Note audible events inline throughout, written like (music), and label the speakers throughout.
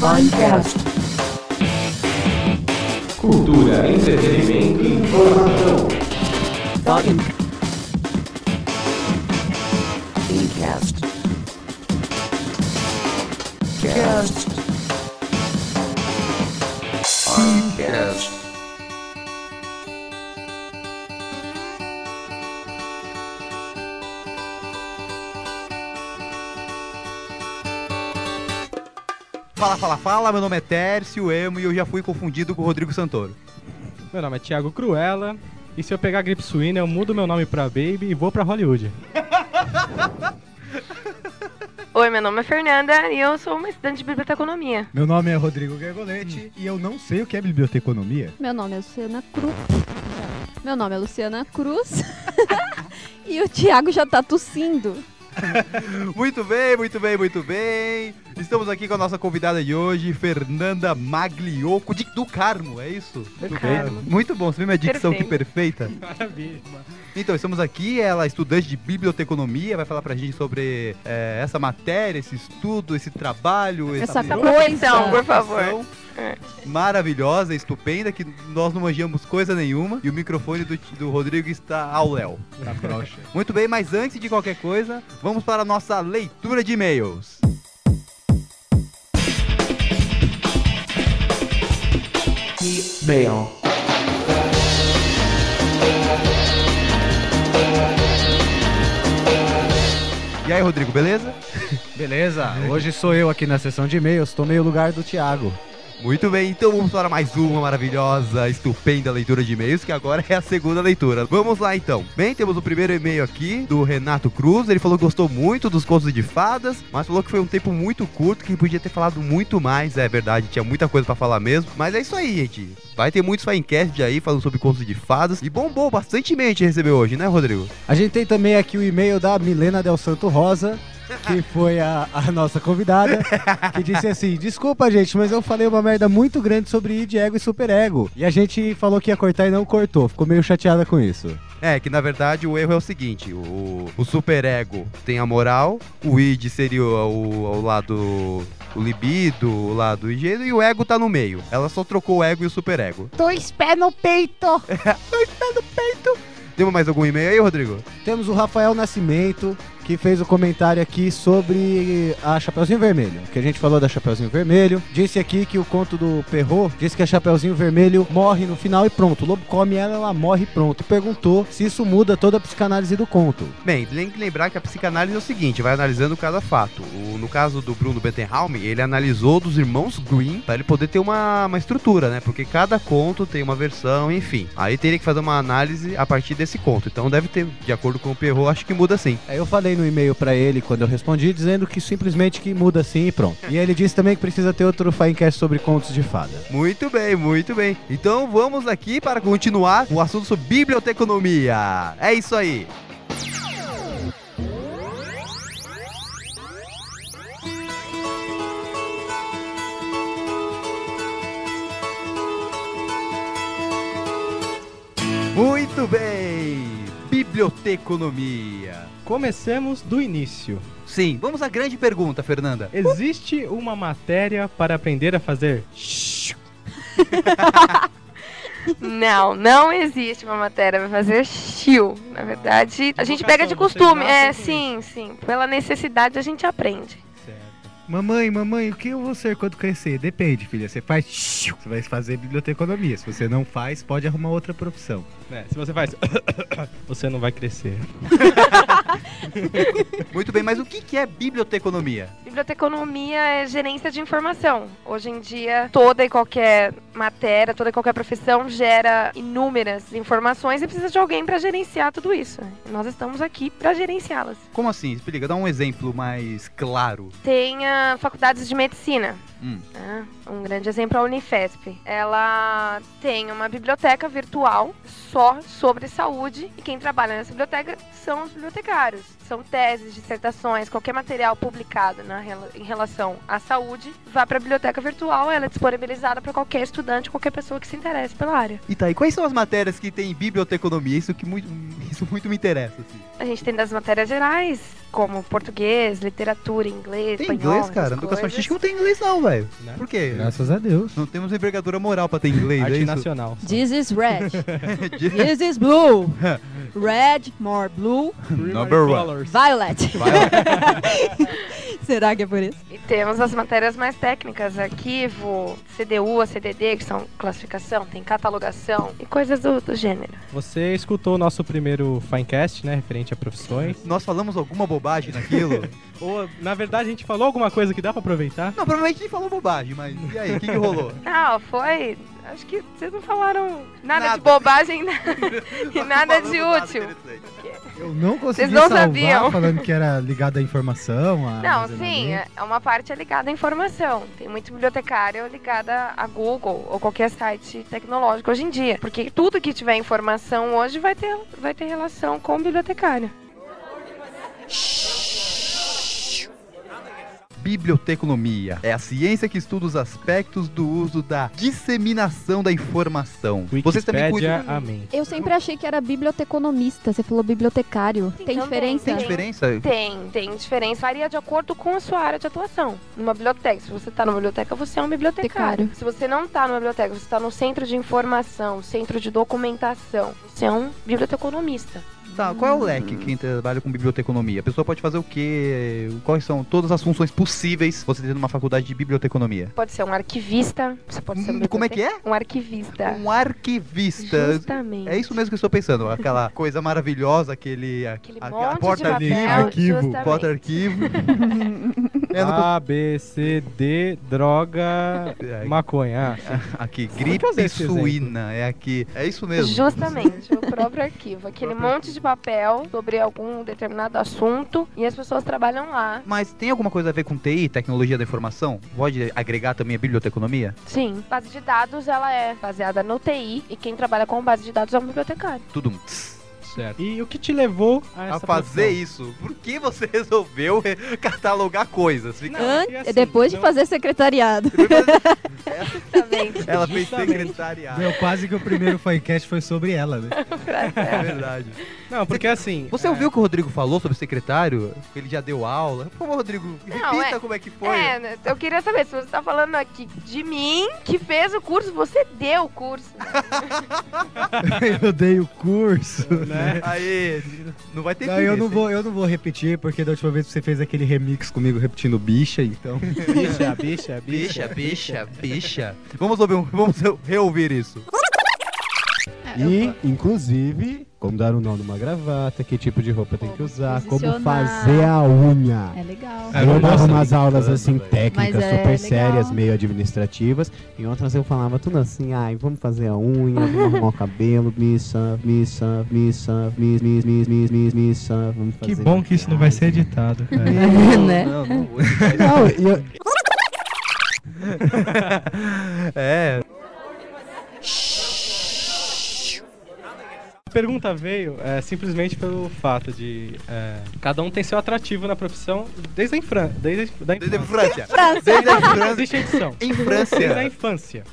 Speaker 1: Finecast.
Speaker 2: Cultura, entretenimento e informação.
Speaker 1: Volume. Finecast. Cast. Finecast.
Speaker 3: Fala, fala, fala, meu nome é Tércio Emo e eu já fui confundido com o Rodrigo Santoro.
Speaker 4: Meu nome é Thiago Cruella. E se eu pegar gripe suína, eu mudo meu nome pra Baby e vou pra Hollywood.
Speaker 5: Oi, meu nome é Fernanda e eu sou uma estudante de biblioteconomia.
Speaker 6: Meu nome é Rodrigo
Speaker 3: Hum.
Speaker 6: Gergolete e eu não sei o que é biblioteconomia.
Speaker 7: Meu nome é Luciana Cruz. Meu nome é Luciana Cruz. (laughs) e o Thiago já tá tossindo.
Speaker 3: Muito bem, muito bem, muito bem. Estamos aqui com a nossa convidada de hoje, Fernanda Maglioco, de- do Carmo, é isso?
Speaker 5: Do Carmo.
Speaker 3: Muito bom, você viu minha dicção que perfeita?
Speaker 4: Maravilha.
Speaker 3: Então, estamos aqui, ela é estudante de biblioteconomia, vai falar pra gente sobre eh, essa matéria, esse estudo, esse trabalho,
Speaker 7: Essa
Speaker 4: tá
Speaker 3: esse-
Speaker 7: coisa.
Speaker 5: Então, por favor.
Speaker 3: Ação Maravilhosa, estupenda, que nós não manjamos coisa nenhuma. E o microfone do, do Rodrigo está ao léu.
Speaker 6: Tá broxa.
Speaker 3: Muito bem, mas antes de qualquer coisa, vamos para a nossa leitura de e-mails.
Speaker 1: Bail.
Speaker 3: E aí, Rodrigo, beleza?
Speaker 6: Beleza, hoje sou eu aqui na sessão de e-mails, tomei o lugar do Thiago.
Speaker 3: Muito bem, então vamos para mais uma maravilhosa, estupenda leitura de e-mails, que agora é a segunda leitura. Vamos lá então. Bem, temos o primeiro e-mail aqui do Renato Cruz. Ele falou que gostou muito dos contos de fadas, mas falou que foi um tempo muito curto, que podia ter falado muito mais. É verdade, tinha muita coisa pra falar mesmo. Mas é isso aí, gente. Vai ter muitos Finecast aí falando sobre contos de fadas. E bombou bastante e-mail a gente recebeu hoje, né, Rodrigo?
Speaker 6: A gente tem também aqui o e-mail da Milena Del Santo Rosa, que foi a, a nossa convidada, que disse assim: Desculpa, gente, mas eu falei uma merda muito grande sobre id, ego e superego. E a gente falou que ia cortar e não cortou, ficou meio chateada com isso.
Speaker 3: É, que na verdade o erro é o seguinte: o, o superego tem a moral, o id seria o, o lado. O libido, o lado higieno e o ego tá no meio. Ela só trocou o ego e o superego.
Speaker 6: Dois pés no
Speaker 3: (laughs)
Speaker 6: peito!
Speaker 3: Temos mais algum e-mail aí, Rodrigo?
Speaker 6: Temos o Rafael Nascimento, que fez o comentário aqui sobre a Chapeuzinho Vermelho. Que a gente falou da Chapeuzinho Vermelho. Disse aqui que o conto do Perro disse que a Chapeuzinho Vermelho morre no final e pronto. O lobo come ela, ela morre e pronto. E perguntou se isso muda toda a psicanálise do conto.
Speaker 3: Bem, tem que lembrar que a psicanálise é o seguinte, vai analisando cada fato. O- no caso do Bruno Bettenhaume, ele analisou dos irmãos Green para ele poder ter uma, uma estrutura, né? Porque cada conto tem uma versão, enfim. Aí teria que fazer uma análise a partir desse conto. Então deve ter, de acordo com o Perro, acho que muda sim.
Speaker 6: Aí É, eu falei no e-mail pra ele quando eu respondi, dizendo que simplesmente que muda assim e pronto. E ele disse também que precisa ter outro Finecast sobre contos de fada.
Speaker 3: Muito bem, muito bem. Então vamos aqui para continuar o assunto sobre biblioteconomia. É isso aí. Muito bem. Biblioteconomia.
Speaker 4: Comecemos do início.
Speaker 3: Sim, vamos à grande pergunta, Fernanda.
Speaker 4: Existe uma matéria para aprender a fazer?
Speaker 5: Não, não existe uma matéria pra fazer chill. Na verdade, a gente pega de
Speaker 4: Vocação,
Speaker 5: costume.
Speaker 4: vocês
Speaker 5: É,
Speaker 4: nascem com
Speaker 5: sim, sim. Pela necessidade a gente aprende.
Speaker 8: Mamãe, mamãe, o que eu vou ser quando crescer? Depende, filha. Você faz. shiu, Você vai fazer biblioteconomia. Se você não faz, pode arrumar outra profissão.
Speaker 4: É, se você faz,
Speaker 6: (coughs)
Speaker 4: você não vai crescer.
Speaker 3: Muito bem, mas o que que é biblioteconomia?
Speaker 5: Biblioteconomia é gerência de informação. Hoje em dia, toda e qualquer matéria, toda e qualquer profissão gera inúmeras informações e precisa de alguém pra gerenciar tudo isso. Nós estamos aqui pra gerenciá-las.
Speaker 3: Como assim? Explica, dá um exemplo mais claro.
Speaker 5: tem a faculdades de medicina.
Speaker 3: Hum.
Speaker 5: né? Um grande exemplo é a Unifesp. Ela tem uma biblioteca virtual só sobre saúde e quem trabalha nessa biblioteca são os bibliotecários. São teses, dissertações, qualquer material publicado na rela- em relação à saúde, vá para a biblioteca virtual, ela é disponibilizada para qualquer estudante, qualquer pessoa que se interesse pela área.
Speaker 3: E tá, e quais são as matérias que tem biblioteconomia? Isso que muito, (laughs) isso muito me interessa, assim.
Speaker 5: A gente tem das matérias gerais, como português, literatura, inglês,
Speaker 3: Tem
Speaker 5: espanhol,
Speaker 3: inglês, cara?
Speaker 5: essas
Speaker 3: No educação
Speaker 5: coisas.
Speaker 3: artística é um não tem inglês não, velho.
Speaker 4: Né?
Speaker 3: Por quê?
Speaker 6: Graças a Deus.
Speaker 3: Não temos envergadura moral
Speaker 4: (laughs)
Speaker 3: pra ter inglês, é
Speaker 4: Arte
Speaker 3: isso? (laughs)
Speaker 4: nacional.
Speaker 7: This is red. This
Speaker 4: (laughs)
Speaker 7: is blue. Red, more blue,
Speaker 3: Number one.
Speaker 4: Colors.
Speaker 7: violet. (laughs) Será que é por isso?
Speaker 5: E temos as matérias mais técnicas, arquivo, CDU, a CDD, que são classificação, tem catalogação e coisas do, do gênero.
Speaker 4: Você escutou o nosso primeiro Finecast, né? Referente a profissões.
Speaker 3: Nós falamos alguma bobagem
Speaker 5: (laughs)
Speaker 3: naquilo?
Speaker 6: Uhum.
Speaker 4: Ou, na verdade, a gente falou alguma coisa que dá pra aproveitar?
Speaker 3: não, provavelmente a gente falou bobagem, mas e aí, o que, que rolou?
Speaker 5: Não, foi. Acho que vocês não falaram nada,
Speaker 3: Nada.
Speaker 5: de bobagem né? (laughs) e
Speaker 3: Nós
Speaker 5: nada
Speaker 3: não
Speaker 5: de
Speaker 3: falamos
Speaker 5: útil.
Speaker 3: nada interessante.
Speaker 6: Eu não consegui
Speaker 5: Vocês não
Speaker 6: salvar
Speaker 5: sabiam. (laughs)
Speaker 6: falando que era ligado à informação. a
Speaker 5: Não, sim,
Speaker 6: armazenamento.
Speaker 5: é é uma parte é ligada à informação. Tem muito bibliotecário ligada a Google ou qualquer site tecnológico hoje em dia. Porque tudo que tiver informação hoje vai ter, vai ter relação com o bibliotecário.
Speaker 3: Biblioteconomia é a ciência que estuda os aspectos do uso da disseminação da informação. Vocês também
Speaker 4: Wikipédia,
Speaker 3: cuidam.
Speaker 6: né?
Speaker 4: amém.
Speaker 7: Eu sempre achei que era biblioteconomista. Você falou bibliotecário.
Speaker 5: Sim,
Speaker 7: Tem
Speaker 5: também.
Speaker 7: diferença?
Speaker 3: Tem diferença?
Speaker 5: Tem, tem diferença. Varia de acordo com a sua área de atuação. Numa biblioteca, se você tá numa biblioteca, você é um bibliotecário.
Speaker 7: Bibliotecário.
Speaker 5: Se você não tá numa biblioteca, você tá no centro de informação, centro de documentação, você é um biblioteconomista.
Speaker 3: Tá, qual é o leque que trabalha com biblioteconomia? A pessoa pode fazer o quê? Quais são todas as funções possíveis você ter numa faculdade de biblioteconomia?
Speaker 5: Pode ser um arquivista, você pode ser um
Speaker 3: Hum, como é que é?
Speaker 5: biblioteca- Um arquivista.
Speaker 3: Um arquivista.
Speaker 5: Justamente.
Speaker 3: É isso mesmo que eu estou pensando. Aquela coisa maravilhosa, aquele.
Speaker 5: Aquele
Speaker 3: a- a-
Speaker 5: monte de
Speaker 3: porta-arquivo,
Speaker 5: papel,
Speaker 6: arquivo,
Speaker 5: justamente.
Speaker 3: Porta-arquivo. é, não
Speaker 4: A, B, C, D, droga,
Speaker 3: Ai.
Speaker 4: maconha. Ah,
Speaker 3: é, Aqui,
Speaker 4: fazer
Speaker 3: gripe
Speaker 4: esse exemplo.
Speaker 3: suína. É aqui. É isso mesmo.
Speaker 5: Justamente, o próprio arquivo. Aquele monte de papel sobre algum determinado assunto e as pessoas trabalham lá.
Speaker 3: Mas tem alguma coisa a ver com TI, tecnologia da informação? Pode agregar também a biblioteconomia?
Speaker 5: Sim, base de dados ela é baseada no TI e quem trabalha com base de dados é um bibliotecário.
Speaker 3: Tudo. um tss.
Speaker 4: Certo. E o que te levou a essa
Speaker 3: A fazer
Speaker 4: profissão?
Speaker 3: isso. Por que você (laughs) resolveu catalogar coisas? Fica-
Speaker 4: Não,
Speaker 7: An-
Speaker 4: e assim,
Speaker 7: Depois de
Speaker 4: não-
Speaker 7: fazer secretariado.
Speaker 3: (laughs) Ela fez
Speaker 4: Justamente.
Speaker 5: é.
Speaker 3: secretariado.
Speaker 6: Deu quase que o primeiro podcast foi sobre ela, né? (laughs)
Speaker 3: É verdade.
Speaker 4: Não, porque assim.
Speaker 3: (laughs) Você um
Speaker 4: é,
Speaker 3: ouviu o que o Rodrigo falou sobre o secretário? Ele já deu aula. Por favor, Rodrigo, repita
Speaker 5: é-
Speaker 3: como é que foi.
Speaker 5: (laughs)
Speaker 3: (laughs)
Speaker 5: É, né, eu queria saber se você tá falando aqui de mim, que fez o curso, você deu o curso.
Speaker 6: Eu dei o curso.
Speaker 4: Né?
Speaker 3: Aí, não vai ter
Speaker 6: Não, eu
Speaker 3: clipe,
Speaker 6: não
Speaker 3: esse.
Speaker 6: vou, eu não vou repetir, porque da última vez você fez aquele remix comigo repetindo bicha, então.
Speaker 4: Bicha, é, bicha,
Speaker 3: Bicha, bicha, bicha. Vamos ouvir, um- vamos reouvir isso.
Speaker 7: É,
Speaker 9: E, inclusive, como dar um nó numa gravata, que tipo de roupa tem que
Speaker 7: Como
Speaker 9: usar, como
Speaker 7: posicionar.
Speaker 9: fazer a unha.
Speaker 7: É
Speaker 4: (laughs)
Speaker 7: legal.
Speaker 6: É,
Speaker 9: Aí eu
Speaker 6: nossa,
Speaker 9: dava umas
Speaker 3: brincando,
Speaker 9: aulas assim
Speaker 3: velho.
Speaker 9: técnicas,
Speaker 7: Mas é
Speaker 9: super
Speaker 7: legal.
Speaker 9: sérias, meio administrativas. E outras eu falava tudo assim, ai, vamos fazer a unha, vamos arrumar o cabelo, missa, missa, missa, miss, miss, miss, miss, miss, missa, vamos fazer. maquiagem.
Speaker 6: editado.
Speaker 7: Né?
Speaker 3: Não, não vou editar isso.
Speaker 9: (laughs) Não, e eu,
Speaker 3: É,
Speaker 4: A pergunta veio é, simplesmente pelo fato de é, cada um tem seu atrativo na profissão desde a infância. Desde a, da
Speaker 3: (laughs) desde a
Speaker 4: infância.
Speaker 3: França. Desde a França.
Speaker 4: Existe a edição.
Speaker 3: Em
Speaker 4: Desde a
Speaker 3: França.
Speaker 4: infância.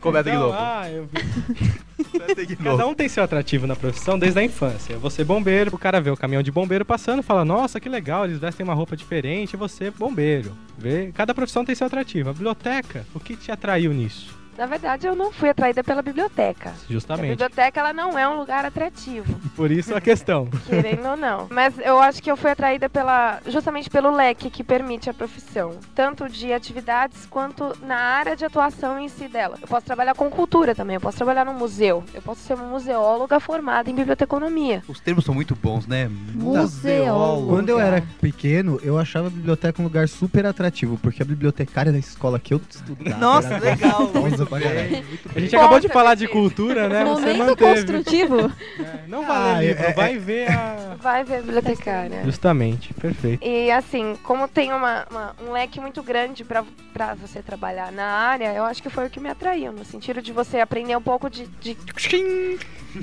Speaker 3: Começa de
Speaker 4: Então,
Speaker 3: novo.
Speaker 4: ah, eu vi.
Speaker 3: Começa de novo.
Speaker 4: Cada um tem seu atrativo na profissão desde a infância. Você é bombeiro, o cara vê o caminhão de bombeiro passando, fala: "Nossa, que legal, eles vestem uma roupa diferente, e você é bombeiro". Vê, cada profissão tem seu atrativo. A biblioteca, o que te atraiu nisso?
Speaker 5: Na verdade, eu não fui atraída pela biblioteca. A
Speaker 4: Justamente.
Speaker 5: biblioteca ela não é um lugar atrativo,
Speaker 4: Por isso a questão.
Speaker 5: querendo ou não. Mas eu acho que eu fui atraída pela justamente pelo leque que permite a profissão, tanto de atividades quanto na área de atuação em si dela. Eu posso trabalhar com cultura também, eu posso trabalhar no museu, eu posso ser uma museóloga formada em biblioteconomia.
Speaker 3: Os termos são muito bons, né?
Speaker 7: Museólogo.
Speaker 6: Quando eu era pequeno, eu achava a biblioteca um lugar super atrativo, porque a bibliotecária da escola que eu estudava.
Speaker 3: Nossa,
Speaker 6: era
Speaker 3: legal. Muito
Speaker 6: gostosa pra
Speaker 3: bem.
Speaker 6: caralho.
Speaker 3: Muito
Speaker 4: A gente
Speaker 5: Bom,
Speaker 4: acabou de falar de
Speaker 5: Felipe.
Speaker 4: cultura, né? Você
Speaker 7: Momento
Speaker 4: manteve.
Speaker 7: construtivo.
Speaker 4: É, Não
Speaker 6: Ah,
Speaker 4: vale livro,
Speaker 6: é- é-
Speaker 4: vai ver a É,
Speaker 5: Vai ver a bibliotecária.
Speaker 4: justamente, perfeito.
Speaker 5: E assim, como tem uma, uma- um leque muito grande pra, pra você trabalhar na área, eu acho que foi o que me atraiu, no sentido de você aprender um pouco de. de,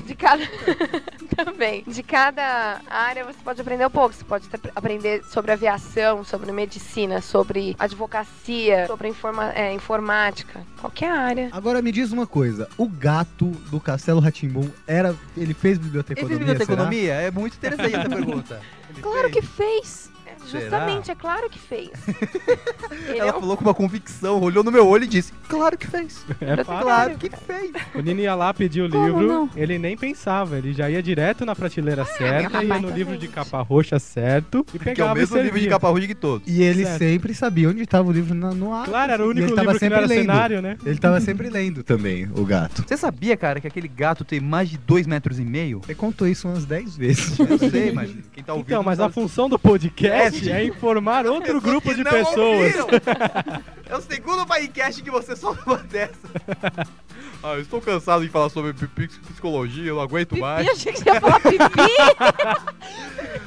Speaker 5: de cada. (laughs) também. De cada área você pode aprender um pouco. Você pode tra- aprender sobre aviação, sobre medicina, sobre advocacia, sobre informa, é, informática. Qualquer área.
Speaker 6: Agora me diz uma coisa, o gato do Castelo Ratimbum era. Ele fez
Speaker 3: Ele
Speaker 6: biblioteconomia?
Speaker 3: fez biblioteconomia? É muito interessante essa pergunta. Ele
Speaker 7: (laughs) Claro que fez.
Speaker 5: É, Justamente, é claro que fez. Ele
Speaker 3: Ela
Speaker 5: é um
Speaker 3: falou com uma convicção, olhou no meu olho e disse: Claro que fez.
Speaker 4: É fácil.
Speaker 3: Claro que fez.
Speaker 4: O Nino ia lá pedir o
Speaker 7: Como
Speaker 4: livro,
Speaker 7: não?
Speaker 4: ele nem pensava, ele já ia direto na prateleira certa, ia
Speaker 5: rapaz,
Speaker 4: no
Speaker 5: tá
Speaker 4: livro de
Speaker 5: gente.
Speaker 4: capa roxa certo e
Speaker 3: Que é
Speaker 4: pegava
Speaker 3: o mesmo
Speaker 4: e
Speaker 3: livro de
Speaker 4: servia.
Speaker 3: capa ruim que todos.
Speaker 6: E ele
Speaker 4: Certo.
Speaker 6: sempre sabia onde estava o livro na- no ar.
Speaker 4: Ah, Claro, era o
Speaker 6: E
Speaker 4: único
Speaker 6: ele tava
Speaker 4: livro que não
Speaker 6: sempre
Speaker 4: era
Speaker 6: lendo.
Speaker 4: cenário, né?
Speaker 6: Ele tava sempre lendo também, o gato.
Speaker 10: Você sabia, cara, que aquele gato tem mais de 2 metros e meio?
Speaker 6: Você contou isso umas 10 vezes.
Speaker 3: Eu sei, mas quem tá ouvindo.
Speaker 4: Então, mas
Speaker 3: não
Speaker 4: a função do podcast é informar outro grupo de
Speaker 3: Não
Speaker 4: pessoas.
Speaker 3: ouviram! É o segundo podcast que você solta uma dessa. (laughs) Ah, eu estou cansado de falar sobre pi- pi- psicologia, eu não aguento
Speaker 7: Pipi,
Speaker 3: mais.
Speaker 7: achei que você ia falar pipi.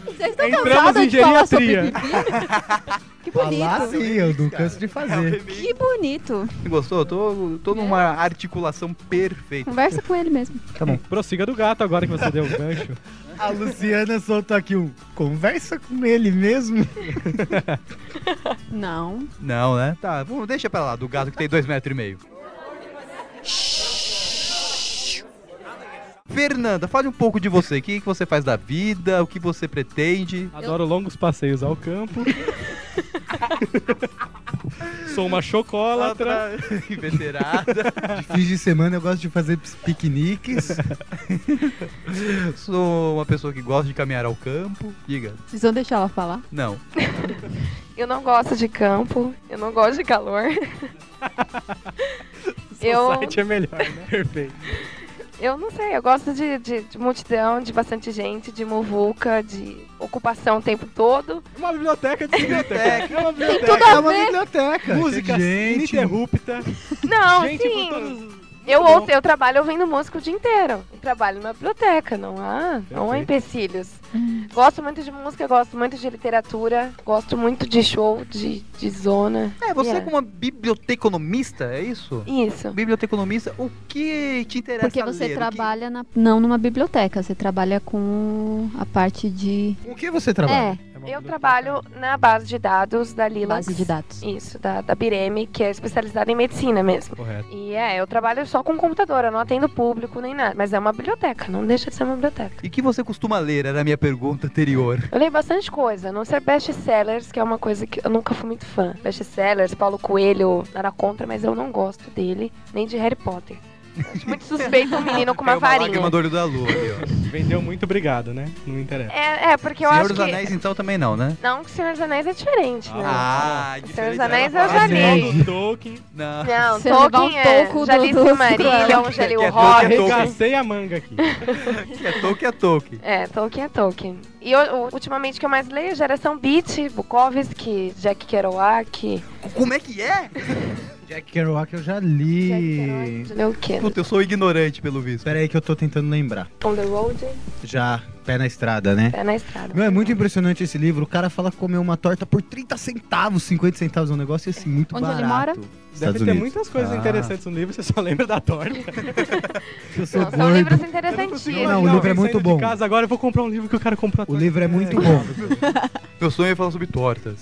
Speaker 7: Vocês estão
Speaker 4: Entramos
Speaker 7: cansadas
Speaker 4: em
Speaker 7: de falar sobre
Speaker 4: geriatria.
Speaker 7: pipi? Que
Speaker 6: Falar
Speaker 7: bonito.
Speaker 6: sim, eu não canso de
Speaker 3: É
Speaker 6: fazer.
Speaker 7: Que bonito.
Speaker 3: Você gostou? Eu tô, tô numa articulação perfeita.
Speaker 7: Conversa com ele mesmo.
Speaker 4: Prossiga do gato agora que você deu o gancho.
Speaker 6: A Luciana soltou aqui um conversa com ele mesmo.
Speaker 7: Não.
Speaker 3: Não, né? Tá, vamos, deixa pra lá, do gato que tem dois metros e meio. Fernanda, fale um pouco de você. O que, que você faz da vida? O que você pretende?
Speaker 4: Adoro longos passeios ao campo. Sou uma chocólatra.
Speaker 3: (laughs) Veterada.
Speaker 6: Fins de semana eu gosto de fazer pis- piqueniques.
Speaker 3: Sou uma pessoa que gosta de caminhar ao campo. Diga,
Speaker 7: Vocês vão deixar ela falar?
Speaker 3: não.
Speaker 5: Eu não gosto de campo, eu não gosto de calor.
Speaker 4: (laughs) O
Speaker 5: eu,
Speaker 4: site é melhor, né? Perfeito.
Speaker 5: eu não sei, eu gosto de, de- de multidão, de bastante gente, de muvuca, de ocupação o tempo
Speaker 4: (laughs)
Speaker 5: todo.
Speaker 4: Uma biblioteca de biblioteca. É uma
Speaker 7: Tem
Speaker 4: biblioteca.
Speaker 7: tudo a
Speaker 6: é uma
Speaker 7: ver.
Speaker 6: biblioteca.
Speaker 4: Música
Speaker 6: Tem gente,
Speaker 4: ininterrupta.
Speaker 5: Não,
Speaker 4: gente É
Speaker 5: sim.
Speaker 4: por todos os-
Speaker 5: Eu
Speaker 4: bom.
Speaker 5: ouço, eu trabalho ouvindo música o dia inteiro. Eu trabalho na biblioteca, não há, não há
Speaker 4: Perfeito.
Speaker 5: empecilhos.
Speaker 7: Hum.
Speaker 5: Gosto muito de música, gosto muito de literatura, gosto muito de show, de, de zona.
Speaker 10: É, você
Speaker 5: Yeah.
Speaker 10: como uma biblioteconomista, é isso?
Speaker 5: Isso.
Speaker 10: Biblioteconomista, o que te interessa
Speaker 7: Porque você
Speaker 10: ler? O que-
Speaker 7: trabalha na- não numa biblioteca, você trabalha com a parte de
Speaker 6: Com o que você trabalha?
Speaker 7: é,
Speaker 4: É uma
Speaker 5: Eu
Speaker 4: biblioteca.
Speaker 5: trabalho na base de dados da Lilacs.
Speaker 7: base de dados.
Speaker 5: Isso, da, da Bireme, que é especializada em medicina mesmo.
Speaker 4: Correto.
Speaker 5: E é, eu trabalho só com computador, eu não atendo público nem nada. Mas é uma biblioteca, não deixa de ser uma biblioteca.
Speaker 3: E o que você costuma ler? Era a minha pergunta anterior.
Speaker 5: Eu leio bastante coisa, a não ser best-sellers, que é uma coisa que eu nunca fui muito fã. Best-sellers, Paulo Coelho, nada contra, mas eu não gosto dele, nem de Harry Potter. (laughs) Acho muito suspeito um menino com uma
Speaker 3: Caiu
Speaker 5: varinha.
Speaker 3: lágrima do olho da lua ali, ó.
Speaker 4: Vendeu muito obrigado, né? Não interessa.
Speaker 5: É, é, porque eu
Speaker 10: Senhor
Speaker 5: acho
Speaker 10: dos
Speaker 5: que...
Speaker 10: Anéis, então, também não, né?
Speaker 5: Não, que Senhor dos Anéis é diferente, né?
Speaker 3: Ah,
Speaker 5: Senhor dos
Speaker 3: diferente.
Speaker 5: Anéis
Speaker 3: Ela
Speaker 5: eu já
Speaker 3: fala,
Speaker 5: li.
Speaker 3: né?
Speaker 4: Igual o Tolkien.
Speaker 3: Não.
Speaker 5: Não,
Speaker 7: Você levar
Speaker 5: Tolkien
Speaker 7: um
Speaker 5: é...
Speaker 7: toco
Speaker 5: Já
Speaker 7: do-
Speaker 5: li
Speaker 7: do-
Speaker 5: Silmarillion, já
Speaker 3: Que
Speaker 5: li o
Speaker 3: é Tolkien,
Speaker 5: Hobbit.
Speaker 3: Tolkien.
Speaker 4: Arregacei a manga aqui.
Speaker 3: Que é Tolkien, é Tolkien.
Speaker 5: É, Tolkien é Tolkien. E eu, eu- ultimamente o que eu mais leio é Geração Beat, Bukowski, Jack Kerouac.
Speaker 3: Como é que é?
Speaker 6: Jack Kerouac eu já
Speaker 5: Jack
Speaker 6: li.
Speaker 5: Kerouac, já leu o quê?
Speaker 3: Puta, eu sou ignorante, pelo visto.
Speaker 6: Espera aí que eu tô tentando lembrar.
Speaker 5: On the Road,
Speaker 6: Já, pé na estrada, né?
Speaker 5: Pé na Estrada.
Speaker 6: Meu, é muito impressionante esse livro. O cara fala que comeu uma torta por 30 centavos, 50 centavos. É um negócio assim, muito
Speaker 7: Onde
Speaker 6: barato.
Speaker 7: ele mora?
Speaker 6: Estados
Speaker 4: Deve ter
Speaker 6: Unidos.
Speaker 4: muitas coisas
Speaker 6: Ah.
Speaker 4: interessantes no livro, você só lembra da torta.
Speaker 6: Eu sou
Speaker 7: é
Speaker 5: Não,
Speaker 7: um
Speaker 5: são
Speaker 6: gordo.
Speaker 5: livros
Speaker 6: (laughs)
Speaker 7: assim
Speaker 6: não,
Speaker 5: interessantíssimos.
Speaker 6: o livro é muito
Speaker 4: saindo
Speaker 6: bom.
Speaker 4: De casa agora eu vou comprar um livro que o cara comprou.
Speaker 6: O livro é muito bom.
Speaker 3: Meu sonho é falar sobre tortas.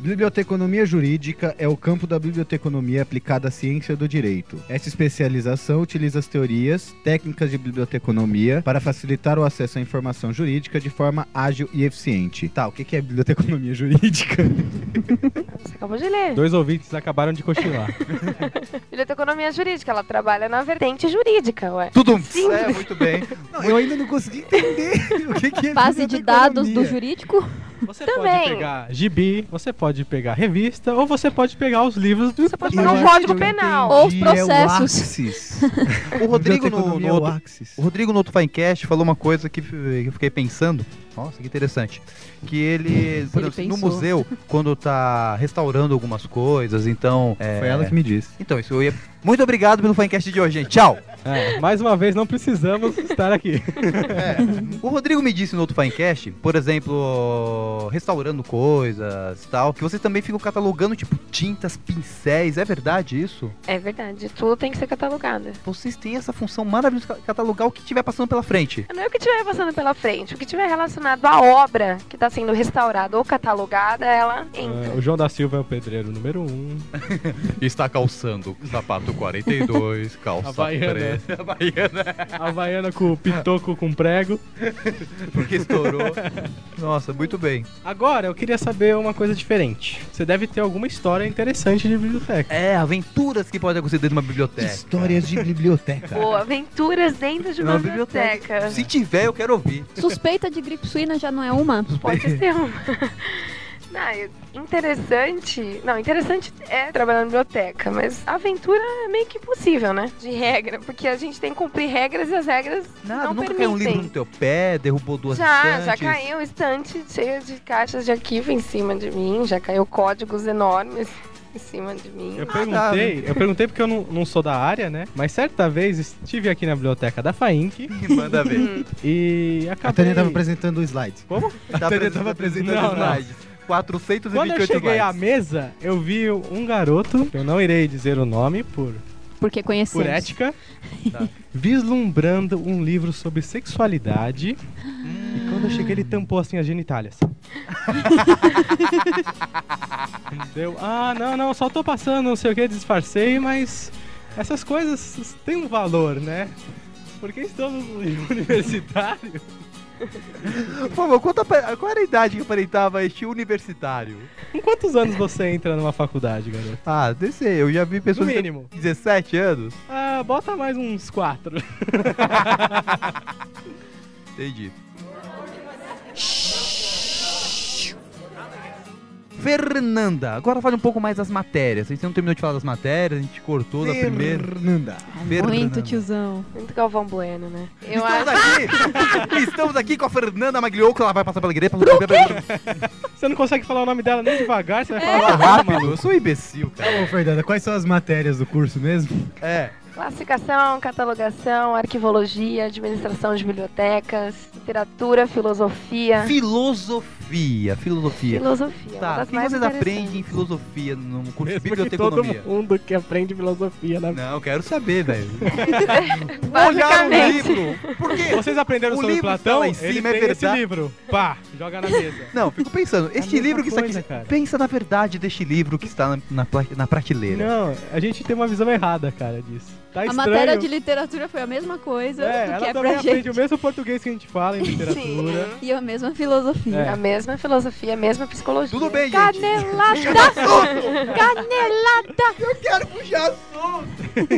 Speaker 6: Biblioteconomia jurídica é o campo da biblioteconomia aplicada à ciência do direito. Essa especialização utiliza as teorias, técnicas de biblioteconomia para facilitar o acesso à informação jurídica de forma ágil e eficiente. Tá, o que que é biblioteconomia (laughs) jurídica? é-
Speaker 5: Você acabou de ler.
Speaker 4: Dois ouvintes acabaram de cochilar.
Speaker 5: Biblioteconomia Jurídica, ela trabalha na vertente jurídica, ué.
Speaker 3: Tudo É, muito bem.
Speaker 6: (laughs) Não, eu ainda não consegui entender o que que é
Speaker 7: Base de dados do
Speaker 6: biblioteconomia.
Speaker 7: jurídico.
Speaker 4: Você pode
Speaker 5: Também.
Speaker 4: pegar gibi, você pode pegar revista, ou você pode pegar os livros do
Speaker 5: Você pode
Speaker 6: Eu
Speaker 7: é
Speaker 5: pegar um
Speaker 6: acho
Speaker 5: código
Speaker 6: que eu
Speaker 5: penal.
Speaker 7: Ou os
Speaker 6: entendi, é o
Speaker 7: processos.
Speaker 6: Axis.
Speaker 3: O Rodrigo no,
Speaker 6: Biblioteconomia
Speaker 3: no
Speaker 6: é o
Speaker 3: outro,
Speaker 6: Axis.
Speaker 3: o Rodrigo no outro Finecast falou uma coisa que f- eu fiquei pensando. Nossa, que interessante. Que ele, por
Speaker 7: Ele
Speaker 3: exemplo, no
Speaker 7: pensou.
Speaker 3: museu, quando tá restaurando algumas coisas, então. é,
Speaker 6: Foi ela que me disse.
Speaker 3: Então, isso eu ia Muito obrigado pelo fancast de hoje, gente. Tchau.
Speaker 4: É, mais uma vez, não precisamos estar aqui.
Speaker 3: O Rodrigo me disse no outro Finecast, por exemplo, restaurando coisas e tal, que vocês também ficam catalogando, tipo, tintas, pincéis. É verdade isso?
Speaker 5: É verdade, tudo tem que ser catalogado.
Speaker 3: Vocês têm essa função maravilhosa de ca- catalogar o que tiver passando pela frente.
Speaker 5: Não é o que tiver passando pela frente, o que tiver relacionado à obra que está sendo restaurada ou catalogada, ela
Speaker 4: (laughs)
Speaker 5: entra.
Speaker 4: Ah, o João da Silva é o pedreiro número um.
Speaker 11: Está calçando sapato
Speaker 3: (laughs)
Speaker 11: 42, calça
Speaker 4: Havaiana.
Speaker 11: preta. Havaiana.
Speaker 4: Havaiana com o pitoco com prego.
Speaker 3: Porque estourou. Nossa, muito bem.
Speaker 4: Agora, eu queria saber uma coisa diferente. Você deve ter alguma história interessante de biblioteca.
Speaker 3: É, aventuras que podem acontecer dentro de uma biblioteca.
Speaker 6: É, Histórias de biblioteca.
Speaker 5: Boa, aventuras dentro de
Speaker 3: Não,
Speaker 5: uma
Speaker 3: a biblioteca.
Speaker 5: biblioteca.
Speaker 3: Se tiver, eu quero ouvir.
Speaker 7: Suspeita de gripe suína já não é uma?
Speaker 5: Pode ser (laughs) uma. Não, eu- interessante. Não, interessante é trabalhar na biblioteca, mas aventura é meio que impossível, né? De regra, porque a gente tem que cumprir regras e as regras
Speaker 3: Nada,
Speaker 5: não
Speaker 3: nunca
Speaker 5: permitem.
Speaker 3: caiu um livro no teu pé, derrubou duas
Speaker 5: Já, já
Speaker 3: estantes.
Speaker 5: caiu um estante cheia de caixas de arquivo em cima de mim, já caiu códigos enormes em cima de mim.
Speaker 6: Ah,
Speaker 4: Eu
Speaker 6: tá,
Speaker 4: perguntei,
Speaker 6: né?
Speaker 4: eu perguntei porque eu não, não sou da área, né? Mas certa vez estive aqui na biblioteca da FAINC
Speaker 3: (laughs) Manda ver.
Speaker 5: (laughs)
Speaker 4: e acabei...
Speaker 6: A Tânia tava apresentando o slide.
Speaker 4: Como?
Speaker 3: (laughs) Tá
Speaker 6: Tânia
Speaker 3: apresentando
Speaker 6: tava
Speaker 3: apresentando
Speaker 4: apresentando.
Speaker 3: slides.
Speaker 4: Quando eu
Speaker 3: 428
Speaker 4: cheguei à
Speaker 3: slides.
Speaker 4: mesa, eu vi um garoto, eu não irei dizer o nome por,
Speaker 7: Porque é
Speaker 4: por
Speaker 7: conhecemos.
Speaker 4: ética, vislumbrando um livro sobre sexualidade. E quando eu cheguei, ele tampou assim as genitálias. Deu, ah, não, não, só tô passando, não sei o que, disfarcei, mas essas coisas têm um valor, né? Porque estamos no livro (laughs) universitário.
Speaker 3: Por favor, conta pra- qual era a idade que aparentava este universitário?
Speaker 4: Com quantos anos você entra numa faculdade, garoto?
Speaker 3: Ah, não sei, eu já vi
Speaker 4: No
Speaker 3: pessoas de
Speaker 4: mínimo.
Speaker 3: 17 anos.
Speaker 4: Ah, bota mais uns quatro.
Speaker 3: Entendi. Fernanda, agora fale um pouco mais das matérias. A gente não terminou de falar das matérias, a gente cortou da primeira.
Speaker 6: Fernanda.
Speaker 7: Muito, tiozão.
Speaker 5: Muito Galvão Bueno, né? Eu
Speaker 3: Estamos
Speaker 5: acho.
Speaker 3: aqui, (laughs) estamos aqui com a Fernanda Maglioco, ela vai passar pela igreja. Pelo quê?
Speaker 4: (laughs) Você não consegue falar o nome dela nem devagar, você vai falar.
Speaker 3: Rápido, eu sou um imbecil, cara.
Speaker 6: Ô, Fernanda, quais são as matérias do curso mesmo?
Speaker 3: É,
Speaker 5: Classificação, catalogação, arquivologia, administração de bibliotecas, literatura, filosofia.
Speaker 3: filosofia, filosofia.
Speaker 5: Filosofia. é uma
Speaker 3: Tá, o
Speaker 5: das
Speaker 3: que
Speaker 5: mais
Speaker 3: vocês aprendem em
Speaker 5: interessantes.
Speaker 3: filosofia no curso de
Speaker 4: Mesmo que
Speaker 3: biblioteconomia?
Speaker 4: todo mundo que aprende filosofia na vida.
Speaker 3: Não, eu quero saber,
Speaker 5: (laughs)
Speaker 3: velho. Olhar o
Speaker 5: Basicamente.
Speaker 3: livro. Por quê?
Speaker 4: Vocês aprenderam
Speaker 3: O
Speaker 4: sobre
Speaker 3: livro
Speaker 4: Platão?
Speaker 3: está lá em
Speaker 4: Ele
Speaker 3: cima, é
Speaker 4: tem esse
Speaker 3: verdade.
Speaker 4: livro. Pá, joga na mesa.
Speaker 3: Não, fico pensando, este
Speaker 4: É mesma
Speaker 3: livro que
Speaker 4: coisa,
Speaker 3: está
Speaker 4: cara.
Speaker 3: aqui, pensa na verdade deste livro que está na, na, pla- na prateleira.
Speaker 4: Não, a gente tem uma visão errada, cara, disso. Tá
Speaker 7: A
Speaker 4: estranho.
Speaker 7: matéria de literatura foi a mesma coisa
Speaker 4: É,
Speaker 7: do
Speaker 4: ela
Speaker 7: que é
Speaker 4: também
Speaker 7: pra
Speaker 4: aprende
Speaker 7: gente.
Speaker 4: o mesmo português que a gente fala em
Speaker 7: (laughs)
Speaker 4: literatura.
Speaker 7: E a mesma filosofia.
Speaker 4: É.
Speaker 5: A mesma filosofia, a mesma psicologia.
Speaker 3: Tudo bem, gente.
Speaker 5: Canelada!
Speaker 3: Eu quero puxar assunto!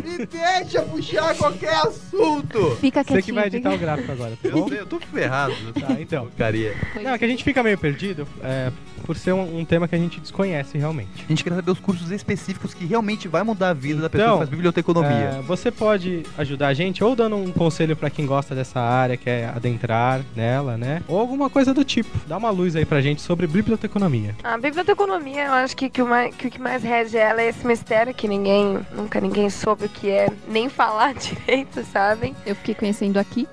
Speaker 3: Me deixa puxar qualquer assunto!
Speaker 7: Fica
Speaker 4: Você
Speaker 7: quietinho.
Speaker 4: que vai editar o gráfico agora, tá
Speaker 3: Eu,
Speaker 4: bom?
Speaker 3: sei, eu tô ferrado.
Speaker 4: Tá, então.
Speaker 3: Porcaria.
Speaker 4: Não, é que a gente fica meio perdido é, por ser um, um tema que a gente desconhece realmente.
Speaker 3: A gente quer saber os cursos específicos que realmente vai mudar a vida da pessoa
Speaker 4: Então,
Speaker 3: que faz biblioteconomia.
Speaker 4: É, você pode ajudar a gente ou dando um conselho pra quem gosta dessa área, quer adentrar nela, né? Ou alguma coisa do tipo. Dá uma luz aí pra gente sobre biblioteconomia.
Speaker 5: A biblioteconomia, eu acho que, que, o mais, que o que mais rege ela é esse mistério que ninguém, nunca ninguém soube o que é, nem (laughs) falar direito, sabem?
Speaker 7: Eu fiquei conhecendo aqui.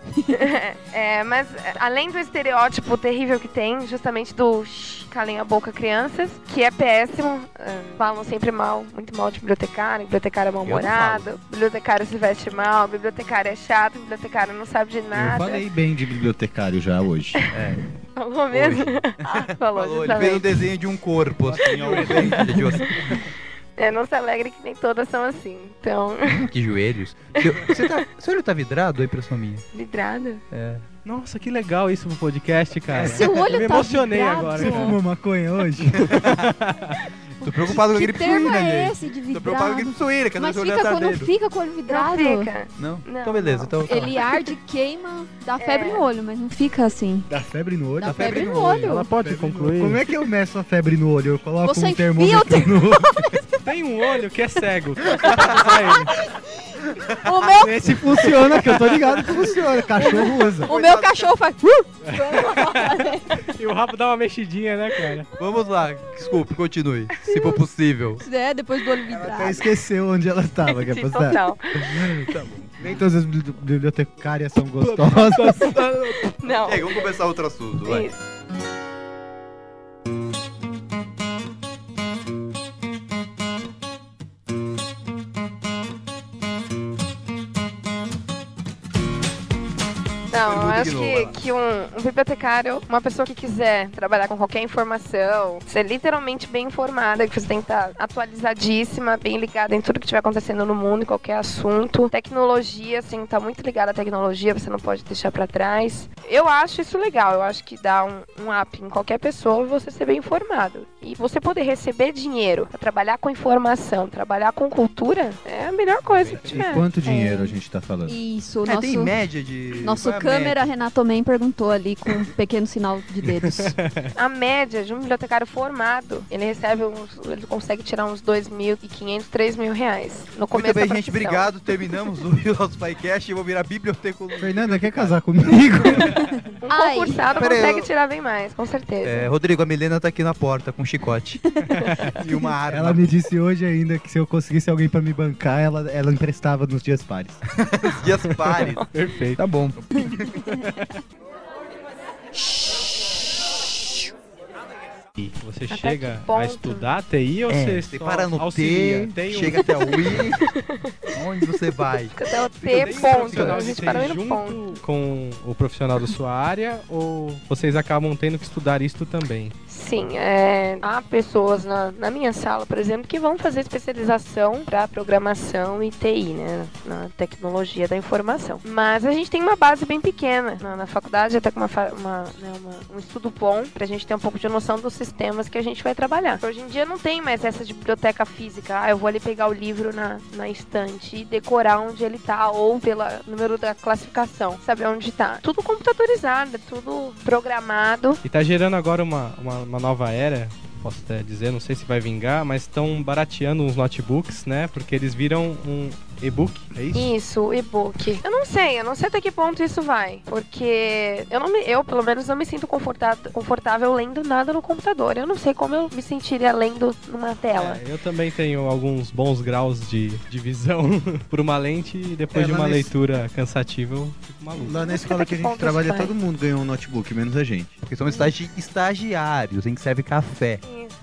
Speaker 5: É, mas é, além do estereótipo terrível que tem, justamente do "Shh, calem a boca crianças, que é péssimo, é, falam sempre mal, muito mal de bibliotecário, bibliotecário é mal-humorado, bibliotecário se veste mal, bibliotecário é chato, bibliotecário não sabe de nada.
Speaker 7: Ah,
Speaker 6: Eu falei bem de bibliotecário já (laughs) hoje.
Speaker 5: (laughs) Falou mesmo? (laughs) Ah, falou,
Speaker 3: Falou, ele fez um
Speaker 5: justamente.
Speaker 3: desenho de um corpo, assim, ó. de joelhos.
Speaker 5: É, não se alegre que nem todas são assim. Então,
Speaker 3: Que joelhos. Seu, você tá, (laughs) seu olho tá vidrado, é impressão minha.
Speaker 5: vidrada.
Speaker 4: Nossa, que legal isso pro podcast,
Speaker 3: É
Speaker 4: cara.
Speaker 7: Seu olho
Speaker 4: É. Eu me
Speaker 7: tá
Speaker 4: emocionei
Speaker 7: vidrado.
Speaker 4: agora.
Speaker 6: Você
Speaker 4: cara.
Speaker 6: fumou maconha hoje?
Speaker 3: Tô preocupado com a
Speaker 7: que
Speaker 3: gripe
Speaker 7: termo
Speaker 3: suína,
Speaker 7: é
Speaker 3: gente.
Speaker 7: esse de
Speaker 3: Tô preocupado com a
Speaker 7: vidrado?
Speaker 3: gripe suína, que eu não
Speaker 7: Mas
Speaker 3: sei
Speaker 7: fica
Speaker 3: olhar
Speaker 7: quando
Speaker 3: tardeiro.
Speaker 7: fica com o olho
Speaker 5: Não
Speaker 7: vidrado.
Speaker 5: fica.
Speaker 3: Não?
Speaker 5: Não,
Speaker 3: Então beleza,
Speaker 5: não. É.
Speaker 3: então. tá.
Speaker 7: Ele arde, queima, dá febre no olho, mas não fica assim.
Speaker 6: Dá febre no olho?
Speaker 7: Dá febre no olho.
Speaker 4: Ela pode concluir.
Speaker 6: Como é que eu meço a febre no olho? Eu coloco
Speaker 7: Você
Speaker 6: um
Speaker 7: enfia o (laughs)
Speaker 4: Tá
Speaker 6: termômetro no olho.
Speaker 4: (laughs) Tem um olho que é cego. cara. Você pode usar ele. (laughs)
Speaker 7: O meu,
Speaker 12: Esse funciona, que eu tô ligado que funciona. Cachorro usa.
Speaker 7: o meu cachorro faz. "Uh",
Speaker 4: E o rabo dá uma mexidinha, né, cara?
Speaker 3: Vamos lá, desculpe, continue, se for possível.
Speaker 7: É, depois do olho vidrado.
Speaker 6: Até esqueceu onde ela tava, quer
Speaker 5: Sim,
Speaker 6: apostar?
Speaker 5: total.
Speaker 6: Nem todas as bibli- bibliotecárias (laughs) são gostosas.
Speaker 5: Não.
Speaker 3: É, vamos começar outro assunto, vai.
Speaker 5: Isso.
Speaker 3: Pergunta
Speaker 5: Não, eu acho
Speaker 3: ignola.
Speaker 5: que, que um, um bibliotecário, uma pessoa que quiser trabalhar com qualquer informação, ser literalmente bem informada, que você tem que estar atualizadíssima, bem ligada em tudo que estiver acontecendo no mundo, em qualquer assunto. Tecnologia, assim, tá muito ligada à tecnologia, você não pode deixar pra trás. Eu acho isso legal, eu acho que dá um, um up em qualquer pessoa você ser bem informado. E você poder receber dinheiro pra trabalhar com informação, trabalhar com cultura, é a melhor coisa que
Speaker 6: E
Speaker 5: tiver.
Speaker 6: quanto dinheiro a gente tá falando?
Speaker 7: Isso, o
Speaker 3: É, tem
Speaker 7: nosso.
Speaker 3: média de...
Speaker 7: Nosso
Speaker 3: qual é a
Speaker 7: câmera
Speaker 3: média?
Speaker 7: Renato Man perguntou ali com um pequeno sinal de dedos.
Speaker 5: A média de um bibliotecário formado, ele recebe uns, ele consegue tirar uns 2.500, 3.000 reais no começo
Speaker 3: Muito bem,
Speaker 5: da
Speaker 3: gente,
Speaker 5: profissão.
Speaker 3: obrigado. Terminamos o (laughs) nosso podcast. Eu vou virar bibliotecologia.
Speaker 6: Fernanda, quer casar (laughs) comigo?
Speaker 5: Um
Speaker 7: Ai.
Speaker 5: concursado
Speaker 3: Peraí,
Speaker 5: consegue
Speaker 3: eu-
Speaker 5: tirar bem mais, com certeza.
Speaker 3: É, Rodrigo, a Milena tá aqui na porta com um (laughs) chicote. e uma arma.
Speaker 6: Ela me disse hoje ainda que se eu conseguisse alguém pra me bancar, ela, ela emprestava nos dias pares.
Speaker 3: E as pares.
Speaker 4: Perfeito.
Speaker 3: Tá bom.
Speaker 4: Você
Speaker 5: Até
Speaker 4: chega
Speaker 5: que ponto?
Speaker 4: a estudar TI ou você,
Speaker 3: É, Você
Speaker 4: só
Speaker 3: para no T,
Speaker 4: auxilia? Tem um-
Speaker 3: chega até o
Speaker 4: (laughs)
Speaker 3: I. Onde você vai?
Speaker 5: Porque Até o
Speaker 4: tem
Speaker 5: T
Speaker 4: um
Speaker 5: ponto,
Speaker 4: profissional
Speaker 5: a
Speaker 4: de
Speaker 5: gente
Speaker 4: TI
Speaker 5: parou aí no
Speaker 4: junto
Speaker 5: ponto.
Speaker 4: com o profissional da sua área ou vocês acabam tendo que estudar isto também?
Speaker 5: Sim, é, há pessoas na, na minha sala, por exemplo, que vão fazer especialização para programação e TI, né? Na tecnologia da informação. Mas a gente tem uma base bem pequena na, na faculdade, até com uma, fa- uma, né, uma- um estudo bom para a gente ter um pouco de noção dos sistemas que a gente vai trabalhar. Hoje em dia não tem mais essa de biblioteca física. Ah, eu vou ali pegar o livro na, na estante e decorar onde ele tá ou pelo número da classificação, saber onde tá. Tudo computadorizado, tudo programado.
Speaker 4: E tá gerando agora uma, uma, uma nova era, posso até dizer, não sei se vai vingar, mas estão barateando uns notebooks, né? Porque eles viram um e-book, é isso?
Speaker 5: Isso, o e-book. Eu não sei, eu não sei até que ponto isso vai. Porque eu não me, eu, pelo menos, não me sinto confortável, confortável lendo nada no computador. Eu não sei como eu me sentiria lendo numa tela.
Speaker 4: É, eu também tenho alguns bons graus de, de visão (laughs) por uma lente e depois
Speaker 6: É,
Speaker 4: de
Speaker 6: lá
Speaker 4: uma
Speaker 6: nesse-
Speaker 4: leitura cansativa eu fico maluco.
Speaker 6: Lá na
Speaker 5: escola que a gente trabalha, todo
Speaker 6: mundo ganhou um notebook, menos a gente.
Speaker 3: Porque somos estagi estagiários, em que serve café.
Speaker 5: Isso.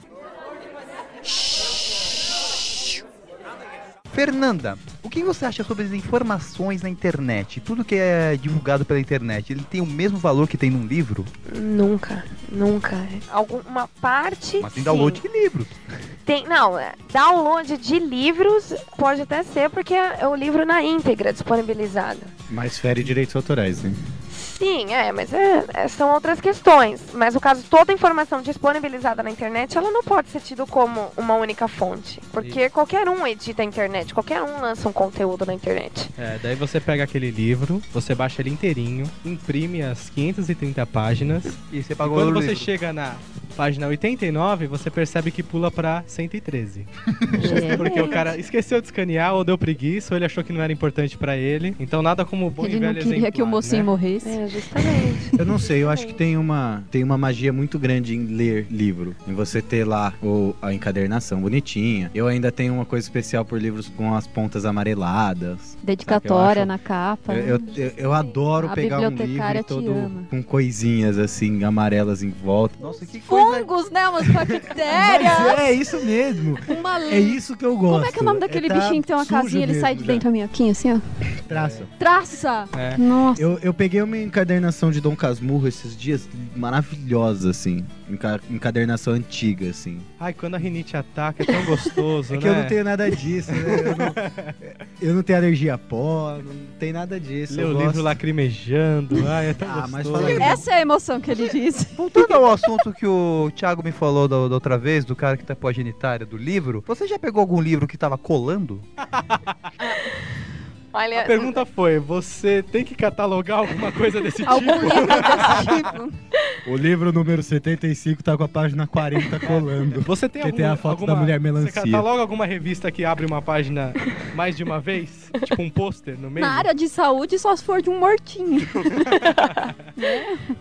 Speaker 3: Fernanda, o que você acha sobre as informações na internet? Tudo que é divulgado pela internet, ele tem o mesmo valor que tem num livro?
Speaker 5: Nunca, nunca. Alguma parte.
Speaker 3: Mas tem
Speaker 5: sim.
Speaker 3: download de livro.
Speaker 5: Tem, não, é, download de livros pode até ser porque é é o livro na íntegra disponibilizado.
Speaker 6: Mas fere direitos autorais, né?
Speaker 5: Sim, é, mas é- é- são outras questões. Mas no caso, toda a informação disponibilizada na internet, ela não pode ser tida como uma única fonte. Porque qualquer um edita a internet, qualquer um lança um conteúdo na internet.
Speaker 4: É, daí você pega aquele livro, você baixa ele inteirinho, imprime as 530 páginas.
Speaker 3: E você
Speaker 4: E
Speaker 3: pagou
Speaker 4: quando
Speaker 3: o
Speaker 4: você
Speaker 3: livro.
Speaker 4: chega na página 89, você percebe que pula pra
Speaker 6: (laughs)
Speaker 4: 113.
Speaker 7: É.
Speaker 4: Porque o cara esqueceu de escanear, ou deu preguiça, ou ele achou que não era importante pra ele. Então nada como o (laughs) bom e
Speaker 7: Ele não
Speaker 4: velho
Speaker 7: queria
Speaker 4: exemplar,
Speaker 7: que o mocinho
Speaker 4: né?
Speaker 7: morresse.
Speaker 5: É, justamente.
Speaker 6: Eu não sei, eu acho que tem uma, tem uma magia muito grande em ler livro. Em você ter lá ou a encadernação bonitinha. Eu ainda tenho uma coisa especial por livros com as pontas amareladas.
Speaker 4: Tá,
Speaker 7: Dedicatória
Speaker 6: acho-
Speaker 7: na capa.
Speaker 6: Eu, eu, eu- eu adoro
Speaker 7: A
Speaker 6: pegar um livro
Speaker 7: bibliotecária
Speaker 6: e
Speaker 7: te
Speaker 6: todo
Speaker 7: ama.
Speaker 6: com coisinhas assim, amarelas em volta.
Speaker 3: Nossa, que coisa...
Speaker 7: Fungos, né? Umas bactérias.
Speaker 6: é isso mesmo.
Speaker 7: uma
Speaker 6: É
Speaker 7: lã.
Speaker 6: isso que eu gosto.
Speaker 7: Como é que é o nome daquele
Speaker 6: tá
Speaker 7: bichinho que tem uma
Speaker 6: sujo
Speaker 7: casinha ele
Speaker 6: mesmo
Speaker 7: sai de
Speaker 6: já.
Speaker 7: dentro da minhoquinha assim, ó?
Speaker 6: Traço.
Speaker 7: Traça!
Speaker 4: É.
Speaker 7: Nossa.
Speaker 6: Eu, eu peguei uma encadernação de Dom Casmurro esses dias, maravilhosa, assim. Enca- encadernação antiga, assim.
Speaker 4: Ai, quando a rinite ataca, é tão gostoso,
Speaker 6: (laughs) É
Speaker 4: né?
Speaker 6: que eu não tenho nada disso, né? Eu não, (laughs) eu não tenho alergia a pó, não tem nada disso.
Speaker 4: Lê
Speaker 6: eu
Speaker 4: o
Speaker 6: gosto.
Speaker 4: livro lacrimejando, ai, é tão
Speaker 6: Ah,
Speaker 4: gostoso.
Speaker 6: mas fala aí.
Speaker 7: Essa é a emoção que ele (laughs) disse.
Speaker 3: Voltando ao assunto que o Thiago me falou da, da outra vez, do cara que tá com a genitária do livro, você já pegou algum livro que tava colando?
Speaker 5: Olha,
Speaker 4: A
Speaker 7: (laughs)
Speaker 4: pergunta foi, você tem que catalogar alguma coisa desse tipo?
Speaker 7: Algum livro desse tipo.
Speaker 6: O livro número 75 tá com a página (laughs) 40 colando.
Speaker 4: Você tem
Speaker 6: Porque
Speaker 4: alguma,
Speaker 6: tem a foto da
Speaker 4: alguma-
Speaker 6: mulher melancia.
Speaker 4: Você cataloga alguma revista que abre uma página mais de uma vez? tipo um pôster no meio?
Speaker 7: (laughs) Na área de saúde, só se for de um mortinho.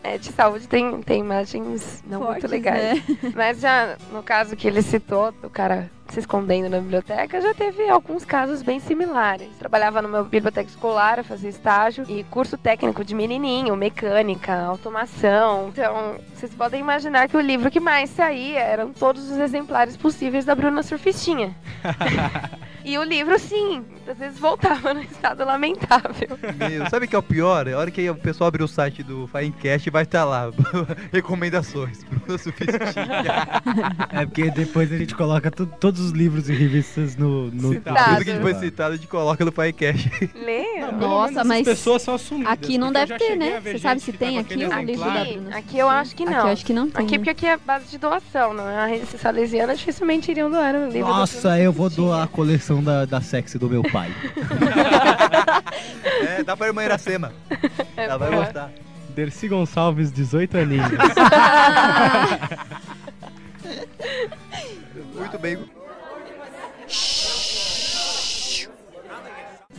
Speaker 5: É, de saúde tem, tem imagens não
Speaker 7: Fortes,
Speaker 5: muito legais.
Speaker 7: Né?
Speaker 5: Mas já, no caso que ele citou, do cara se escondendo na biblioteca, já teve alguns casos bem similares. Trabalhava numa biblioteca escolar, eu fazia estágio e curso técnico de menininho, mecânica, automação. Então, vocês podem imaginar que o livro que mais saía eram todos os exemplares possíveis da Bruna Surfistinha. e o livro, sim, às vezes voltava no estado lamentável.
Speaker 3: Meu, sabe o que é o pior? A hora que o pessoal abrir o site do Finecast vai estar lá. (laughs) Recomendações. Bruno Suficiente.
Speaker 6: É porque depois a gente coloca tu- todos os livros e revistas no. no
Speaker 5: Citado.
Speaker 3: Tudo que a gente
Speaker 4: Ah.
Speaker 3: foi citado, a gente coloca no Finecast.
Speaker 5: Leia.
Speaker 4: Pelo
Speaker 7: Nossa,
Speaker 4: menos as
Speaker 7: mas
Speaker 4: pessoas são assumidas.
Speaker 7: aqui não
Speaker 4: porque eu
Speaker 7: deve
Speaker 4: já
Speaker 7: ter,
Speaker 4: cheguei
Speaker 7: né?
Speaker 4: a ver
Speaker 7: Você
Speaker 4: gente
Speaker 7: sabe se
Speaker 4: que
Speaker 7: tem
Speaker 4: com aquele
Speaker 7: aqui o livro da
Speaker 4: exemplar.
Speaker 5: Aqui-
Speaker 7: Bruna
Speaker 5: aqui eu acho que
Speaker 7: Aqui
Speaker 5: não.
Speaker 7: eu acho que não tem.
Speaker 5: Aqui, porque aqui é base de doação, não é? A salesiana dificilmente iriam doar um livro.
Speaker 6: Nossa, eu vou doar a coleção da, da sexy do meu pai.
Speaker 3: É, dá pra irmã Iracema. Ela
Speaker 4: Uhum.
Speaker 3: vai gostar.
Speaker 4: Dercy Gonçalves, 18 aninhos.
Speaker 3: Muito bem.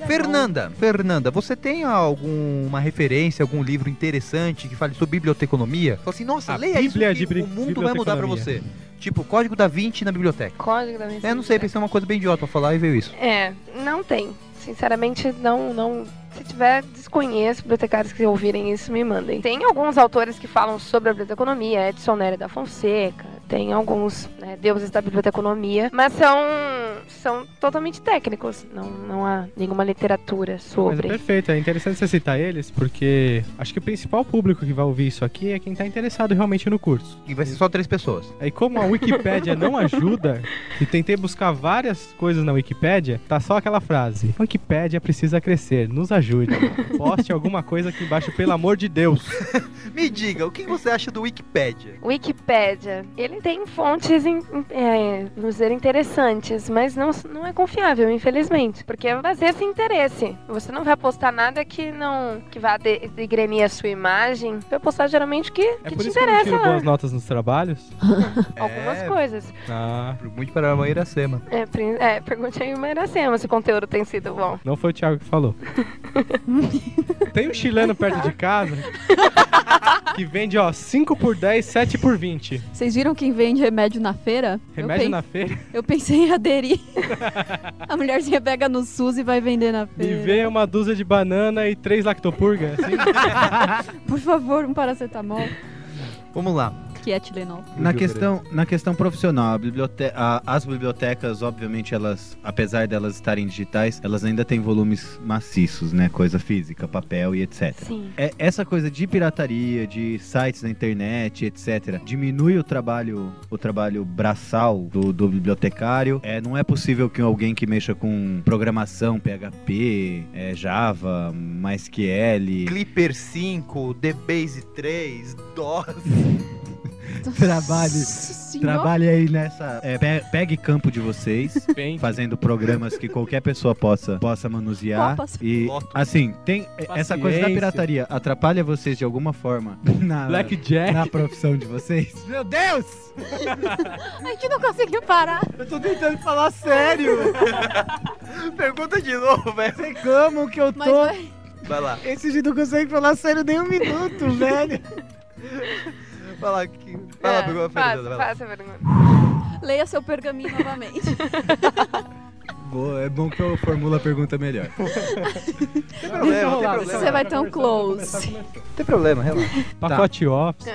Speaker 3: Fernanda, Fernanda, você tem alguma referência, algum livro interessante que fale sobre biblioteconomia? Fala assim, nossa,
Speaker 4: A
Speaker 3: leia isso
Speaker 4: Bíblia
Speaker 3: que
Speaker 4: de bri-
Speaker 3: o mundo vai mudar pra você.
Speaker 4: biblioteconomia.
Speaker 3: Tipo, Código da Vinci na biblioteca.
Speaker 5: Código da minha
Speaker 3: É, não sei, pensei uma coisa bem idiota pra falar e veio isso.
Speaker 5: É, não tem. Sinceramente, não, não. Se tiver, desconheço bibliotecários que ouvirem isso, me mandem. Tem alguns autores que falam sobre a biblioteconomia, Edson Nery da Fonseca, tem alguns né, deuses da biblioteconomia, mas são, são totalmente técnicos. Não, não há nenhuma literatura
Speaker 4: Mas é
Speaker 5: sobre.
Speaker 4: perfeito, é interessante você citar eles, porque acho que o principal público que vai ouvir isso aqui é quem tá interessado realmente no curso.
Speaker 3: E vai ser só três pessoas.
Speaker 4: Aí como a Wikipédia não ajuda, e tentei buscar várias coisas na Wikipédia, tá só aquela frase: Wikipédia precisa crescer, nos ajude. Poste alguma coisa aqui embaixo, pelo amor de Deus.
Speaker 3: Me diga, o que você acha do Wikipedia?
Speaker 5: Wikipédia. Ele tem fontes, in- in- é, vamos dizer, interessantes, mas não, não é confiável, infelizmente. Porque fazer esse interesse. Você não vai postar nada que não que vá de- degrenir a sua imagem. Vai postar geralmente o que,
Speaker 4: É
Speaker 5: que
Speaker 4: por
Speaker 5: te
Speaker 4: isso que eu não
Speaker 5: interessa
Speaker 4: tiro
Speaker 5: lá.
Speaker 4: boas notas nos trabalhos.
Speaker 5: Algumas
Speaker 3: É.
Speaker 5: coisas.
Speaker 4: Ah,
Speaker 3: Muito para a Iracema.
Speaker 5: É, prin- é, pergunte aí uma Iracema se o conteúdo tem sido bom.
Speaker 4: não foi o Thiago que
Speaker 7: (laughs)
Speaker 4: falou. Tem um chileno perto de
Speaker 7: (laughs)
Speaker 4: casa que vende, ó, 5 por 10, 7 por 20.
Speaker 7: Vocês viram quem vende remédio na feira?
Speaker 4: Remédio
Speaker 7: eu,
Speaker 4: na feira
Speaker 7: eu pensei em
Speaker 6: (laughs)
Speaker 7: aderir. a mulherzinha pega no SUS e vai vender na
Speaker 4: e
Speaker 7: feira.
Speaker 4: vê uma dúzia de banana e três lactopurga. Assim, (laughs)
Speaker 7: Por favor, um paracetamol,
Speaker 3: Vamos lá.
Speaker 7: que é Tilenol.
Speaker 6: Na questão, na questão profissional, a bibliote- a- as bibliotecas, obviamente, elas, apesar delas estarem digitais, elas ainda têm volumes maciços, né? Coisa física, papel e etc.
Speaker 5: Sim.
Speaker 6: É, essa coisa de pirataria, de sites na internet, etc., diminui o trabalho, o trabalho braçal do, do bibliotecário. É, não é possível que alguém que mexa com programação, PHP, é, Java, MySQL,
Speaker 3: Clipper 5, The Base 3, DOS. (laughs)
Speaker 6: trabalhe,
Speaker 7: Senhor,
Speaker 6: trabalhe aí nessa. é, pe- pegue campo de vocês.
Speaker 4: (laughs) bem,
Speaker 6: fazendo programas que qualquer pessoa possa, possa manusear.
Speaker 7: Copas.
Speaker 6: E
Speaker 3: Lotus.
Speaker 6: assim, tem essa coisa da pirataria atrapalha vocês de alguma forma na,
Speaker 4: Blackjack.
Speaker 6: na profissão de vocês? Meu Deus!
Speaker 7: a gente não conseguiu parar.
Speaker 6: Eu tô tentando falar sério.
Speaker 3: Pergunta de novo, velho.
Speaker 6: Você como que eu
Speaker 7: Mas vai-
Speaker 3: Vai lá,
Speaker 6: Esse gente não consegue falar sério nem
Speaker 7: (laughs)
Speaker 6: um minuto, velho.
Speaker 3: vai lá. que- Vai lá,
Speaker 5: É,
Speaker 3: pegou a
Speaker 5: faça,
Speaker 3: Fernanda, vai lá.
Speaker 5: faça a pergunta.
Speaker 7: leia seu pergaminho novamente.
Speaker 6: Boa, é bom que eu formulo a pergunta melhor.
Speaker 3: Não tem problema, não tem
Speaker 4: rolar,
Speaker 3: problema.
Speaker 7: Você vai tão close.
Speaker 3: Não tem problema, relaxa.
Speaker 4: Pacote Office.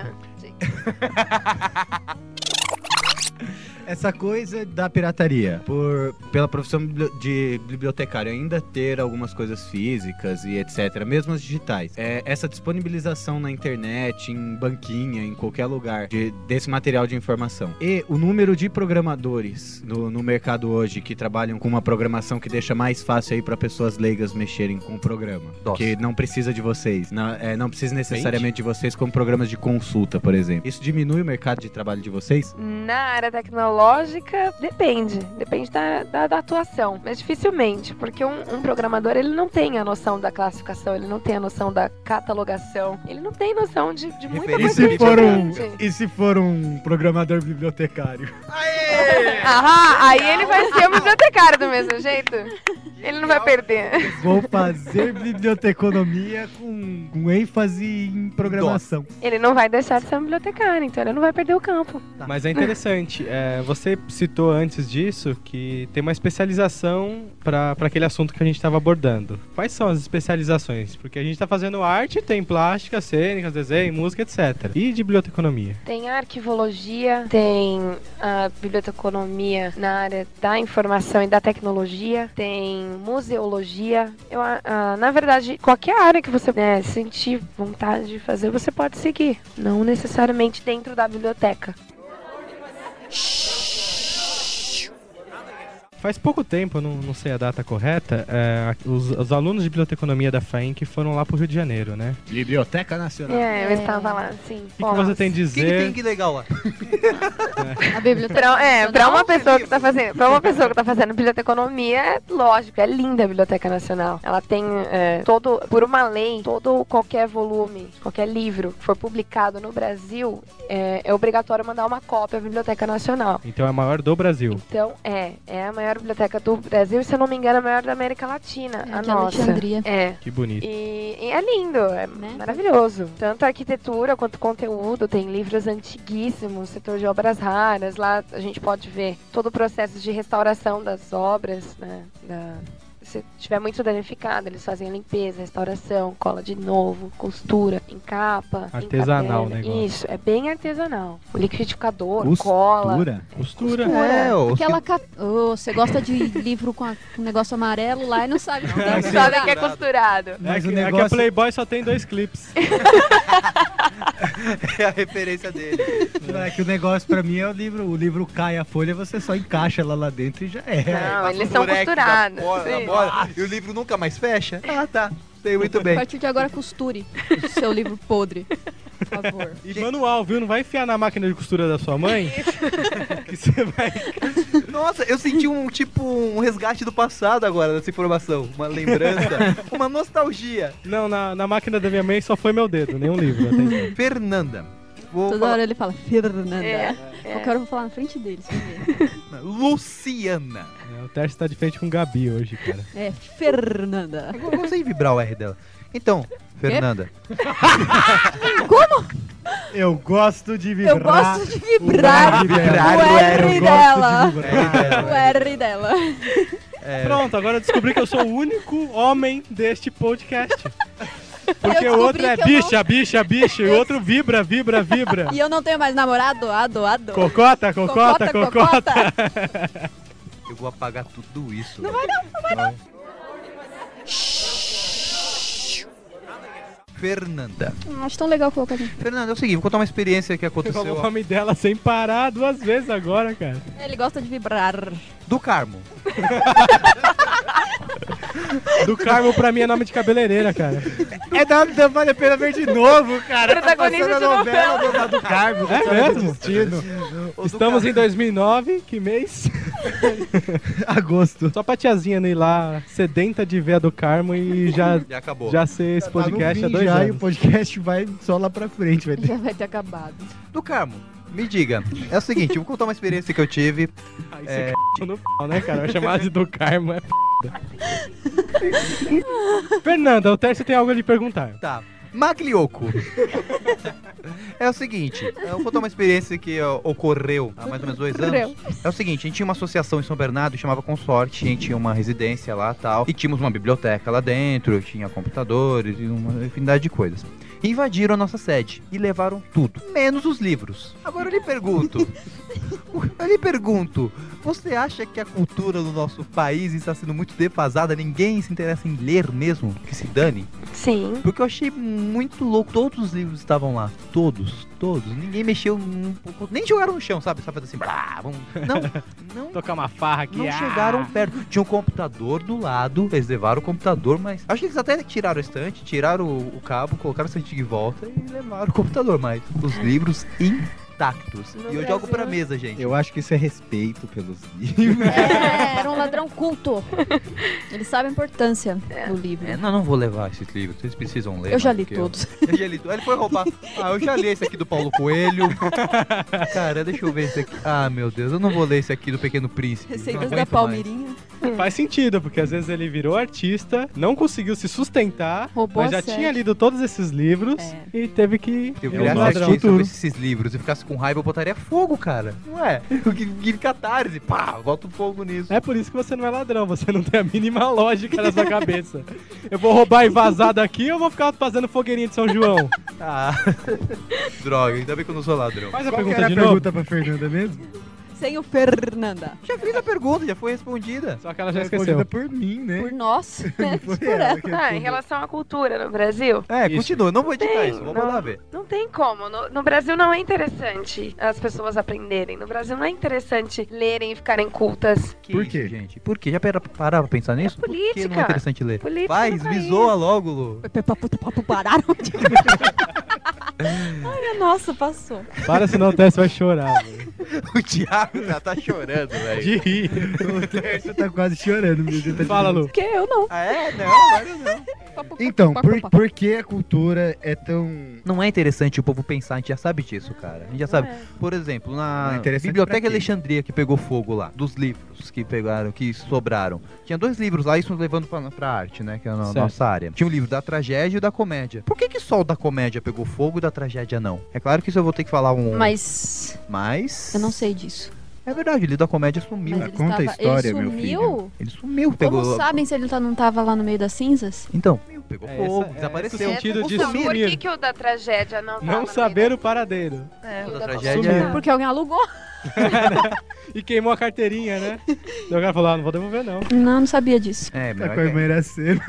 Speaker 6: Essa coisa da pirataria, por, pela profissão bibli- de bibliotecário, ainda ter algumas coisas físicas e etc., mesmo as digitais, é, essa disponibilização na internet, em banquinha, em qualquer lugar, de- desse material de informação. E o número de programadores no, no mercado hoje que trabalham com uma programação que deixa mais fácil aí para pessoas leigas mexerem com o programa.
Speaker 3: Nossa.
Speaker 6: Que não precisa de vocês, não, é, não precisa necessariamente de vocês como programas de consulta, por exemplo. Isso diminui o mercado de trabalho de vocês?
Speaker 5: Na área lógica, depende. Depende da, da, da atuação. Mas dificilmente, porque um, um programador ele não tem a noção da classificação, ele não tem a noção da catalogação, ele não tem noção de, de muita
Speaker 13: E
Speaker 3: Referência
Speaker 5: coisa.
Speaker 13: se,
Speaker 5: diferente.
Speaker 13: for um, e se for um programador (laughs) bibliotecário?
Speaker 5: Aham, aí ele vai ser o bibliotecário do mesmo jeito. Ele não vai perder.
Speaker 13: Vou fazer biblioteconomia com, com ênfase em programação.
Speaker 5: Ele não vai deixar de ser um bibliotecário, então ele não vai perder o campo.
Speaker 4: Mas é interessante, é, você citou antes disso que tem uma especialização para aquele assunto que a gente estava abordando. Quais são as especializações? Porque a gente está fazendo arte, tem plástica, cênicas, desenho, música, etc. E de biblioteconomia?
Speaker 5: Tem a arquivologia, tem a biblioteconomia na área da informação e da tecnologia, tem museologia. Eu, a- a- na verdade, qualquer área que você né, sentir vontade de fazer, você pode seguir. Não necessariamente dentro da biblioteca.
Speaker 4: Faz pouco tempo, eu não, não sei a data correta, é, os, os alunos de biblioteconomia da FAENC foram lá pro Rio de Janeiro, né?
Speaker 13: Biblioteca Nacional.
Speaker 5: É, eu estava lá, sim.
Speaker 4: O que, que você tem a
Speaker 3: O que, que
Speaker 4: dizer?
Speaker 3: tem que legal lá?
Speaker 7: A biblioteca.
Speaker 5: Pra, é,
Speaker 7: Nacional?
Speaker 5: pra uma pessoa que tá fazendo, pra uma pessoa que tá fazendo biblioteconomia, é lógico, é linda a Biblioteca Nacional. Ela tem é, todo, por uma lei, todo qualquer volume, qualquer livro que for publicado no Brasil, é, é obrigatório mandar uma cópia à Biblioteca Nacional.
Speaker 4: Então é a maior do Brasil.
Speaker 5: Então, é, é a maior biblioteca do Brasil e, se eu não me engano, é a maior da América Latina,
Speaker 7: É,
Speaker 5: a
Speaker 7: de
Speaker 5: nossa.
Speaker 7: Alexandria.
Speaker 5: É.
Speaker 4: Que bonito.
Speaker 5: E, e é lindo, é
Speaker 7: Né?
Speaker 5: maravilhoso. Tanto a arquitetura quanto o conteúdo, tem livros antiguíssimos, setor de obras raras. Lá a gente pode ver todo o processo de restauração das obras, né? da- se tiver muito danificado, eles fazem a limpeza, restauração, cola de novo, costura, encapa.
Speaker 4: Artesanal o
Speaker 5: encapela.
Speaker 4: negócio.
Speaker 5: Isso, é bem artesanal. O liquidificador, cola.
Speaker 13: Costura?
Speaker 4: Costura.
Speaker 5: É,
Speaker 3: ô,
Speaker 7: Aquela ca... Ô, você gosta de livro com a- com um negócio amarelo lá e não sabe o que é
Speaker 5: Só do que é costurado.
Speaker 13: Mas
Speaker 4: é,
Speaker 13: o
Speaker 4: que, é que a
Speaker 13: negócio-
Speaker 4: Playboy só tem
Speaker 13: (laughs)
Speaker 4: dois clipes.
Speaker 3: (laughs) É a referência dele.
Speaker 13: É que o negócio pra mim é o livro. O livro cai a folha, você só encaixa ela lá dentro e já é.
Speaker 5: Não,
Speaker 3: Passa
Speaker 5: eles
Speaker 3: um
Speaker 5: são
Speaker 3: durex da
Speaker 5: costurados.
Speaker 3: bola- da
Speaker 5: sim.
Speaker 3: bola, E o livro nunca mais fecha? Ah, tá. Sei muito
Speaker 7: A
Speaker 3: bem.
Speaker 7: partir de agora, costure o seu livro podre. Por favor.
Speaker 4: E manual, viu? Não vai enfiar na máquina de costura da
Speaker 13: (laughs)
Speaker 4: sua mãe. (laughs) que você vai.
Speaker 3: Nossa, eu senti um tipo um resgate do passado agora dessa informação. Uma
Speaker 7: (laughs)
Speaker 3: lembrança, uma nostalgia.
Speaker 4: Não, na, na máquina da minha mãe só foi meu dedo, nenhum livro. até então.
Speaker 3: Fernanda. Vou
Speaker 7: Toda
Speaker 3: falar-
Speaker 7: hora ele fala, Fernanda.
Speaker 5: É,
Speaker 7: Qualquer hora eu vou falar na frente dele. você vê.
Speaker 3: Luciana.
Speaker 4: É, o Tércio tá de frente com Gabi hoje, cara.
Speaker 7: É, Fernanda.
Speaker 3: Eu consegui vibrar o R dela. Então, Fernanda.
Speaker 13: Eu gosto de vibrar.
Speaker 7: Eu gosto de
Speaker 13: Vibrar,
Speaker 7: vibrar o
Speaker 13: eu
Speaker 7: R
Speaker 13: gosto
Speaker 7: dela.
Speaker 13: de vibrar.
Speaker 7: O R dela.
Speaker 4: Pronto, agora eu descobri que eu sou o único homem deste podcast. Porque
Speaker 7: Eu
Speaker 4: o outro
Speaker 7: descobri
Speaker 4: é
Speaker 7: que eu
Speaker 4: bicha, bicha, bicha, e o outro vibra, vibra, vibra.
Speaker 7: E eu não tenho mais namorado, ado, ado.
Speaker 4: Cocota, cocota, cocota.
Speaker 3: Eu vou apagar tudo isso.
Speaker 7: Não
Speaker 3: velho.
Speaker 7: vai não, não vai não.
Speaker 3: Fernanda.
Speaker 7: Não Hum, acho tão legal colocar aqui.
Speaker 3: Fernanda, é o seguinte, vou contar uma experiência que
Speaker 4: Você
Speaker 3: aconteceu
Speaker 4: falou o nome dela sem parar duas vezes agora, cara.
Speaker 7: Ele gosta de vibrar.
Speaker 3: do Carmo.
Speaker 4: Do Carmo pra mim é nome de cabeleireira, cara.
Speaker 13: É da, da Vale a Pena Ver de novo, cara. tá passando
Speaker 5: Protagonista de
Speaker 13: a novela do Dado Carmo.
Speaker 4: É
Speaker 13: Senhora do
Speaker 4: mesmo?
Speaker 13: Destino.
Speaker 4: Estamos em 2009, que mês?
Speaker 13: (laughs) Agosto.
Speaker 4: Só pra tiazinha não ir lá, sedenta de ver a do Carmo e já,
Speaker 3: Já acabou.
Speaker 4: já ser esse podcast
Speaker 13: tá no
Speaker 4: há
Speaker 13: fim
Speaker 4: dois
Speaker 13: já, e o
Speaker 4: anos.
Speaker 13: podcast vai só lá pra frente. Vai ter...
Speaker 7: Já (laughs) vai ter acabado.
Speaker 3: Do Carmo. Me diga, é o seguinte, eu vou contar uma experiência que eu tive.
Speaker 4: Aí você caiu no pau, né, cara? Vai chamar de do
Speaker 13: (laughs)
Speaker 4: Carmo, é p****. Fernanda, o Tércio tem algo a lhe perguntar.
Speaker 3: Tá. Maglioco. é o seguinte, eu vou contar uma experiência que ó, ocorreu há mais ou menos dois anos. É o seguinte, a gente tinha uma associação em São Bernardo, chamava Consorte, a gente tinha uma residência lá tal, e tínhamos uma biblioteca lá dentro, tinha computadores e uma infinidade de coisas. Invadiram a nossa sede e levaram tudo, menos os livros. Agora eu lhe pergunto, eu lhe pergunto, você acha que a cultura do nosso país está sendo muito defasada? Ninguém se interessa em ler mesmo? Que se dane?
Speaker 5: Sim.
Speaker 3: Porque eu achei muito louco. Todos os livros estavam lá. Todos, todos. Ninguém mexeu um pouco. Nem jogaram no chão, sabe? Só fazendo assim. Blá, vamos. Não,
Speaker 4: (laughs)
Speaker 3: não.
Speaker 4: Tocar uma farra aqui.
Speaker 3: Não
Speaker 4: ah.
Speaker 3: chegaram perto. Tinha um computador do lado. Eles levaram o computador, mas. Acho que eles até tiraram o estante, tiraram o, o cabo, colocaram o estante de volta e levaram o computador. Mas os livros
Speaker 11: intactos.
Speaker 5: No
Speaker 11: e eu jogo
Speaker 5: Brasil-
Speaker 11: pra mesa, gente.
Speaker 6: Eu acho que isso é respeito
Speaker 13: (laughs)
Speaker 6: pelos livros.
Speaker 7: É, era um ladrão culto. Ele sabe a importância do livro.
Speaker 3: É, não, não vou levar esses livros, vocês precisam ler.
Speaker 7: Eu já
Speaker 3: mais
Speaker 7: li
Speaker 3: do que
Speaker 7: (laughs) todos.
Speaker 11: Eu já li- Ele foi roubar. Ah, eu já li esse aqui do Paulo Coelho. Cara, deixa eu ver esse aqui. Ah, meu Deus, eu não vou ler esse aqui do Pequeno Príncipe. Não
Speaker 7: Receitas
Speaker 11: aguento
Speaker 7: da
Speaker 11: mais.
Speaker 7: Palmeirinha.
Speaker 4: Faz sentido, porque às vezes ele virou artista, não conseguiu se sustentar,
Speaker 7: Roubou
Speaker 4: mas
Speaker 7: a
Speaker 4: já
Speaker 7: sede.
Speaker 4: tinha lido todos esses livros
Speaker 7: É.
Speaker 4: e teve que
Speaker 11: Se eu
Speaker 4: virar
Speaker 11: virasse
Speaker 4: ladrão.
Speaker 11: artista sobre esses livros e ficasse com raiva, eu botaria fogo, cara. Ué, eu que que catarse. Pá, bota o fogo nisso.
Speaker 4: É por isso que você não é ladrão, você não tem a mínima (laughs) lógica
Speaker 7: (laughs)
Speaker 4: na sua cabeça. Eu vou roubar e vazar daqui ou eu vou ficar fazendo fogueirinha de São João?
Speaker 11: Ah, (laughs) droga, ainda bem que eu não sou ladrão.
Speaker 4: Faz a
Speaker 13: Qual que
Speaker 4: pergunta
Speaker 13: era a
Speaker 4: de novo.
Speaker 13: pergunta pra Fernanda mesmo?
Speaker 7: Sem o Fernanda.
Speaker 11: Já fiz a pergunta, já foi respondida.
Speaker 4: Só que ela já
Speaker 13: Respondida
Speaker 4: esqueceu.
Speaker 13: por mim, né?
Speaker 7: Por nós.
Speaker 13: Foi
Speaker 7: por ela.
Speaker 13: que
Speaker 5: Ah, em relação à cultura no Brasil,
Speaker 11: É,
Speaker 4: Isso.
Speaker 11: continua, não vou editar
Speaker 5: Tem,
Speaker 11: isso, vou
Speaker 5: não.
Speaker 11: mandar ver.
Speaker 5: não tem como. No, no Brasil não é interessante as pessoas aprenderem. No Brasil não é interessante lerem e ficarem cultas.
Speaker 3: eu. Que
Speaker 13: Por
Speaker 3: isso,
Speaker 13: quê?
Speaker 3: gente? Por quê? Já para, parar pra pensar nisso? Por que não é
Speaker 5: política.
Speaker 3: interessante ler?
Speaker 5: Política tá
Speaker 11: Vai,
Speaker 5: no país.
Speaker 11: me zoa logo, Lu.
Speaker 7: Papo pararam. Ai, minha nossa, É passou.
Speaker 4: Para senão o Tess vai chorar. velho.
Speaker 11: (laughs) O Thiago já tá chorando, velho.
Speaker 3: (laughs)
Speaker 4: De
Speaker 6: (laughs)
Speaker 4: rir.
Speaker 13: Você tá quase chorando, meu Deus. tá
Speaker 4: Fala, Lu.
Speaker 7: Porque eu não.
Speaker 11: Ah, é? Não, agora não.
Speaker 7: Papo, papo,
Speaker 6: Então,
Speaker 7: papo,
Speaker 6: por,
Speaker 7: papo.
Speaker 6: por que a cultura é tão.
Speaker 3: Não é interessante o povo pensar, a gente já sabe disso, cara. A gente já sabe. Por exemplo,
Speaker 6: Não é
Speaker 3: na
Speaker 6: interessante pra
Speaker 3: Biblioteca
Speaker 6: quê?
Speaker 3: Alexandria que pegou fogo lá, dos livros que pegaram, que sobraram. Tinha dois livros lá, isso levando pra, pra arte, né? Que é a no-
Speaker 4: Certo.
Speaker 3: nossa área. Tinha um livro da tragédia e da comédia. Por que, que só o da comédia pegou fogo e o da tragédia não? É claro que isso eu vou ter que falar um.
Speaker 7: Mas
Speaker 3: Mas-
Speaker 7: eu não sei disso.
Speaker 3: É verdade, o livro da comédia sumiu.
Speaker 7: Mas
Speaker 6: Ah,
Speaker 7: ele
Speaker 6: conta a
Speaker 7: estava...
Speaker 6: história,
Speaker 7: ele
Speaker 6: meu
Speaker 7: sumiu?
Speaker 6: filho.
Speaker 3: Ele sumiu, pegou.
Speaker 7: Como sabem se ele tá- não tava lá no meio das cinzas?
Speaker 3: Então, sumiu, pegou
Speaker 4: É,
Speaker 3: fogo,
Speaker 4: essa- é,
Speaker 3: desapareceu.
Speaker 4: esse sentido de
Speaker 5: então, por que,
Speaker 4: sumir.
Speaker 5: que o da tragédia não
Speaker 4: Não saber o paradeiro.
Speaker 3: É, o
Speaker 5: o
Speaker 3: da
Speaker 5: da
Speaker 3: tragédia.
Speaker 5: sumiu.
Speaker 7: Porque alguém alugou?
Speaker 4: E queimou a carteirinha,
Speaker 7: (laughs)
Speaker 4: né? Daí o cara falou, ah, não vou devolver não.
Speaker 7: Não, não sabia disso.
Speaker 3: É, meu,
Speaker 4: (laughs)
Speaker 13: Tá
Speaker 3: é
Speaker 13: com a irmã
Speaker 3: que-
Speaker 4: né?
Speaker 13: Iracema.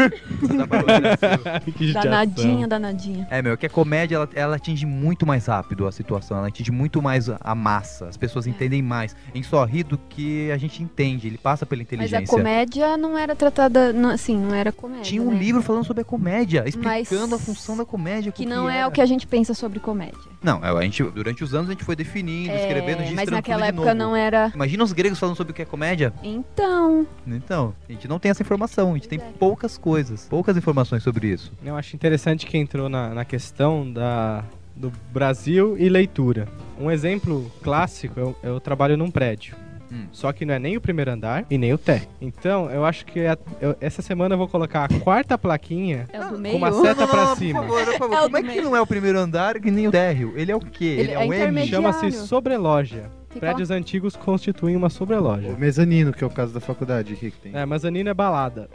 Speaker 4: é
Speaker 3: da barulheira.
Speaker 4: que judiação.
Speaker 7: Danadinha, danadinha.
Speaker 3: É, meu, que a comédia ela, ela atinge muito mais rápido a situação, ela atinge muito mais a, a massa, as
Speaker 7: É.
Speaker 3: pessoas entendem mais. Em só rir do que a gente entende, ele passa pela
Speaker 7: Mas
Speaker 3: inteligência.
Speaker 7: a comédia não era tratada, não, assim, não era comédia.
Speaker 3: Tinha um
Speaker 7: né?
Speaker 3: livro falando sobre a comédia, explicando
Speaker 7: Mas-
Speaker 3: a função da comédia.
Speaker 7: que
Speaker 3: como
Speaker 7: não é
Speaker 3: era.
Speaker 7: o que a gente pensa sobre comédia.
Speaker 3: Não, é, a gente, durante os anos a gente foi definindo, escrevendo,
Speaker 7: É,
Speaker 3: de
Speaker 7: mas naquela
Speaker 3: de
Speaker 7: época
Speaker 3: novo.
Speaker 7: não é. era.
Speaker 3: Imagina os gregos falando sobre o que é comédia?
Speaker 7: Então,
Speaker 3: Então, a gente não tem essa informação, a gente tem
Speaker 7: Pois é.
Speaker 3: poucas coisas, poucas informações sobre isso.
Speaker 4: Eu acho interessante que entrou na, na questão da, do Brasil e leitura. Um exemplo clássico, eu, eu trabalho num prédio.
Speaker 3: Hum.
Speaker 4: Só que não é nem o primeiro andar e nem o térreo. Então, eu acho que a- eu- essa semana eu vou colocar a quarta plaquinha
Speaker 7: é o do
Speaker 4: Ah, com
Speaker 7: meio.
Speaker 4: uma seta pra
Speaker 3: Por
Speaker 4: cima.
Speaker 3: favor, por favor,
Speaker 7: É o
Speaker 3: como é
Speaker 7: do
Speaker 3: que
Speaker 7: meio.
Speaker 3: não é o primeiro andar que nem o térreo? Ele é o quê?
Speaker 7: Ele
Speaker 3: Ele,
Speaker 7: é
Speaker 3: é, o M?
Speaker 7: intermediário.
Speaker 4: Chama-se sobreloja.
Speaker 7: Fica lá.
Speaker 4: Prédios antigos constituem uma
Speaker 6: O
Speaker 4: sobreloja.
Speaker 6: mezanino, que é o caso da faculdade aqui que tem.
Speaker 4: É, mezanino é balada.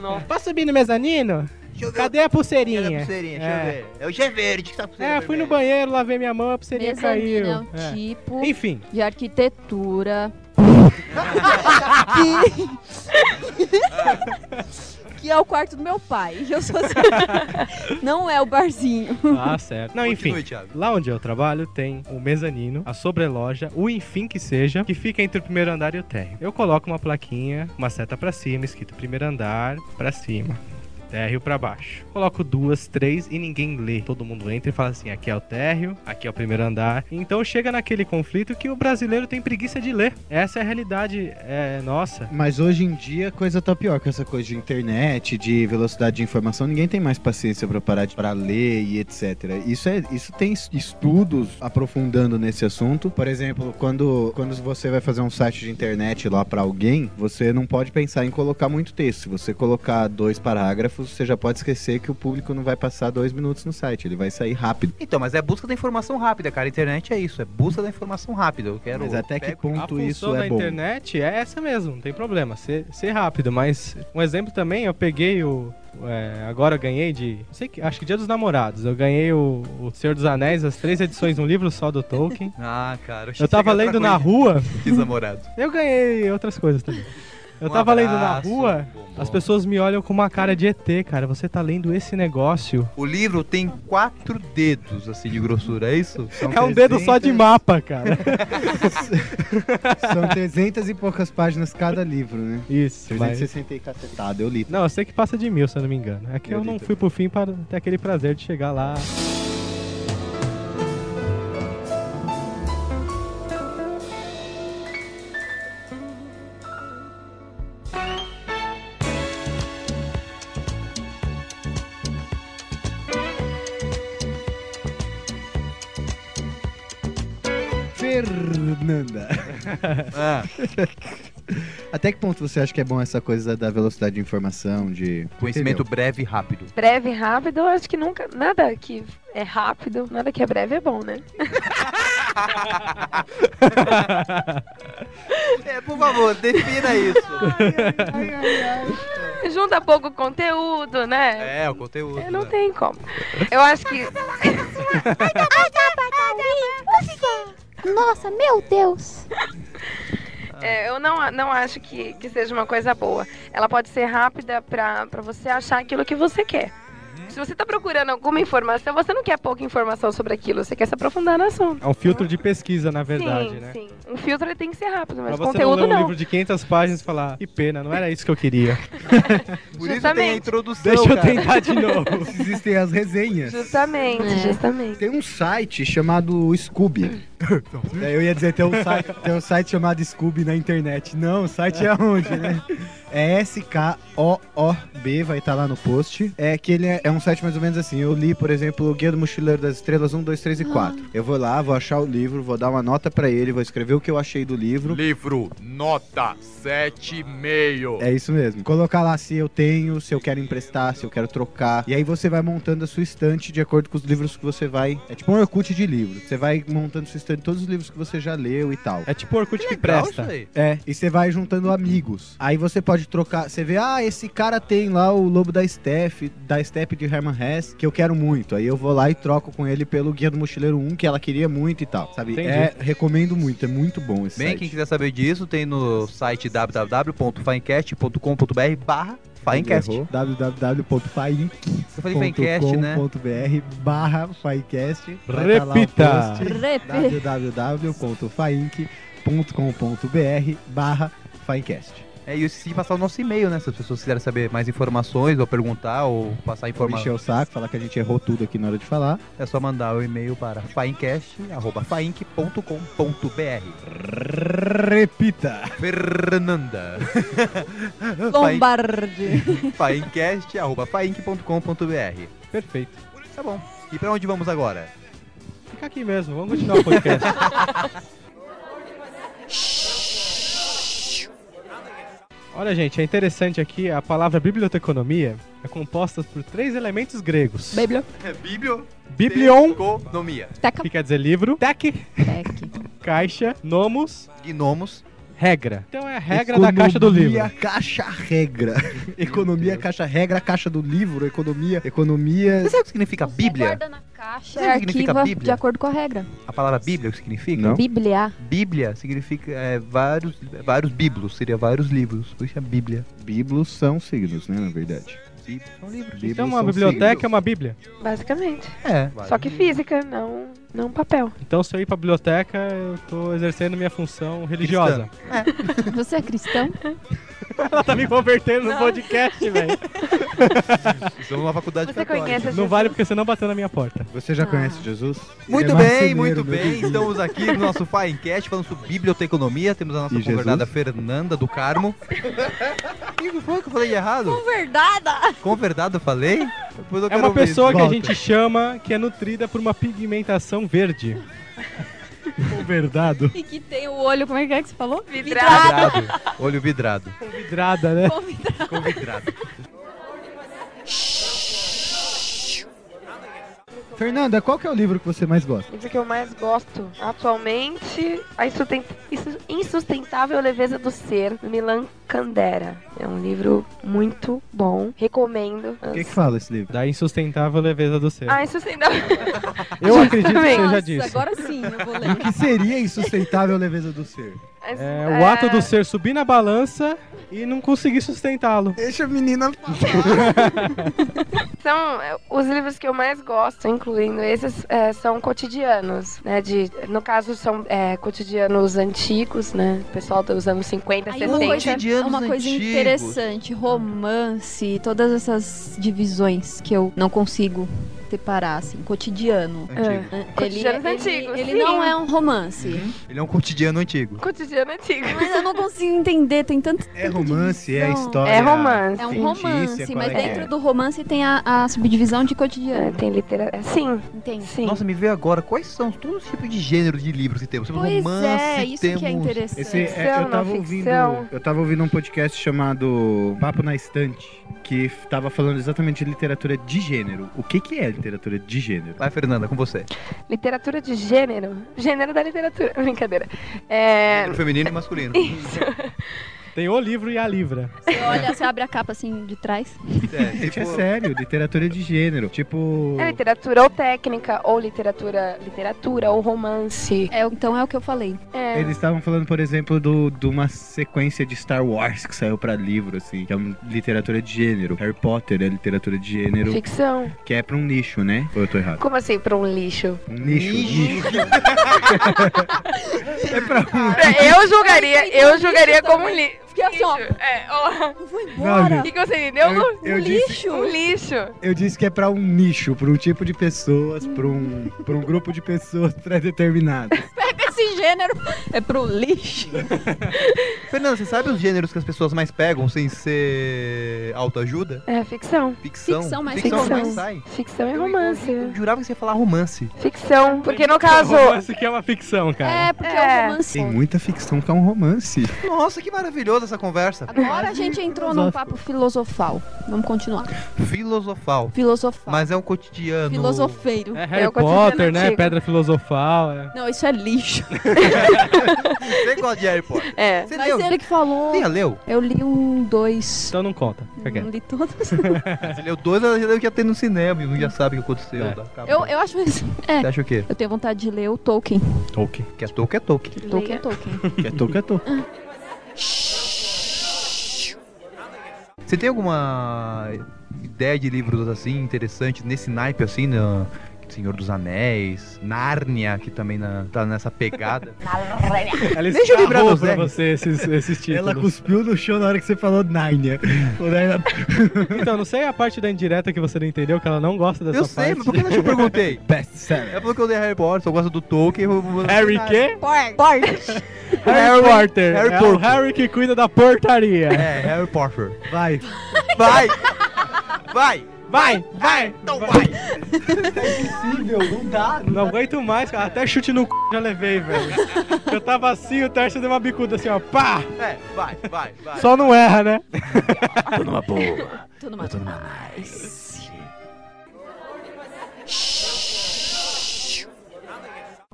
Speaker 5: Nossa,
Speaker 4: Posso subir no mezanino?
Speaker 3: Deixa eu ver
Speaker 4: Cadê a
Speaker 3: Era a
Speaker 4: pulseirinha?
Speaker 3: pulseirinha,
Speaker 4: É.
Speaker 3: deixa eu ver. É o G verde que tá a pulseira.
Speaker 4: É, fui no
Speaker 3: vermelha.
Speaker 4: banheiro, lavei minha mão, a pulseirinha
Speaker 7: Mezanino é
Speaker 4: caiu.
Speaker 7: um
Speaker 4: É.
Speaker 7: tipo
Speaker 4: Enfim, (laughs)
Speaker 7: de arquitetura. que... que é o quarto do meu pai. Eu sou assim. (laughs) Não é o barzinho.
Speaker 4: Ah, certo. Não, enfim.
Speaker 11: Continue, Thiago.
Speaker 4: Lá onde eu trabalho tem o mezanino, a sobreloja, o enfim que seja, que fica entre o primeiro andar e o térreo. Eu coloco uma plaquinha, uma seta pra cima, escrito primeiro andar pra cima. Térreo pra baixo. Coloco duas, três e ninguém lê. Todo mundo entra e fala assim: aqui é o térreo, aqui é o primeiro andar. Então chega naquele conflito que o brasileiro tem preguiça de ler. Essa é a realidade é, nossa.
Speaker 6: Mas hoje em dia a coisa tá pior com essa coisa de internet, de velocidade de informação. Ninguém tem mais paciência pra parar de, pra ler e etc. Isso, é, isso tem es- estudos aprofundando nesse assunto. Por exemplo, quando, quando você vai fazer um site de internet lá pra alguém, você não pode pensar em colocar muito texto. Se você colocar dois parágrafos, você já pode esquecer que o público não vai passar dois minutos no site. Ele vai sair rápido.
Speaker 3: Então, mas é a busca da informação rápida, cara. A internet é isso, é busca da informação rápida. Eu quero.
Speaker 6: Mas até que
Speaker 3: pego-
Speaker 4: A
Speaker 6: ponto
Speaker 4: função
Speaker 6: isso
Speaker 4: da
Speaker 6: é bom?
Speaker 4: internet é essa mesmo, não tem problema, ser, ser rápido. Mas um exemplo também, eu peguei o. é, agora eu ganhei de. não sei que, acho que Dia dos Namorados. Eu ganhei o, o Senhor dos Anéis, as três edições num livro só do
Speaker 6: (laughs)
Speaker 4: Tolkien.
Speaker 11: Ah, cara.
Speaker 4: Eu tava lendo na rua,
Speaker 11: Desamorado.
Speaker 4: eu ganhei outras coisas
Speaker 6: (laughs)
Speaker 4: também. (laughs) Eu
Speaker 11: Um
Speaker 4: tava lendo na
Speaker 11: abraço,
Speaker 4: rua,
Speaker 11: bombom.
Speaker 4: as pessoas me olham com uma cara de ET, cara. Você tá lendo esse negócio?
Speaker 11: O livro tem quatro dedos, assim, de grossura, é isso?
Speaker 4: (laughs)
Speaker 6: São
Speaker 4: É um dedo só de
Speaker 6: 300
Speaker 4: mapa,
Speaker 6: (laughs)
Speaker 4: cara.
Speaker 6: São 300 e poucas páginas cada livro, né?
Speaker 4: Isso, mas...
Speaker 6: 360 e cacetada, eu li.
Speaker 4: Não, eu sei que passa de mil, se eu não me engano. É que eu,
Speaker 6: Eu li
Speaker 4: não
Speaker 6: também.
Speaker 4: fui pro fim para ter aquele prazer de chegar lá.
Speaker 6: Fernanda.
Speaker 3: Ah,
Speaker 6: (laughs) Até que ponto você acha que é bom essa coisa da velocidade de informação, de...
Speaker 3: conhecimento breve e rápido.
Speaker 5: Breve, rápido, eu acho que nunca. Nada que é rápido, nada que é breve é bom, né?
Speaker 3: É, por favor, defina
Speaker 4: (laughs)
Speaker 3: isso.
Speaker 5: Junta pouco conteúdo, né?
Speaker 3: É, o conteúdo.
Speaker 5: não
Speaker 3: né?
Speaker 5: tem como. Eu acho que. (laughs)
Speaker 14: Nossa, meu Deus!
Speaker 5: É, eu não, a- não acho que, que seja uma coisa boa. Ela pode ser rápida pra, pra você achar aquilo que você quer.
Speaker 4: Uhum.
Speaker 5: Se você tá procurando alguma informação, você não quer pouca informação sobre aquilo, você quer se aprofundar no assunto.
Speaker 4: É um filtro de pesquisa, na verdade,
Speaker 5: sim,
Speaker 4: né?
Speaker 5: sim. Um filtro ele tem que ser rápido,
Speaker 4: Pra
Speaker 5: mas
Speaker 4: você não ler
Speaker 5: conteúdo
Speaker 4: um
Speaker 5: não.
Speaker 4: livro de 500 páginas e falar, que pena, não era isso que eu queria.
Speaker 3: Por isso tem a
Speaker 5: Justamente.
Speaker 3: introdução,
Speaker 4: Deixa eu
Speaker 3: cara.
Speaker 4: tentar
Speaker 5: (laughs)
Speaker 4: de novo.
Speaker 6: Existem as resenhas.
Speaker 5: Justamente,
Speaker 7: É.
Speaker 5: justamente.
Speaker 6: Tem um site chamado Scooby.
Speaker 13: (laughs) É, eu ia dizer, tem um site, tem um site chamado Scooby na internet. Não, o site é onde, né?
Speaker 6: (laughs) É S-K-O-O-B, vai estar lá no post. É que ele é, é um site mais ou menos assim. Eu li, por exemplo, o Guia do Mochileiro das Estrelas 1, 2, 3 e 4. Eu vou lá, vou achar o livro, vou dar uma nota pra ele, vou escrever o que eu achei do livro.
Speaker 1: Livro, nota 7,5.
Speaker 6: É isso mesmo. Colocar lá se eu tenho, se eu quero emprestar, se eu quero trocar. E aí você vai montando a sua estante de acordo com os livros que você vai. É tipo um Orkut de livros. Você vai montando sua estante de todos os livros que você já leu e tal.
Speaker 4: É tipo Orkut que
Speaker 3: Legal
Speaker 4: presta.
Speaker 3: isso aí.
Speaker 6: É, e você vai juntando amigos. Aí você pode trocar. Você vê, ah, esse cara tem lá o Lobo da Steppe, da Steppe de Herman Hesse, que eu quero muito. Aí eu vou lá e troco com ele pelo Guia do Mochileiro 1, que ela queria muito e tal. Sabe?
Speaker 4: Entendi.
Speaker 6: É, recomendo muito, é muito bom esse
Speaker 3: Bem,
Speaker 6: site.
Speaker 3: quem quiser saber disso, tem no site www.finecast.com.br barra Finecast.
Speaker 6: Errou.
Speaker 3: Eu falei Finecast, né?
Speaker 6: www.fainc.com.br barra tá faicast.
Speaker 4: Repita.
Speaker 7: Rep.
Speaker 6: www.fainc.com.br barra faicast.
Speaker 3: É, e eu esqueci de passar o nosso e-mail, né? Se as pessoas quiserem saber mais informações, ou perguntar, ou passar
Speaker 6: Encher
Speaker 3: informação,
Speaker 6: o saco, falar que a gente errou tudo aqui na hora de falar.
Speaker 3: é só mandar o e-mail para faincast.com.br.
Speaker 6: Repita!
Speaker 3: Fernanda.
Speaker 7: Lombardi.
Speaker 3: faincast.com.br.
Speaker 4: Perfeito.
Speaker 3: Tá bom. E pra onde vamos agora?
Speaker 4: Fica aqui mesmo, vamos continuar o
Speaker 5: (laughs)
Speaker 4: podcast. Olha, gente, é interessante aqui, a palavra biblioteconomia é composta por três elementos gregos.
Speaker 7: Beblo.
Speaker 3: É biblio...
Speaker 4: Biblion,
Speaker 3: Economia.
Speaker 7: Teca.
Speaker 4: que quer dizer livro, tec,
Speaker 7: Tec.
Speaker 4: caixa, nomos,
Speaker 3: Gnomos.
Speaker 4: regra. Então é a regra da caixa do livro.
Speaker 6: Economia, caixa, regra. (laughs) economia, caixa, regra, caixa do livro, economia, economia...
Speaker 3: Você sabe o que significa Bíblia?
Speaker 7: Guarda na caixa
Speaker 3: Sabe
Speaker 7: e
Speaker 3: o que significa
Speaker 7: arquiva
Speaker 3: Bíblia?
Speaker 7: de acordo com a regra.
Speaker 3: A palavra Bíblia, o que significa?
Speaker 6: Não.
Speaker 7: Bíblia.
Speaker 3: Bíblia significa é, vários, vários bíblos, seria vários livros. Por isso é Bíblia. um
Speaker 6: Biblos são signos, né, na verdade.
Speaker 3: Bíblia são livros.
Speaker 6: Bíblia
Speaker 4: Então uma biblioteca é uma bíblia.
Speaker 5: Basicamente.
Speaker 3: É.
Speaker 5: Só que física, não, não papel.
Speaker 4: Então se eu ir pra biblioteca, eu tô exercendo minha função religiosa.
Speaker 7: Você é cristão?
Speaker 4: Ela tá me convertendo no podcast, velho.
Speaker 3: Estamos na faculdade
Speaker 5: Você conhece
Speaker 4: Não vale porque você não bateu na minha porta.
Speaker 6: Você já
Speaker 7: Ah.
Speaker 6: conhece Jesus?
Speaker 3: Muito
Speaker 6: Ele é
Speaker 3: bem,
Speaker 6: marceneiro,
Speaker 3: muito
Speaker 6: meu
Speaker 3: bem.
Speaker 6: vizinho.
Speaker 3: Estamos aqui no nosso Finecast falando sobre biblioteconomia. Temos a nossa
Speaker 6: E Jesus?
Speaker 3: convidada Fernanda do Carmo. O que foi que eu falei de errado?
Speaker 7: Verdada!
Speaker 3: Converdado eu falei? Depois eu
Speaker 4: É
Speaker 3: quero
Speaker 4: uma
Speaker 3: ver.
Speaker 4: pessoa que a
Speaker 6: Volta.
Speaker 4: gente chama que é nutrida por uma pigmentação verde.
Speaker 13: Verdado.
Speaker 7: E que tem o olho, como é que é que você falou?
Speaker 5: Vidrado.
Speaker 3: Vidrado. Olho vidrado.
Speaker 4: Vidrada, né?
Speaker 7: Convidado.
Speaker 3: Convidrado.
Speaker 6: Fernanda, qual que é o livro que você mais gosta?
Speaker 5: O livro que eu mais gosto atualmente, A Insusten- Insu- Insustentável Leveza do Ser, do Milan Kundera. É um livro muito bom, recomendo.
Speaker 6: O que, que fala esse livro?
Speaker 4: Da insustentável leveza do ser.
Speaker 5: Ah, Insustentável...
Speaker 4: Eu acredito que
Speaker 5: Exatamente.
Speaker 4: eu já
Speaker 7: Nossa,
Speaker 4: disse.
Speaker 7: agora sim, eu vou ler.
Speaker 6: O que seria insustentável leveza do ser?
Speaker 4: É o ato do ser subir na balança e não conseguir sustentá-lo.
Speaker 6: Deixa a menina...
Speaker 5: São é, os livros que eu mais gosto, incluindo esses, é, são cotidianos, né? De, no caso, são é, cotidianos antigos, né? Pessoal dos anos 50,
Speaker 7: Aí
Speaker 5: 60.
Speaker 7: uma coisa,
Speaker 3: Cotidianos
Speaker 7: uma coisa
Speaker 3: antigos.
Speaker 7: interessante, romance, todas essas divisões que eu não consigo separar, assim, cotidiano.
Speaker 5: Antigo.
Speaker 7: Ele-
Speaker 5: Cotidianos
Speaker 7: ele,
Speaker 5: antigos,
Speaker 7: Ele
Speaker 5: sim.
Speaker 7: não é um romance.
Speaker 3: Ele é um cotidiano antigo.
Speaker 5: Cotidiano antigo.
Speaker 7: Mas (laughs) eu não consigo entender, tem tanto.
Speaker 6: É romance, é
Speaker 7: Não.
Speaker 6: história.
Speaker 5: É romance.
Speaker 7: É um
Speaker 6: Fictícia,
Speaker 7: romance,
Speaker 6: qual
Speaker 7: mas
Speaker 6: é que
Speaker 7: dentro
Speaker 6: é?
Speaker 7: do romance tem a, a subdivisão de
Speaker 5: É,
Speaker 7: cotidiano.
Speaker 5: tem literatura. É, sim,
Speaker 7: Entende?
Speaker 5: sim.
Speaker 3: Nossa, me vê agora, quais são todos os tipos de gênero de livros que temos? Temos
Speaker 7: Pois
Speaker 3: romance,
Speaker 7: é, isso
Speaker 3: temos...
Speaker 7: que é interessante.
Speaker 6: Esse, é,
Speaker 5: Ficção,
Speaker 6: eu
Speaker 5: não
Speaker 6: tava ouvindo,
Speaker 5: ficção.
Speaker 6: eu tava ouvindo um podcast chamado Papo na Estante, que f- tava falando exatamente de literatura de gênero. O que que é literatura de gênero?
Speaker 3: Vai, Fernanda, com você.
Speaker 5: Literatura de gênero. Gênero da literatura. (laughs) Brincadeira. (laughs) É.
Speaker 3: Gênero Feminino e masculino.
Speaker 5: Isso.
Speaker 4: Tem o livro e a livra.
Speaker 7: Você olha, você abre a capa assim de trás.
Speaker 3: É,
Speaker 6: Gente,
Speaker 3: tipo,
Speaker 6: é sério, literatura de gênero. Tipo,
Speaker 5: É literatura ou técnica, ou literatura, literatura, ou romance.
Speaker 7: É, então é o que eu falei.
Speaker 5: É.
Speaker 6: eles estavam falando, por exemplo, do- de uma sequência de Star Wars que saiu pra livro, assim, que é uma literatura de gênero. Harry Potter é literatura de gênero,
Speaker 5: Ficção.
Speaker 6: que é pra um nicho, né? Ou eu tô errado?
Speaker 5: Como assim, pra um lixo?
Speaker 6: Um nicho, nicho. é pra
Speaker 5: (laughs)
Speaker 6: um
Speaker 5: Eu julgaria,
Speaker 7: Mas tem
Speaker 5: eu
Speaker 7: um
Speaker 5: julgaria
Speaker 7: lixo
Speaker 5: como um
Speaker 7: também.
Speaker 5: li
Speaker 7: Fiquei assim, ó.
Speaker 5: lixo. É, ó.
Speaker 7: Eu vou
Speaker 13: embora.
Speaker 6: É.
Speaker 7: embora.
Speaker 5: O que que você entendeu? Lu?
Speaker 13: Eu
Speaker 7: um
Speaker 13: disse-
Speaker 7: lixo.
Speaker 5: Um lixo.
Speaker 13: Eu disse que é pra um nicho, pra um tipo de pessoas, pra um, pra um grupo de
Speaker 6: (laughs)
Speaker 13: pessoas pré-determinado.
Speaker 7: Pega esse gênero. É pro lixo.
Speaker 3: Tipo, Fernanda, você sabe os gêneros que as pessoas mais pegam sem ser autoajuda?
Speaker 5: É ficção.
Speaker 3: Ficção.
Speaker 7: Ficção, mas
Speaker 3: Ficção
Speaker 5: ficção.
Speaker 3: mais sai.
Speaker 5: Ficção é
Speaker 3: Eu-
Speaker 5: romance.
Speaker 3: Eu, eu jurava que você ia falar romance.
Speaker 5: Ficção. Porque
Speaker 4: (laughs)
Speaker 5: no caso.
Speaker 4: Romance que é uma ficção, cara.
Speaker 7: É, porque é
Speaker 5: É.
Speaker 7: um romance.
Speaker 6: Tem muita ficção que é um romance.
Speaker 3: Nossa, que maravilhosa essa conversa.
Speaker 7: Agora a gente entrou num papo filosofal. Vamos continuar.
Speaker 3: Filosofal.
Speaker 7: Filosofal.
Speaker 3: Mas é um cotidiano.
Speaker 7: Filosofeiro.
Speaker 4: É,
Speaker 5: É
Speaker 4: Harry
Speaker 5: o cotidiano
Speaker 4: Potter, né?
Speaker 5: antigo.
Speaker 4: Pedra filosofal. é.
Speaker 7: Não, isso é lixo.
Speaker 3: Você gosta de Harry Potter?
Speaker 5: É.
Speaker 3: Você
Speaker 7: Mas
Speaker 3: leu?
Speaker 7: ele que falou.
Speaker 3: Você já leu?
Speaker 7: Eu li um, dois.
Speaker 4: Então não conta. Fica quieto.
Speaker 7: Não li todos. (laughs)
Speaker 3: Você leu dois, ela já leu que ia ter no cinema e já sabe o que aconteceu.
Speaker 4: É.
Speaker 3: tá? Acabou.
Speaker 7: Eu, eu acho isso. É.
Speaker 3: Você acha o quê?
Speaker 7: Eu tenho vontade de ler o Tolkien.
Speaker 3: Tolkien. Que é Tolkien, é Tolkien.
Speaker 7: Tolkien é Tolkien.
Speaker 6: É tô, é tô.
Speaker 3: Você tem alguma ideia de livros assim, interessantes, nesse naipe assim, na Senhor dos Anéis, Nárnia, que também na- tá nessa
Speaker 4: (laughs)
Speaker 3: pegada.
Speaker 4: Ela
Speaker 3: Deixa eu lembrar
Speaker 4: escarrou
Speaker 3: dos
Speaker 4: pra
Speaker 3: R's.
Speaker 4: você esses, esses
Speaker 13: Ela
Speaker 4: títulos.
Speaker 13: cuspiu no chão na hora que você falou Narnia. O Narnia-
Speaker 4: Então, não sei a parte da indireta que você não entendeu, que ela não gosta dessa
Speaker 3: eu sei, mas
Speaker 4: parte.
Speaker 3: por que eu te
Speaker 4: (laughs)
Speaker 3: perguntei?
Speaker 13: Best-seller.
Speaker 3: É porque eu dei Harry Potter, eu gosto do Tolkien. eu vou- Ah,
Speaker 4: Harry quê?
Speaker 3: Harry-
Speaker 4: tá- Harry Potter.
Speaker 3: Harry
Speaker 4: é o
Speaker 3: Porco.
Speaker 4: Harry que cuida da portaria.
Speaker 3: É, Harry Potter.
Speaker 13: Vai.
Speaker 3: Vai! Vai!
Speaker 4: Vai, vai!
Speaker 3: Então vai!
Speaker 13: Possível, não dá.
Speaker 4: Não aguento mais, cara. Até chute no c... já levei, velho. Eu tava assim, o Tarso deu uma bicuda assim, ó. Pá!
Speaker 3: É, vai, vai, vai.
Speaker 4: Só não erra, né?
Speaker 7: Tô numa...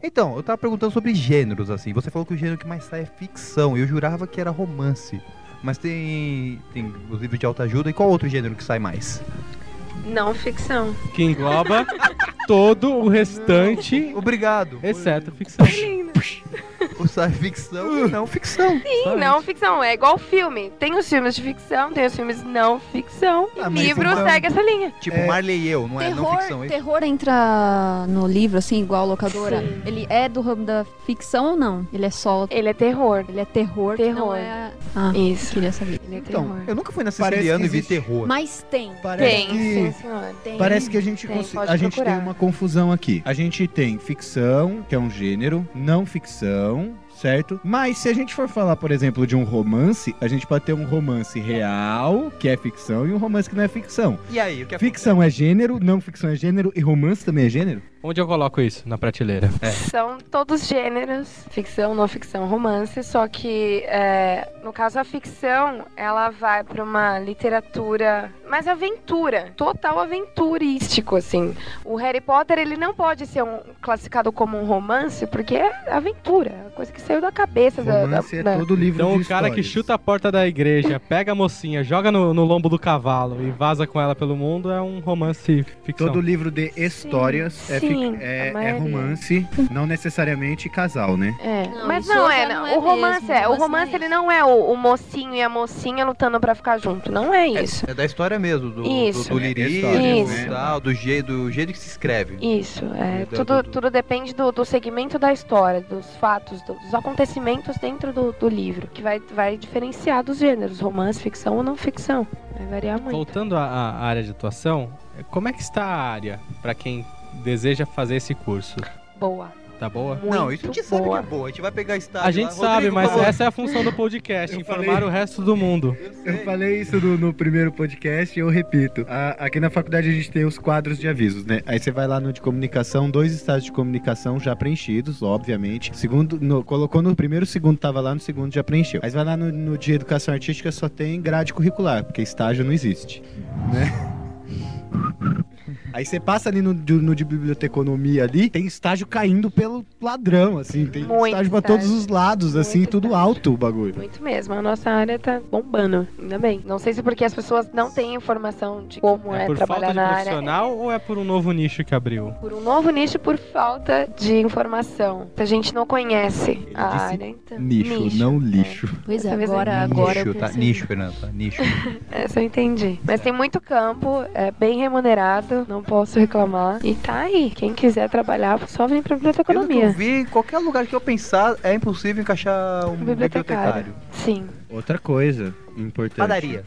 Speaker 3: Então, eu tava perguntando sobre gêneros, assim. Você falou que o gênero que mais sai é ficção. Eu jurava que era romance. Mas tem. tem os livros de autoajuda. E qual outro gênero que sai mais?
Speaker 5: Não ficção.
Speaker 4: Que engloba todo o restante,
Speaker 3: Obrigado.
Speaker 4: exceto ficção.
Speaker 5: É
Speaker 3: O sai ficção e não ficção.
Speaker 5: Sim, não ficção. É igual filme. Tem os filmes de ficção, tem os filmes não ficção. E
Speaker 3: Ah, mas
Speaker 5: livro
Speaker 3: então-
Speaker 5: segue essa linha.
Speaker 3: Tipo, Marley e eu, não é não
Speaker 7: Terror,
Speaker 3: ficção. é isso?
Speaker 7: terror entra no livro, assim, igual a locadora. Ele é do ramo da ficção ou não? Ele é só.
Speaker 5: Ele é terror.
Speaker 7: Ele é terror.
Speaker 5: Terror.
Speaker 7: Não é... Ah,
Speaker 5: Isso.
Speaker 7: queria saber.
Speaker 5: Ele é
Speaker 13: Então,
Speaker 5: terror.
Speaker 3: Eu nunca fui na
Speaker 13: Parece
Speaker 3: Siciliana
Speaker 13: que
Speaker 3: e vi
Speaker 13: existe.
Speaker 3: terror.
Speaker 7: Mas tem.
Speaker 13: Parece
Speaker 5: Tem, sim, senhora.
Speaker 7: Tem.
Speaker 6: Parece que a gente,
Speaker 5: Tem,
Speaker 6: consi-
Speaker 5: pode
Speaker 6: a gente tem
Speaker 5: procurar.
Speaker 6: uma confusão aqui. A gente tem ficção, que é um gênero, não ficção, certo? Mas se a gente for falar, por exemplo, de um romance, a gente pode ter um romance real, que é ficção, e um romance que não é ficção.
Speaker 3: E aí, o que
Speaker 6: Ficção é gênero, não ficção é gênero, e romance também é gênero?
Speaker 4: Onde eu coloco isso? Na prateleira.
Speaker 5: É. São todos gêneros, ficção, não ficção, romance, só que é, no caso a ficção ela vai pra uma literatura mais aventura, total aventurístico assim. O Harry Potter ele não pode ser um, classificado como um romance porque é aventura, coisa que saiu da cabeça da-
Speaker 6: Romance é
Speaker 5: da, da,
Speaker 6: todo livro
Speaker 4: Então
Speaker 6: de
Speaker 4: o cara que
Speaker 6: histórias.
Speaker 4: chuta a porta da igreja, pega a mocinha, joga no, no lombo do cavalo e vaza com ela pelo mundo é um romance ficção.
Speaker 6: Todo livro de histórias é, fic-
Speaker 5: sim,
Speaker 6: é-
Speaker 5: a
Speaker 6: é
Speaker 5: maioria.
Speaker 6: romance, não necessariamente casal, né?
Speaker 5: É,
Speaker 7: Não,
Speaker 5: mas
Speaker 7: isso
Speaker 5: não
Speaker 7: já
Speaker 5: é,
Speaker 7: não
Speaker 5: não.
Speaker 7: é
Speaker 5: o romance
Speaker 7: mesmo,
Speaker 5: é. O
Speaker 7: romance não
Speaker 5: romance
Speaker 7: é
Speaker 5: ele
Speaker 7: isso.
Speaker 5: não é o, o mocinho e a mocinha lutando pra ficar junto. Não é isso.
Speaker 3: É da história mesmo, do, do,
Speaker 5: Isso.
Speaker 3: do lirismo
Speaker 5: É
Speaker 3: e
Speaker 5: história,
Speaker 3: tal, do, je, do jeito que se escreve.
Speaker 5: Isso, é,
Speaker 3: Verdade,
Speaker 5: tudo,
Speaker 3: tudo.
Speaker 5: tudo depende do, do segmento da história, dos fatos, dos acontecimentos dentro do, do livro, que vai, vai diferenciar dos gêneros, romance, ficção ou não ficção. Vai variar muito.
Speaker 4: Voltando à, à área de atuação, como é que está a área pra quem deseja fazer esse curso?
Speaker 5: Boa.
Speaker 4: Tá boa?
Speaker 3: Não, isso a
Speaker 5: Muito
Speaker 3: gente sabe que é
Speaker 5: boa.
Speaker 3: boa. A gente vai pegar estágio.
Speaker 4: A gente
Speaker 3: lá.
Speaker 4: sabe,
Speaker 3: Rodrigo,
Speaker 4: mas
Speaker 3: por favor.
Speaker 4: essa é a função do podcast,
Speaker 13: Eu
Speaker 4: informar
Speaker 13: falei.
Speaker 4: o resto do mundo.
Speaker 13: Eu falei isso no, no primeiro podcast e eu repito.
Speaker 6: A- aqui na faculdade a gente tem os quadros de avisos, né? Aí você vai lá no de comunicação, dois estágios de comunicação já preenchidos, obviamente. Segundo, no- colocou no primeiro, segundo tava lá, no segundo já preencheu. Aí você vai lá no, no de educação artística, só tem grade curricular, porque estágio não existe, né? Aí você passa ali no, de- no de biblioteconomia ali, tem estágio caindo pelo ladrão, assim. Tem
Speaker 5: Muito
Speaker 6: estágio pra
Speaker 5: estágio.
Speaker 6: todos os lados, assim,
Speaker 5: Muito
Speaker 6: tudo
Speaker 5: estágio.
Speaker 6: alto o bagulho.
Speaker 5: Muito mesmo, a nossa área tá bombando, ainda bem. Não sei se porque as pessoas não têm informação de como é,
Speaker 4: É por
Speaker 5: trabalhar
Speaker 4: falta de
Speaker 5: na área.
Speaker 4: profissional ou é por um novo nicho que abriu?
Speaker 5: Por um novo nicho, por falta de informação. A gente não conhece a
Speaker 6: disse
Speaker 5: área. Então,
Speaker 6: Nicho, não lixo.
Speaker 7: Pois é,
Speaker 5: Dessa vez é
Speaker 7: agora,
Speaker 5: nicho,
Speaker 7: agora. eu
Speaker 3: Nicho, tá?
Speaker 7: percebi.
Speaker 3: Nicho, Fernando. Tá?
Speaker 5: (laughs)
Speaker 3: Nicho.
Speaker 5: Essa É, eu entendi. Mas tem muito campo, é bem remunerado, não posso reclamar. E tá aí. Quem quiser trabalhar, só vem pra
Speaker 3: Pelo que eu
Speaker 5: biblioteconomia.
Speaker 3: vi, em qualquer lugar que eu pensar, é impossível encaixar um
Speaker 5: Bibliotecário.
Speaker 3: bibliotecário.
Speaker 5: Sim.
Speaker 6: Outra coisa importante.
Speaker 3: Padaria.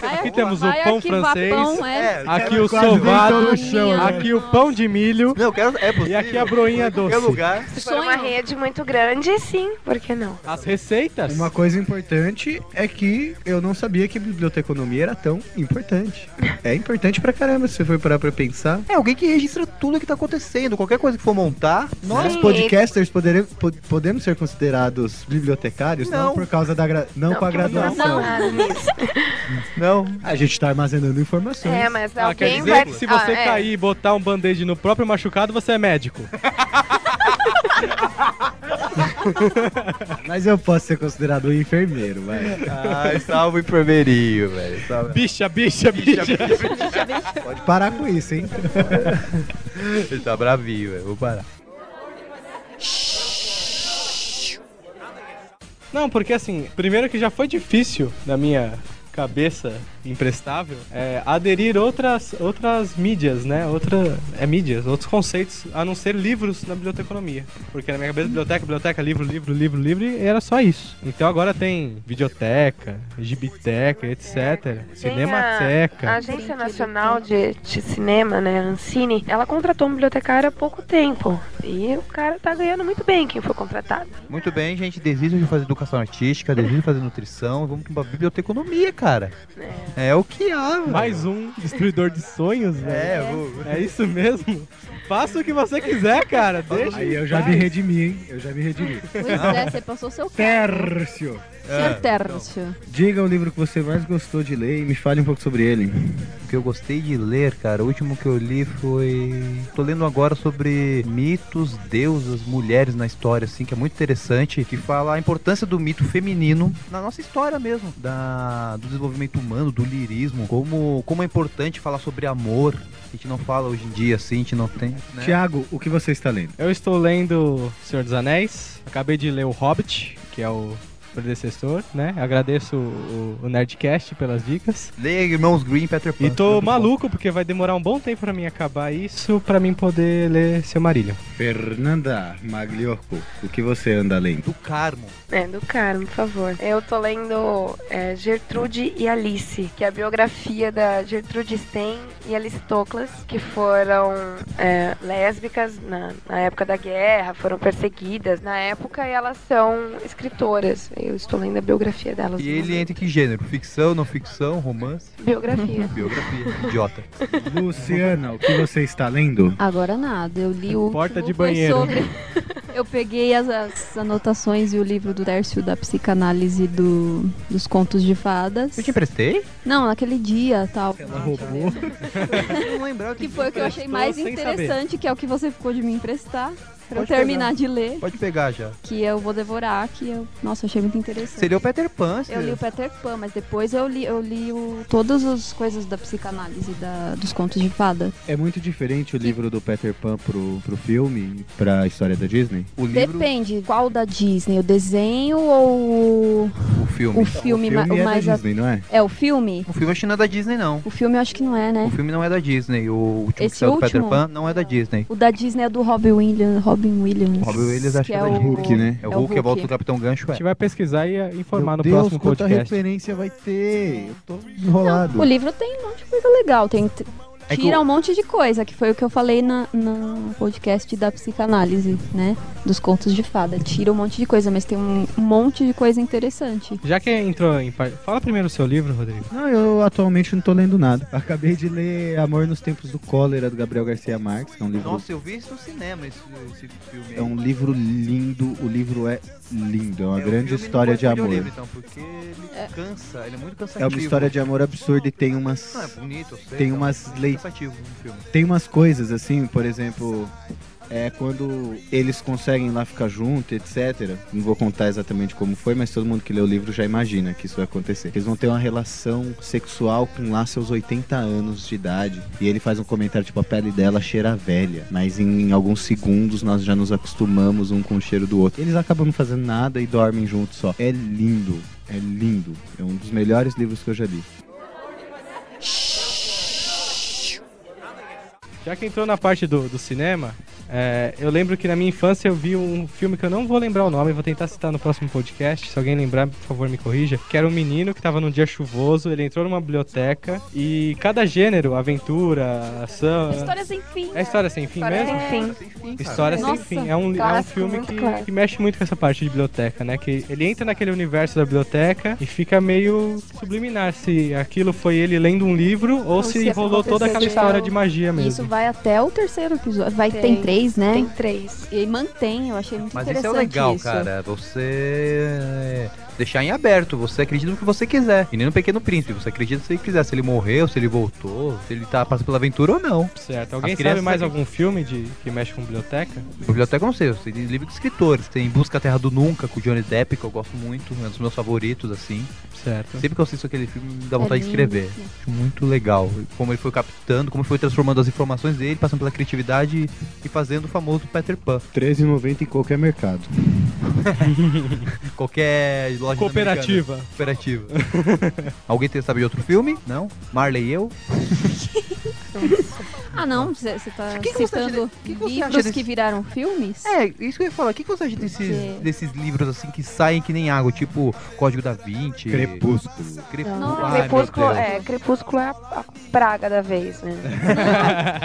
Speaker 7: Vai,
Speaker 4: temos o
Speaker 7: vai
Speaker 4: pão
Speaker 7: aqui,
Speaker 4: francês.
Speaker 7: Vapão, é.
Speaker 4: Aqui o
Speaker 13: quase
Speaker 4: sovado,
Speaker 13: deitou no chão, né?
Speaker 4: aqui o pão de milho
Speaker 3: Não, eu quero. É possível.
Speaker 4: e aqui a broinha
Speaker 3: Qualquer
Speaker 4: doce.
Speaker 3: lugar.
Speaker 5: Se for uma
Speaker 7: Sonho.
Speaker 5: rede muito grande, sim. Por que não?
Speaker 4: As receitas?
Speaker 13: Uma coisa importante é que eu não sabia que biblioteconomia era tão importante. É importante pra caramba, se você for parar pra pensar.
Speaker 3: É alguém que registra tudo o que tá acontecendo. Qualquer coisa que for montar.
Speaker 4: Né?
Speaker 13: Nós,
Speaker 5: Sim.
Speaker 13: podcasters, podere- po- podemos ser considerados bibliotecários? Não,
Speaker 3: Não.
Speaker 13: por causa da gra- não, com a
Speaker 5: porque eu não
Speaker 13: graduação.
Speaker 5: sou nada nisso.
Speaker 3: Não.
Speaker 13: A gente tá armazenando informações.
Speaker 5: É, mas
Speaker 4: Ah, quer
Speaker 5: alguém
Speaker 4: dizer
Speaker 5: vai.
Speaker 4: que se você
Speaker 5: Ah, é.
Speaker 4: cair e botar um band-aid no próprio machucado, você é médico.
Speaker 13: Mas eu posso ser considerado um enfermeiro, vai.
Speaker 3: Ai, salve o enfermeirinho, velho. Salve.
Speaker 4: Bicha, bicha, bicha.
Speaker 13: Pode parar com isso, hein?
Speaker 3: Ele tá bravinho, velho. Vou parar.
Speaker 4: Não, porque assim, primeiro que já foi difícil na minha cabeça imprestável é, aderir outras outras mídias, né? Outra é mídias, outros conceitos a não ser livros na biblioteconomia, porque na minha cabeça biblioteca, biblioteca, livro, livro, livro, livro e era só isso. Então agora tem videoteca, gibiteca, etc,
Speaker 5: Tem A, a
Speaker 4: cinemateca.
Speaker 5: Agência Nacional de, de Cinema, né, a Ancine, ela contratou um bibliotecário há pouco tempo. E o cara tá ganhando muito bem quem foi contratado.
Speaker 3: Muito bem, gente. Desistam de fazer educação
Speaker 4: Uhum.
Speaker 3: artística, desistam de fazer nutrição. Vamos pra biblioteconomia, cara. É o que há, velho.
Speaker 4: Mais um destruidor de sonhos, velho.
Speaker 3: É, o-
Speaker 4: É isso mesmo. Faça o que você quiser, cara. Deixa.
Speaker 13: Aí
Speaker 4: em
Speaker 13: eu já
Speaker 4: paz.
Speaker 13: me redimi, hein? Eu já me redimi.
Speaker 7: Pois é, você passou seu
Speaker 13: Tércio!
Speaker 3: É, Ah. então.
Speaker 7: seu tércio.
Speaker 13: Diga o livro que você mais gostou de ler e me fale um pouco sobre ele.
Speaker 3: O que eu gostei de ler, cara, o último que eu li foi. Tô lendo agora sobre mitos, deusas, mulheres na história, assim, que é muito interessante, que fala a importância do mito feminino na nossa história mesmo, da... do desenvolvimento humano, do lirismo, como... como é importante falar sobre amor. A gente não fala hoje em dia assim, a gente não tem. Né?
Speaker 13: Tiago, o que você está lendo?
Speaker 4: Eu estou lendo Senhor dos Anéis. Acabei de ler o Hobbit, que é o predecessor, né? Agradeço o, o Nerdcast pelas dicas.
Speaker 3: Leia Irmãos Green, Peter Pan.
Speaker 4: E tô
Speaker 3: Muito bom.
Speaker 4: maluco porque vai demorar um bom tempo pra mim acabar isso, pra mim poder ler seu Marília.
Speaker 13: Fernanda Magliocco, o que você anda lendo?
Speaker 3: Do Carmo.
Speaker 5: É, do cara, por favor. Eu tô lendo é, Gertrude e Alice, que é a biografia da Gertrude Stein e Alice Toklas, que foram é, lésbicas na, na época da guerra, foram perseguidas na época e elas são escritoras. Eu estou lendo a biografia delas.
Speaker 3: E ele entra em que gênero? Ficção, não ficção, romance? (laughs)
Speaker 5: Biografia.
Speaker 3: Biografia. Idiota.
Speaker 13: (laughs) Luciana, o que você está lendo?
Speaker 7: Agora nada, eu li o
Speaker 4: Porta
Speaker 7: último,
Speaker 4: de
Speaker 7: foi
Speaker 4: banheiro.
Speaker 7: sobre- (laughs) Eu peguei as, as anotações e o livro do Tércio da psicanálise do- dos contos de fadas.
Speaker 3: Eu te emprestei?
Speaker 7: Não, naquele dia tal.
Speaker 13: Ela roubou.
Speaker 3: Não lembrava
Speaker 7: (laughs) Que foi o que eu achei mais
Speaker 4: Estou sem
Speaker 7: interessante, que é o que você ficou de me emprestar. Pra eu
Speaker 3: Pode
Speaker 7: terminar de ler,
Speaker 3: Pode pegar já.
Speaker 7: que eu vou devorar, que eu. Nossa, eu achei muito interessante.
Speaker 3: Seria o Peter Pan.
Speaker 7: Eu li o Peter Pan, mas depois eu li, eu li o- todas as coisas da psicanálise da- dos contos de fada.
Speaker 13: É muito diferente o livro do Peter Pan pro, pro filme, pra história da Disney?
Speaker 3: o livro,
Speaker 7: Depende, qual da Disney? O desenho ou o-
Speaker 3: tá- o filme.
Speaker 7: o filme,
Speaker 13: o
Speaker 7: ma-
Speaker 13: filme
Speaker 7: o
Speaker 13: é
Speaker 7: mais.
Speaker 13: da
Speaker 7: a-
Speaker 13: Disney, não é?
Speaker 7: É o filme?
Speaker 3: O filme acho que não é da Disney, não.
Speaker 7: O filme eu acho que não é, né?
Speaker 3: O filme não é da Disney. O último
Speaker 7: Esse
Speaker 3: que saiu do Peter
Speaker 7: último?
Speaker 3: Pan não é da Disney.
Speaker 7: O da Disney é do Robin Williams. Rob Robin Williams.
Speaker 3: Robin Williams acho
Speaker 7: que é
Speaker 3: que é
Speaker 7: o
Speaker 6: Hulk, né?
Speaker 3: É o Hulk, é a volta do Capitão Gancho,
Speaker 4: A
Speaker 3: é.
Speaker 4: gente vai pesquisar e eh, informar no
Speaker 6: Deus,
Speaker 4: próximo
Speaker 6: quanta
Speaker 4: podcast.
Speaker 6: referência vai ter. Eu tô
Speaker 7: O
Speaker 6: enrolado.
Speaker 7: livro tem um monte de coisa legal, tem t-
Speaker 3: É que
Speaker 7: tira
Speaker 3: o-
Speaker 7: um monte de coisa, que foi o que eu falei na, no podcast da psicanálise, né? Dos contos de fada. Tira um monte de coisa, mas tem um monte de coisa interessante.
Speaker 4: Já que entrou em. par- Fala primeiro o seu livro, Rodrigo.
Speaker 6: Não, eu atualmente não tô lendo nada. Acabei de ler Amor nos Tempos do Cólera, do Gabriel Garcia Marques, que é um livro
Speaker 3: Nossa, eu vi isso no cinema, esse, esse filme.
Speaker 6: É um livro lindo, o livro é lindo, é uma
Speaker 3: É, o
Speaker 6: grande
Speaker 3: filme
Speaker 6: história
Speaker 3: não pode
Speaker 6: de
Speaker 3: pedir o
Speaker 6: amor.
Speaker 3: livro, então, porque ele cansa, ele é muito cansativo.
Speaker 6: É uma história de amor absurda e tem umas
Speaker 3: Não, é bonito, eu sei.
Speaker 6: tem
Speaker 3: então,
Speaker 6: umas
Speaker 3: mas é
Speaker 6: lei-
Speaker 3: cansativo no filme.
Speaker 6: tem umas coisas assim, por exemplo, é quando eles conseguem lá ficar junto, etc. Não vou contar exatamente como foi, mas todo mundo que lê o livro já imagina que isso vai acontecer. Eles vão ter uma relação sexual com lá seus 80 anos de idade. E ele faz um comentário tipo, a pele dela cheira a velha. Mas em, em alguns segundos nós já nos acostumamos um com o cheiro do outro. Eles acabam não fazendo nada e dormem juntos só. É lindo. É lindo. É um dos melhores livros que eu já li.
Speaker 4: Já que entrou na parte do, do cinema, é, eu lembro que na minha infância eu vi um filme que eu não vou lembrar o nome, vou tentar citar no próximo podcast. Se alguém lembrar, por favor, me corrija. Que era um menino que tava num dia chuvoso, ele entrou numa biblioteca e cada gênero, aventura, ação.
Speaker 7: História sem fim.
Speaker 4: É história sem fim
Speaker 5: História
Speaker 4: mesmo?
Speaker 5: sem fim.
Speaker 4: História sem
Speaker 7: Nossa,
Speaker 4: fim. É um, é um
Speaker 5: clássico,
Speaker 4: filme
Speaker 5: muito
Speaker 4: que,
Speaker 5: clássico.
Speaker 4: que mexe muito com essa parte de biblioteca, né? Que ele entra naquele universo da biblioteca e fica meio subliminar se aquilo foi ele lendo um livro ou,
Speaker 5: Ou
Speaker 4: se
Speaker 5: se
Speaker 4: rolou toda aquela
Speaker 5: aconteceu de
Speaker 4: história
Speaker 5: fato.
Speaker 4: de magia mesmo.
Speaker 7: Isso vai até o terceiro episódio. Vai, tem,
Speaker 5: Tem.
Speaker 7: três, né?
Speaker 5: Tem três.
Speaker 7: E mantém, eu achei muito
Speaker 3: Mas isso
Speaker 7: interessante.
Speaker 3: é o legal,
Speaker 7: isso.
Speaker 3: cara. Você é, deixar em aberto. Você acredita no que você quiser. E nem no Pequeno Príncipe. Você acredita se ele quiser. Se ele morreu, se ele voltou, se ele tá passando pela aventura ou não.
Speaker 4: Certo. Alguém
Speaker 3: As
Speaker 4: sabe
Speaker 3: crianças
Speaker 4: mais
Speaker 3: aqui.
Speaker 4: algum filme de, que mexe com biblioteca?
Speaker 3: Biblioteca eu não sei, eu sei de livro de escritores. Tem Busca a Terra do Nunca, com o Johnny Depp, que eu gosto muito, é um dos meus favoritos, assim.
Speaker 4: Certo.
Speaker 3: Sempre que eu assisto aquele filme, me dá
Speaker 7: É
Speaker 3: vontade de
Speaker 7: lindo.
Speaker 3: escrever. Acho muito legal. Como ele foi captando, como ele foi transformando as informações dele, passando pela criatividade e fazendo o famoso Peter Pan.
Speaker 6: R$13,90 em qualquer mercado.
Speaker 3: Qualquer loja americana.
Speaker 4: Cooperativa.
Speaker 3: Cooperativa. (laughs) Alguém tem sabe de outro filme? Não? Marley e eu?
Speaker 7: Ah, não, você você tá
Speaker 3: Que que você acha
Speaker 7: citando
Speaker 3: de- que que você acha
Speaker 7: livros
Speaker 3: desse-
Speaker 7: que viraram filmes?
Speaker 3: É, isso que eu ia falar. O que, que você acha desses,
Speaker 7: Porque-
Speaker 3: desses livros assim que saem que nem água? Tipo Código da Vinci.
Speaker 6: Crepúsculo.
Speaker 3: Crepúsculo.
Speaker 7: Nossa.
Speaker 3: Ai, meu
Speaker 5: Crepúsculo
Speaker 3: Deus.
Speaker 5: é, Crepúsculo é a, a praga da vez, né?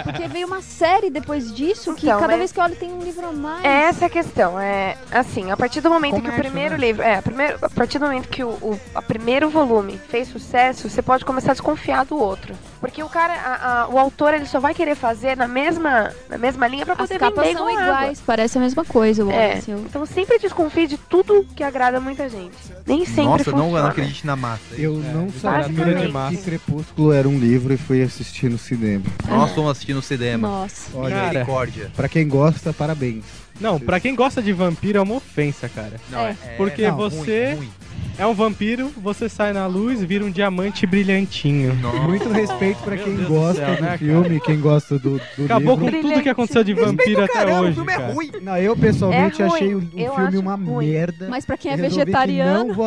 Speaker 7: Porque veio uma série depois disso que
Speaker 5: Então,
Speaker 7: cada
Speaker 5: mas-
Speaker 7: vez que eu olho tem um livro a mais.
Speaker 5: É essa a questão. É assim, a partir do momento que
Speaker 3: Comércio,
Speaker 5: o primeiro
Speaker 3: né?
Speaker 5: livro. É, a, primeiro- a partir do momento que o, o a primeiro volume fez sucesso, você pode começar a desconfiar do outro. Porque o cara, a- a- o autor, ele só vai querer fazer na mesma, na mesma linha pra
Speaker 7: As
Speaker 5: poder
Speaker 7: capas
Speaker 5: vender
Speaker 7: são
Speaker 5: igual água.
Speaker 7: iguais, parece a mesma coisa, eu olho
Speaker 5: É.
Speaker 7: assim, eu-
Speaker 5: Então sempre desconfie de tudo que agrada muita gente. Nem sempre
Speaker 3: Nossa, não,
Speaker 5: funciona.
Speaker 3: não acredite na massa.
Speaker 6: Eu não
Speaker 4: literatura
Speaker 6: sabia
Speaker 4: É, de massa.
Speaker 6: que Crepúsculo era um livro e fui assistir no cinema.
Speaker 3: Nós estamos assistindo o cinema.
Speaker 7: Nossa.
Speaker 6: Olha,
Speaker 4: Cara.
Speaker 3: Misericórdia.
Speaker 6: pra quem gosta, parabéns.
Speaker 4: Não, pra quem gosta de vampiro é uma ofensa, cara.
Speaker 3: Não, é-
Speaker 4: Porque
Speaker 3: não,
Speaker 4: você-
Speaker 3: ruim,
Speaker 4: É um vampiro, você sai na luz, vira um diamante brilhantinho.
Speaker 3: ruim.
Speaker 6: Muito respeito pra
Speaker 4: Meu
Speaker 6: quem
Speaker 4: Deus do
Speaker 6: gosta
Speaker 4: céu,
Speaker 6: do
Speaker 4: né,
Speaker 6: filme, quem gosta do, do
Speaker 4: Acabou com
Speaker 6: livro.
Speaker 4: tudo que aconteceu de vampiro até
Speaker 3: Caramba, o
Speaker 4: hoje.
Speaker 3: filme é
Speaker 4: Cara.
Speaker 3: ruim.
Speaker 6: Não, eu pessoalmente
Speaker 5: É ruim,
Speaker 6: achei o, o
Speaker 5: eu
Speaker 6: filme
Speaker 5: acho
Speaker 6: uma
Speaker 5: ruim.
Speaker 6: merda.
Speaker 7: Mas pra quem é
Speaker 6: Resolvi que
Speaker 7: vegetariano,
Speaker 6: não vou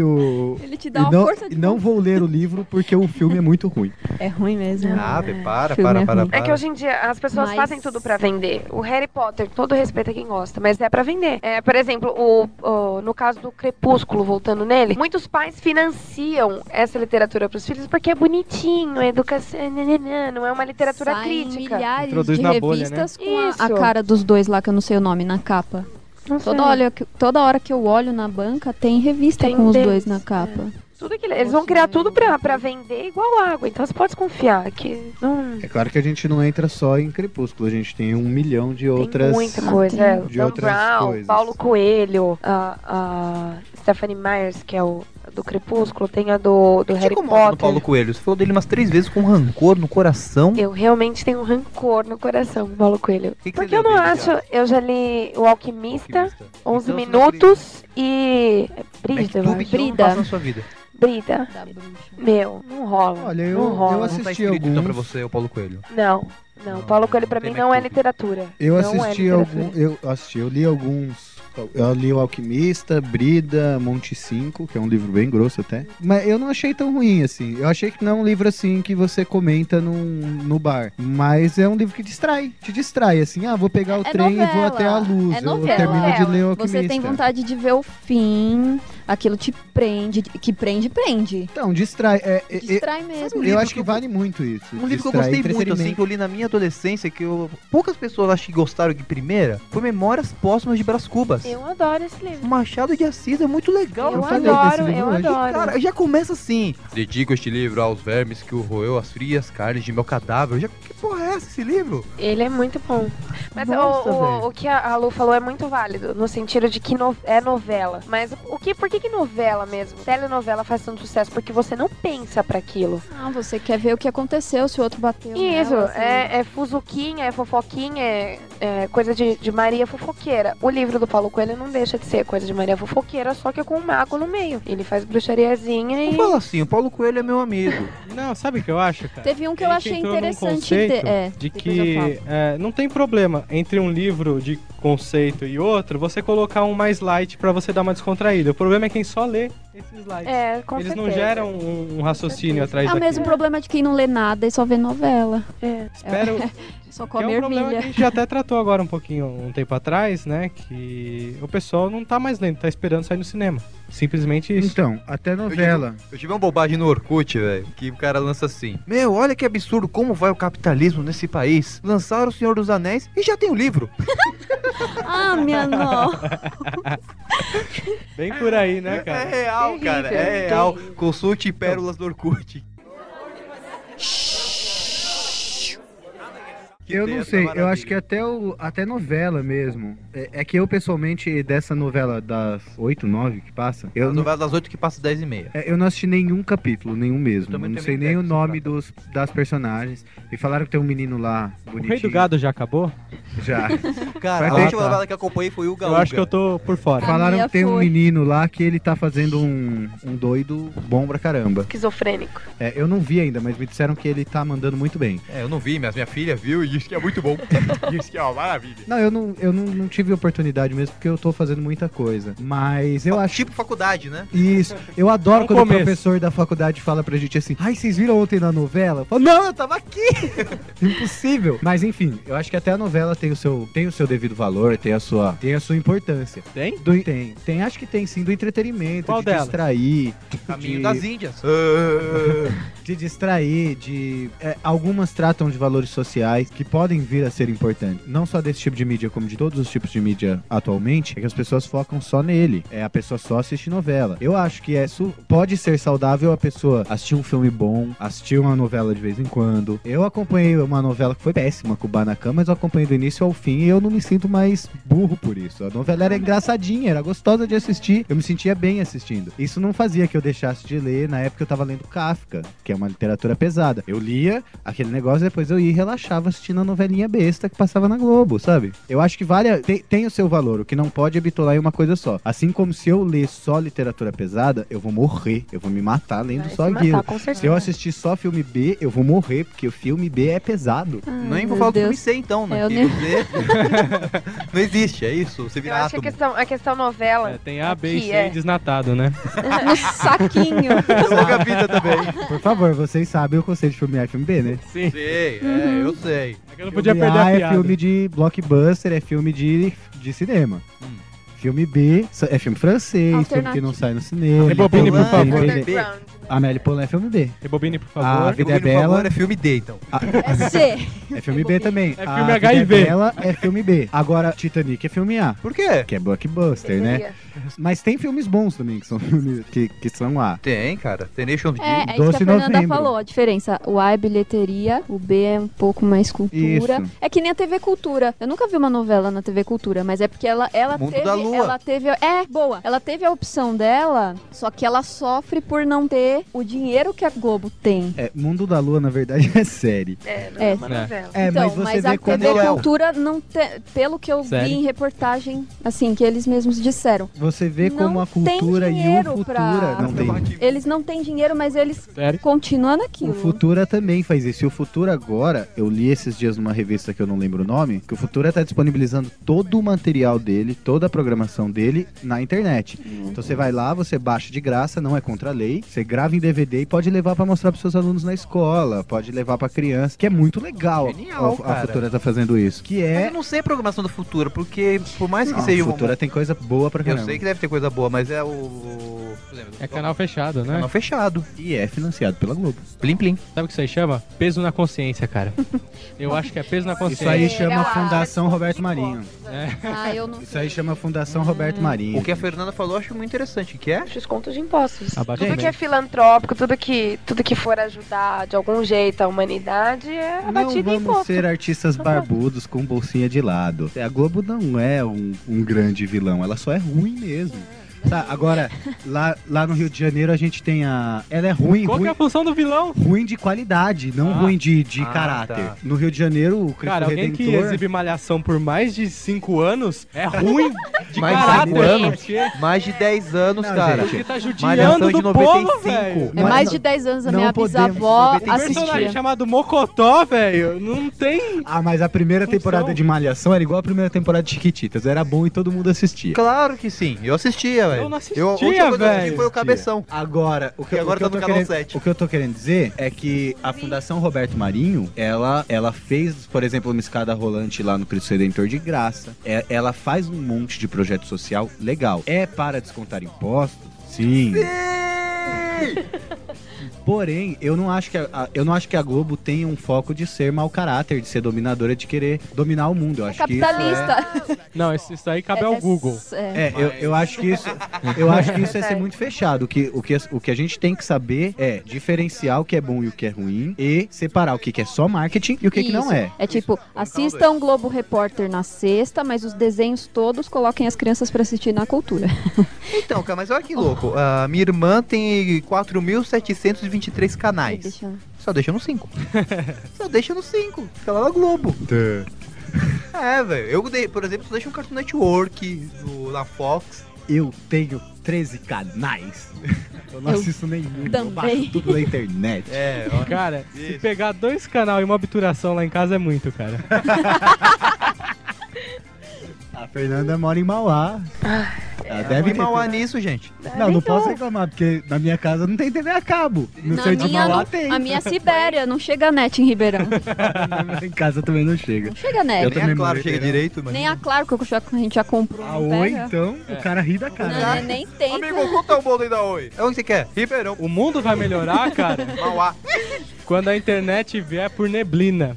Speaker 5: (laughs)
Speaker 6: o...
Speaker 7: ele te
Speaker 6: E
Speaker 7: dá uma
Speaker 6: não,
Speaker 7: força de
Speaker 6: e não vou ler o livro porque o filme é muito ruim.
Speaker 7: É ruim mesmo.
Speaker 3: Ah, Bê, para,
Speaker 7: Filme
Speaker 3: para,
Speaker 7: é
Speaker 3: para,
Speaker 7: ruim.
Speaker 3: para.
Speaker 5: É que hoje em dia as pessoas
Speaker 7: Mas-
Speaker 5: fazem tudo pra vender. O Harry Potter, todo respeito a quem gosta, mas é pra vender. É, por exemplo, o, o- no caso do Crepúsculo, voltando nele, muitos pais financiam essa literatura pros filhos porque é bonitinho, é educação, nananã, não é uma literatura
Speaker 7: Saem
Speaker 5: crítica.
Speaker 7: milhares
Speaker 4: Introduz
Speaker 7: de
Speaker 4: na bolha,
Speaker 7: revistas
Speaker 5: Isso.
Speaker 7: com a, a cara dos dois lá, que eu não sei o nome, na capa.
Speaker 5: Não sei.
Speaker 7: Toda, olha, que- toda hora que eu olho na banca, tem revista
Speaker 5: Tem
Speaker 7: com os
Speaker 5: deles,
Speaker 7: dois na capa.
Speaker 5: Tudo que eles vão criar tudo pra, pra vender igual água. Então você pode desconfiar que não
Speaker 6: É claro que a gente não entra só em Crepúsculo, a gente tem um milhão de
Speaker 5: tem
Speaker 6: outras.
Speaker 5: muita coisa. É,
Speaker 6: de
Speaker 5: Dan
Speaker 6: outras
Speaker 5: Brown,
Speaker 6: coisas.
Speaker 5: Paulo Coelho, a, a Stephanie Myers, que é o do Crepúsculo, tem Tipo a do, do
Speaker 3: Eu te
Speaker 5: Harry
Speaker 3: incomodo no
Speaker 5: Potter.
Speaker 3: Paulo Coelho. Você falou dele umas três vezes com rancor no coração.
Speaker 5: Eu realmente tenho um rancor no coração, com Paulo Coelho.
Speaker 3: Que que
Speaker 5: Porque
Speaker 3: você
Speaker 5: eu
Speaker 3: leu
Speaker 5: não
Speaker 3: dele
Speaker 5: acho.
Speaker 3: já?
Speaker 5: Eu já li O Alquimista,
Speaker 3: Então,
Speaker 5: 11
Speaker 3: você não
Speaker 5: Minutos e. é
Speaker 3: acredita-
Speaker 5: Brida, eu
Speaker 3: MacTube
Speaker 5: acho.
Speaker 3: que não
Speaker 7: Brida.
Speaker 3: passa na sua vida.
Speaker 5: Brida.
Speaker 7: É, Da bruxa.
Speaker 5: Meu, não rola.
Speaker 6: Olha,
Speaker 5: não
Speaker 6: eu, eu
Speaker 5: rola.
Speaker 3: Não tá
Speaker 6: assisti
Speaker 3: escrito então pra
Speaker 6: alguns.
Speaker 3: você, o Paulo Coelho.
Speaker 5: Não, não.
Speaker 3: Não,
Speaker 5: Paulo Coelho pra
Speaker 3: não tem
Speaker 5: mim não é
Speaker 3: MacTube.
Speaker 5: literatura.
Speaker 6: Eu
Speaker 5: Não é
Speaker 6: assisti
Speaker 5: literatura.
Speaker 6: algum, eu assisti, eu li alguns Eu li O Alquimista, Brida, Monte 5, que é um livro bem grosso até. Mas eu não achei tão ruim assim. Eu achei que não é um livro assim que você comenta num, no bar. Mas é um livro que distrai. Te distrai, assim. Ah, vou pegar o
Speaker 7: É
Speaker 6: trem e vou
Speaker 7: novela.
Speaker 6: até a luz.
Speaker 7: É
Speaker 6: Eu
Speaker 7: novela.
Speaker 6: termino de ler O Alquimista.
Speaker 7: Você tem vontade de ver o fim, aquilo te prende, que prende, prende.
Speaker 6: Então, distrai. É, é, é-
Speaker 7: Distrai mesmo.
Speaker 6: eu acho que vale muito isso.
Speaker 3: Um livro que eu
Speaker 6: Distrai
Speaker 3: gostei muito, assim,
Speaker 6: entretenimento.
Speaker 3: que eu li na minha adolescência, que eu- poucas pessoas acho que gostaram de primeira, foi Memórias Póstumas de Brás Cubas.
Speaker 5: Eu adoro esse livro.
Speaker 3: Machado de Assis é muito legal.
Speaker 5: Eu
Speaker 3: falei desse
Speaker 5: adoro,
Speaker 3: livro
Speaker 5: eu
Speaker 3: hoje.
Speaker 5: adoro.
Speaker 3: Cara, já começa assim. Dedico este livro aos vermes que o roeu as frias carnes de meu cadáver. Já... Que porra é essa, esse livro?
Speaker 5: Ele é muito bom. Mas o-
Speaker 3: Nossa,
Speaker 5: o,
Speaker 3: velho.
Speaker 5: o que a a Lu falou é muito válido, no sentido de que no- é novela. Mas o que, por que, que novela mesmo? Telenovela faz tanto sucesso porque você não pensa pra aquilo.
Speaker 7: Ah, você quer ver o que aconteceu se o outro bateu.
Speaker 5: Isso,
Speaker 7: nela, assim.
Speaker 5: é, é fuzuquinha, é fofoquinha, é, é coisa de, de Maria Fofoqueira. O livro do Paulo Coelho não deixa de ser coisa de Maria Fofoqueira, só que com um mago no meio. Ele faz bruxariazinha
Speaker 3: Não
Speaker 5: e.
Speaker 3: fala assim, o Paulo Coelho é meu amigo.
Speaker 4: Não, sabe o que eu acho, cara?
Speaker 7: Teve um que eu
Speaker 4: A gente
Speaker 7: achei
Speaker 4: entrou num
Speaker 7: interessante.
Speaker 4: conceito
Speaker 7: de- é,
Speaker 4: de
Speaker 7: depois eu falo.
Speaker 4: que é, não tem problema entre um livro de conceito e outro você colocar um mais light pra você dar uma descontraída. O problema é quem só lê esses lights.
Speaker 5: É, com
Speaker 4: Eles
Speaker 5: certeza.
Speaker 4: não geram um, um raciocínio
Speaker 5: certeza.
Speaker 4: atrás
Speaker 7: É o
Speaker 4: daquilo.
Speaker 7: mesmo problema de quem não lê nada e só vê novela.
Speaker 5: É. (laughs)
Speaker 4: Espero,
Speaker 7: Só
Speaker 4: Que é um
Speaker 7: come
Speaker 4: problema que a
Speaker 7: ervilha.
Speaker 4: gente já até tratou agora um pouquinho, um tempo atrás, né? Que o pessoal não tá mais lendo, tá esperando sair no cinema. Simplesmente
Speaker 6: (laughs)
Speaker 4: isso.
Speaker 6: Então, até novela.
Speaker 3: (laughs) Eu tive uma bobagem no Orkut, velho, que o cara lança assim. Meu, olha que absurdo como vai o capitalismo nesse país. Lançaram o Senhor dos Anéis e já tem o livro.
Speaker 7: Ah, minha nó.
Speaker 4: Bem por aí, né, cara?
Speaker 3: É real, cara, é real. Consulte pérolas do Orkut.
Speaker 6: Eu
Speaker 3: tá
Speaker 6: não sei, eu acho que é até, o, até novela mesmo. É, é que eu, pessoalmente, dessa novela das 8, 9 que passa,
Speaker 3: Eu
Speaker 6: eu não,
Speaker 3: novela das 8 que passa 10 e meia.
Speaker 6: é, eu não assisti nenhum capítulo, nenhum mesmo.
Speaker 3: Eu também
Speaker 6: Eu não
Speaker 3: tenho
Speaker 6: sei
Speaker 3: ideia
Speaker 6: nem o
Speaker 3: dessa
Speaker 6: nome dos, das personagens. E falaram que tem um menino lá,
Speaker 4: O
Speaker 6: bonitinho.
Speaker 4: Rei do Gado já acabou?
Speaker 6: Já. (laughs)
Speaker 3: Cara, a
Speaker 6: Vai
Speaker 3: última
Speaker 6: tentar.
Speaker 3: novela que eu acompanhei foi o Gaúga.
Speaker 4: Eu acho que eu tô por fora.
Speaker 6: (laughs) falaram
Speaker 7: minha
Speaker 6: que tem um
Speaker 7: foi.
Speaker 6: menino lá que ele tá fazendo um, um doido bom pra caramba.
Speaker 5: Esquizofrênico.
Speaker 6: É, eu não vi ainda, mas me disseram que ele tá mandando muito bem.
Speaker 1: É, eu não vi, mas minha filha viu e disse que é muito
Speaker 3: (laughs)
Speaker 1: bom. disse que é uma maravilha.
Speaker 6: Não, eu não, eu não, não tive oportunidade mesmo, porque eu tô fazendo muita coisa. Mas eu acho.
Speaker 3: Tipo faculdade, né?
Speaker 6: Isso, eu adoro
Speaker 4: É um
Speaker 6: quando
Speaker 4: começo.
Speaker 6: o professor da faculdade fala pra gente assim, ai, vocês viram ontem na novela? Eu falo, não, eu tava aqui! (laughs) Impossível. Mas enfim, eu acho que até a novela tem o seu, tem o seu devido valor, tem a sua, tem a sua importância.
Speaker 4: Tem?
Speaker 6: Do- Ah, tem, tem, acho que tem sim, do entretenimento,
Speaker 4: Qual
Speaker 6: de
Speaker 4: delas?
Speaker 6: distrair,
Speaker 3: Caminho
Speaker 6: Tipo de- Ah,
Speaker 3: das Índias.
Speaker 6: de distrair, de. é, algumas tratam de valores sociais que podem vir a ser importantes. Não só desse tipo de mídia, como de todos os tipos de mídia atualmente, é que as pessoas focam só nele. É a pessoa só assiste novela. Eu acho que é su- pode ser saudável a pessoa assistir um filme bom, assistir uma novela de vez em quando. Eu acompanhei uma novela que foi péssima, Kubanacan, mas eu acompanhei do início ao fim e eu não me sinto mais burro por isso. A novela era engraçadinha, era gostosa de assistir, eu me sentia bem assistindo. Isso não fazia que eu deixasse de ler, na época eu tava lendo Kafka, que é uma literatura pesada. Eu lia aquele negócio, depois eu ia e relaxava assistindo a novelinha besta que passava na Globo, sabe? Eu acho que vale, a- tem, tem o seu valor, o que não pode é bitolar em uma coisa só. Assim como se eu ler só literatura pesada, eu vou morrer, eu vou me matar lendo
Speaker 5: Vai se
Speaker 6: só aquilo.
Speaker 5: matar, com
Speaker 6: Se eu
Speaker 5: certeza.
Speaker 6: assistir só filme B, eu vou morrer, porque o filme B é pesado.
Speaker 3: Nem vou
Speaker 7: meu
Speaker 3: falar do
Speaker 7: Deus.
Speaker 3: filme C, então, né?
Speaker 7: É, eu
Speaker 3: Que
Speaker 7: nem-
Speaker 3: você- (laughs) não existe, é isso. Você
Speaker 5: Eu
Speaker 3: vira
Speaker 5: acho que é a
Speaker 3: átomo.
Speaker 5: questão, a questão novela.
Speaker 4: É, tem A, B e
Speaker 5: Aqui,
Speaker 4: C
Speaker 5: é.
Speaker 4: desnatado, né?
Speaker 7: (laughs) No
Speaker 6: (laughs)
Speaker 7: saquinho.
Speaker 3: Longa vida também.
Speaker 6: Por favor, vocês sabem o conceito de filme A e filme B, né?
Speaker 4: Sim.
Speaker 3: Sei, é, eu sei.
Speaker 4: Eu não podia
Speaker 6: filme
Speaker 4: perder a
Speaker 6: A é
Speaker 4: piada.
Speaker 6: filme de blockbuster, é filme de, de cinema.
Speaker 4: Hum.
Speaker 6: Filme B é filme francês, filme que
Speaker 7: Alternativo.
Speaker 6: não sai no cinema.
Speaker 4: Rebobine, por
Speaker 6: filme
Speaker 4: favor.
Speaker 6: B, B, B.
Speaker 5: Underground.
Speaker 6: Amélie Poulain é filme B.
Speaker 4: Rebobine, por
Speaker 6: A
Speaker 4: favor.
Speaker 6: Vida é
Speaker 3: Por favor,
Speaker 6: Bela
Speaker 3: é filme D, então.
Speaker 7: É C.
Speaker 6: é filme B também.
Speaker 4: É
Speaker 6: A
Speaker 4: filme
Speaker 6: Vida
Speaker 4: HIV.
Speaker 6: É Bela é filme B. Agora, Titanic é filme A,
Speaker 3: Por quê?
Speaker 6: que é blockbuster, né?
Speaker 5: Deveria.
Speaker 6: Mas tem filmes bons também, que são, filmes- que, que são A.
Speaker 3: Tem, cara. Tem Nation D.
Speaker 7: É, é isso que
Speaker 6: 12
Speaker 7: a
Speaker 6: de
Speaker 7: Fernanda
Speaker 6: novembro.
Speaker 7: falou, a diferença. O A é bilheteria, o B é um pouco mais cultura.
Speaker 6: Isso.
Speaker 7: É que nem a TV Cultura. Eu nunca vi uma novela na TV Cultura, mas é porque ela, ela
Speaker 3: Mundo
Speaker 7: teve.
Speaker 3: da Lua.
Speaker 7: Ela teve. É, boa. Ela teve a opção dela, só que ela sofre por não ter o dinheiro que a Globo tem.
Speaker 6: É, Mundo da Lua, na verdade, (laughs) é série.
Speaker 5: É, não
Speaker 7: É.
Speaker 5: é uma novela.
Speaker 6: É,
Speaker 7: então,
Speaker 6: mas você vê é
Speaker 7: a
Speaker 6: quando
Speaker 7: TV
Speaker 3: ela-
Speaker 7: Cultura não te- pelo que eu
Speaker 4: Sério?
Speaker 7: vi em reportagem, assim, que eles mesmos disseram.
Speaker 6: Você vê
Speaker 7: Não
Speaker 6: como a
Speaker 7: tem
Speaker 6: cultura e o
Speaker 7: dinheiro
Speaker 6: Futura.
Speaker 7: pra-
Speaker 6: Não tem.
Speaker 7: Eles não têm dinheiro, mas eles
Speaker 4: Sério?
Speaker 7: continuam naquilo.
Speaker 6: O Futura também faz isso. E o Futura agora, eu li esses dias numa revista que eu não lembro o nome, que o Futura tá disponibilizando todo o material dele, toda a informação dele na internet.
Speaker 3: Uhum.
Speaker 6: Então você vai lá, você baixa de graça, não é contra a lei, você grava em DVD e pode levar pra mostrar pros seus alunos na escola, pode levar pra criança, que é muito legal.
Speaker 3: Genial,
Speaker 6: a, a
Speaker 3: cara.
Speaker 6: Futura tá fazendo isso, que
Speaker 3: Mas
Speaker 6: é
Speaker 3: eu não sei a programação do futuro, porque por mais que
Speaker 6: Ah,
Speaker 3: seja
Speaker 6: Futura tem coisa boa pra
Speaker 3: uma... Eu
Speaker 6: caramba.
Speaker 3: sei que deve ter coisa boa, mas é o... por exemplo,
Speaker 4: É canal fechado, né?
Speaker 3: canal fechado.
Speaker 6: E é financiado pela Globo.
Speaker 3: Plim, plim.
Speaker 4: Sabe o que isso aí chama? Peso na consciência,
Speaker 5: (laughs)
Speaker 4: cara. Eu acho que é peso na consciência.
Speaker 6: Isso aí
Speaker 7: Será?
Speaker 6: chama Fundação Roberto Marinho.
Speaker 7: Ah, eu não.
Speaker 6: Isso aí chama Fundação
Speaker 4: Hum.
Speaker 6: Roberto Marinho.
Speaker 3: O
Speaker 4: é
Speaker 3: que a Fernanda falou eu acho muito interessante, que é...
Speaker 5: Desconto de impostos. Tudo
Speaker 4: Abatimento.
Speaker 5: que é filantrópico, tudo que, tudo que for ajudar de algum jeito a humanidade é
Speaker 6: Não
Speaker 5: abatido em
Speaker 6: vamos
Speaker 5: imposto.
Speaker 6: ser
Speaker 4: Tá
Speaker 6: artistas barbudos com bolsinha de lado. A Globo não é um, um grande vilão, ela só é ruim mesmo. Tá, agora, lá, lá no Rio de Janeiro a gente tem a. Ela é ruim,
Speaker 4: Qual que é
Speaker 6: ruim,
Speaker 4: a função do vilão?
Speaker 6: ruim de qualidade, não
Speaker 4: Ah.
Speaker 6: ruim de, de
Speaker 3: Ah,
Speaker 6: caráter.
Speaker 3: tá.
Speaker 6: No Rio de Janeiro, o Cristo
Speaker 4: Cara, alguém
Speaker 6: Redentor.
Speaker 4: que exibe malhação por mais de 5 anos é ruim de
Speaker 3: Mais de
Speaker 4: caráter.
Speaker 3: cinco anos?
Speaker 4: porque-
Speaker 3: Mais de 10 anos,
Speaker 6: Não,
Speaker 3: cara.
Speaker 6: gente,
Speaker 4: Porque tá judiando
Speaker 3: Malhação
Speaker 4: do
Speaker 3: de
Speaker 4: povo,
Speaker 3: 95.
Speaker 4: velho.
Speaker 7: É
Speaker 6: Mas
Speaker 7: mais
Speaker 6: não-
Speaker 7: de 10 anos a
Speaker 6: não
Speaker 7: minha
Speaker 6: podemos,
Speaker 7: bisavó
Speaker 3: tem
Speaker 4: Um personagem
Speaker 7: assistia.
Speaker 4: chamado Mocotó, velho, não tem...
Speaker 6: Ah, mas a primeira
Speaker 4: Função.
Speaker 6: temporada de Malhação era igual a primeira temporada de Chiquititas. Era bom e todo mundo assistia.
Speaker 3: Claro que sim, eu assistia, velho.
Speaker 4: Eu não
Speaker 3: Eu- a última
Speaker 4: assistia,
Speaker 3: coisa que eu assisti
Speaker 4: velho.
Speaker 3: foi o Cabeção.
Speaker 6: Agora, o que,
Speaker 3: E Então,
Speaker 6: eu-
Speaker 3: agora
Speaker 6: o que eu
Speaker 3: tá no
Speaker 6: tô
Speaker 3: canal
Speaker 6: querendo,
Speaker 3: sete.
Speaker 6: O que eu tô querendo dizer é que a Fundação Roberto Marinho, ela, ela fez, por exemplo, uma escada rolante lá no Cristo Redentor de graça. É- ela faz um monte de projeto social legal. É para descontar impostos? Sim. (laughs) Porém, eu não acho que a, a- eu não acho que a Globo tenha um foco de ser mau caráter, de ser dominadora, de querer dominar o mundo. Eu acho que isso é-
Speaker 7: Capitalista.
Speaker 4: Não, isso isso aí cabe ao
Speaker 7: É-
Speaker 4: Google.
Speaker 7: é.
Speaker 6: é, eu, eu acho que isso, eu acho que isso é ser muito fechado. O que, o, que, o que a gente tem que saber é diferenciar o que é bom e o que é ruim e separar o que, que é só marketing e o que, que não
Speaker 7: Isso.
Speaker 6: é.
Speaker 7: É tipo, assistam Globo Repórter na sexta, mas os desenhos todos coloquem as crianças pra assistir na cultura.
Speaker 3: Então, cara, mas olha que louco. A minha irmã tem 4.723
Speaker 6: Ah,
Speaker 3: canais.
Speaker 7: Deixa eu-
Speaker 3: Só deixa no 5. Só deixa no 5. Fica lá na Globo. É, velho. Eu, dei, por exemplo, só deixo um Cartoon Network do, na Fox.
Speaker 6: Eu tenho 13 canais. (laughs) Eu não
Speaker 7: Eu
Speaker 6: assisto nenhum. Eu
Speaker 7: também.
Speaker 6: baixo tudo na internet.
Speaker 3: É, ó.
Speaker 4: Cara, se pegar dois canal e uma obturação lá em casa é muito, cara.
Speaker 6: A Fernanda mora em Mauá.
Speaker 7: Ah, é.
Speaker 6: Ela deve
Speaker 3: Deve
Speaker 6: ter-
Speaker 3: mal nisso, gente.
Speaker 6: Não, não posso reclamar, porque na minha casa não tem TV a cabo. No
Speaker 7: um- Na
Speaker 6: centro de
Speaker 7: minha,
Speaker 6: Mauá
Speaker 7: não-
Speaker 6: tem.
Speaker 7: a
Speaker 6: (laughs)
Speaker 7: minha é Sibéria, não chega a net em Ribeirão.
Speaker 6: Em casa também não chega.
Speaker 7: Não chega a net.
Speaker 6: Eu
Speaker 3: Nem
Speaker 6: também
Speaker 3: é claro,
Speaker 6: morei
Speaker 3: chega
Speaker 6: em Ribeirão.
Speaker 3: direito, mas.
Speaker 7: Nem a Claro que eu já- a gente já comprou.
Speaker 6: A
Speaker 7: não
Speaker 6: Oi,
Speaker 7: pega.
Speaker 6: então, o cara ri da cara.
Speaker 7: Não, nem, nem tem.
Speaker 3: Amigo, conta o bolo aí da Oi. É onde você quer? Ribeirão.
Speaker 4: O mundo vai melhorar, cara,
Speaker 3: Mauá.
Speaker 4: quando a internet vier por neblina.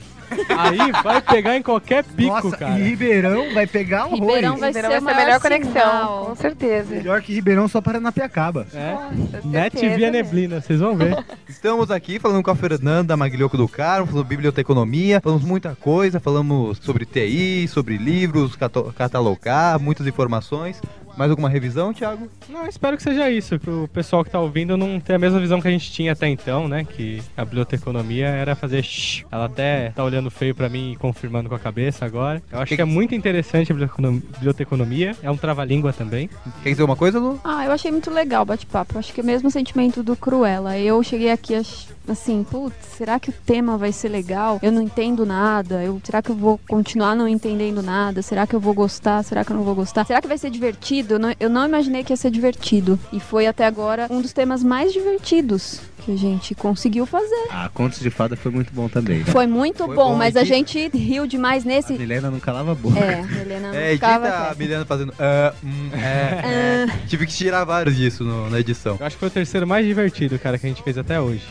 Speaker 4: Aí vai pegar em qualquer pico,
Speaker 6: Nossa,
Speaker 4: cara.
Speaker 6: e Ribeirão vai pegar horrores.
Speaker 7: Ribeirão vai
Speaker 5: Ribeirão Então vai
Speaker 7: ser o
Speaker 5: ser a
Speaker 7: maior
Speaker 5: melhor conexão,
Speaker 7: sinal.
Speaker 5: com certeza.
Speaker 6: Melhor que Ribeirão só Paranapiacaba.
Speaker 4: É.
Speaker 5: Nossa,
Speaker 4: Net
Speaker 5: certeza né?
Speaker 4: via
Speaker 5: mesmo.
Speaker 4: neblina, vocês vão ver.
Speaker 3: Estamos aqui falando com a Fernanda Maglioco do Carmo, falando biblioteconomia, falamos muita coisa, falamos sobre TI, sobre livros, cato- catalogar, muitas informações. Mais alguma revisão, Thiago?
Speaker 4: Não, espero que seja isso, pro pessoal que tá ouvindo não ter a mesma visão que a gente tinha até então, né? Que a biblioteconomia era fazer shh. Ela até tá olhando feio pra mim e confirmando com a cabeça agora. Eu acho que é muito interessante a biblioteconom- biblioteconomia. É um trava-língua também.
Speaker 3: Quer dizer uma coisa, Lu?
Speaker 7: Ah, eu achei muito legal o bate-papo. Eu Acho que é o mesmo sentimento do Cruella. Eu cheguei aqui ach- assim, putz, será que o tema vai ser legal? Eu não entendo nada. Eu, será que eu vou continuar não entendendo nada? Será que eu vou gostar? Será que eu não vou gostar? Será que vai ser divertido? Eu não, eu não imaginei que ia ser divertido. E foi até agora um dos temas mais divertidos que a gente conseguiu fazer.
Speaker 6: Ah, Contos de Fada foi muito bom também.
Speaker 7: Foi muito
Speaker 3: Foi
Speaker 7: bom,
Speaker 3: bom, é
Speaker 7: mas
Speaker 3: hein,
Speaker 7: a
Speaker 3: Kika?
Speaker 7: gente riu demais
Speaker 6: A
Speaker 7: nesse.
Speaker 6: Milena não calava a boca. (laughs)
Speaker 7: É, a Helena não
Speaker 3: É, edita
Speaker 7: ficava Ah.
Speaker 3: a
Speaker 7: quieta.
Speaker 3: Milena fazendo. "Ah, hum, é, é." Tive que tirar vários disso no- na edição.
Speaker 4: Eu acho que foi o terceiro mais divertido, cara, que a gente fez até hoje.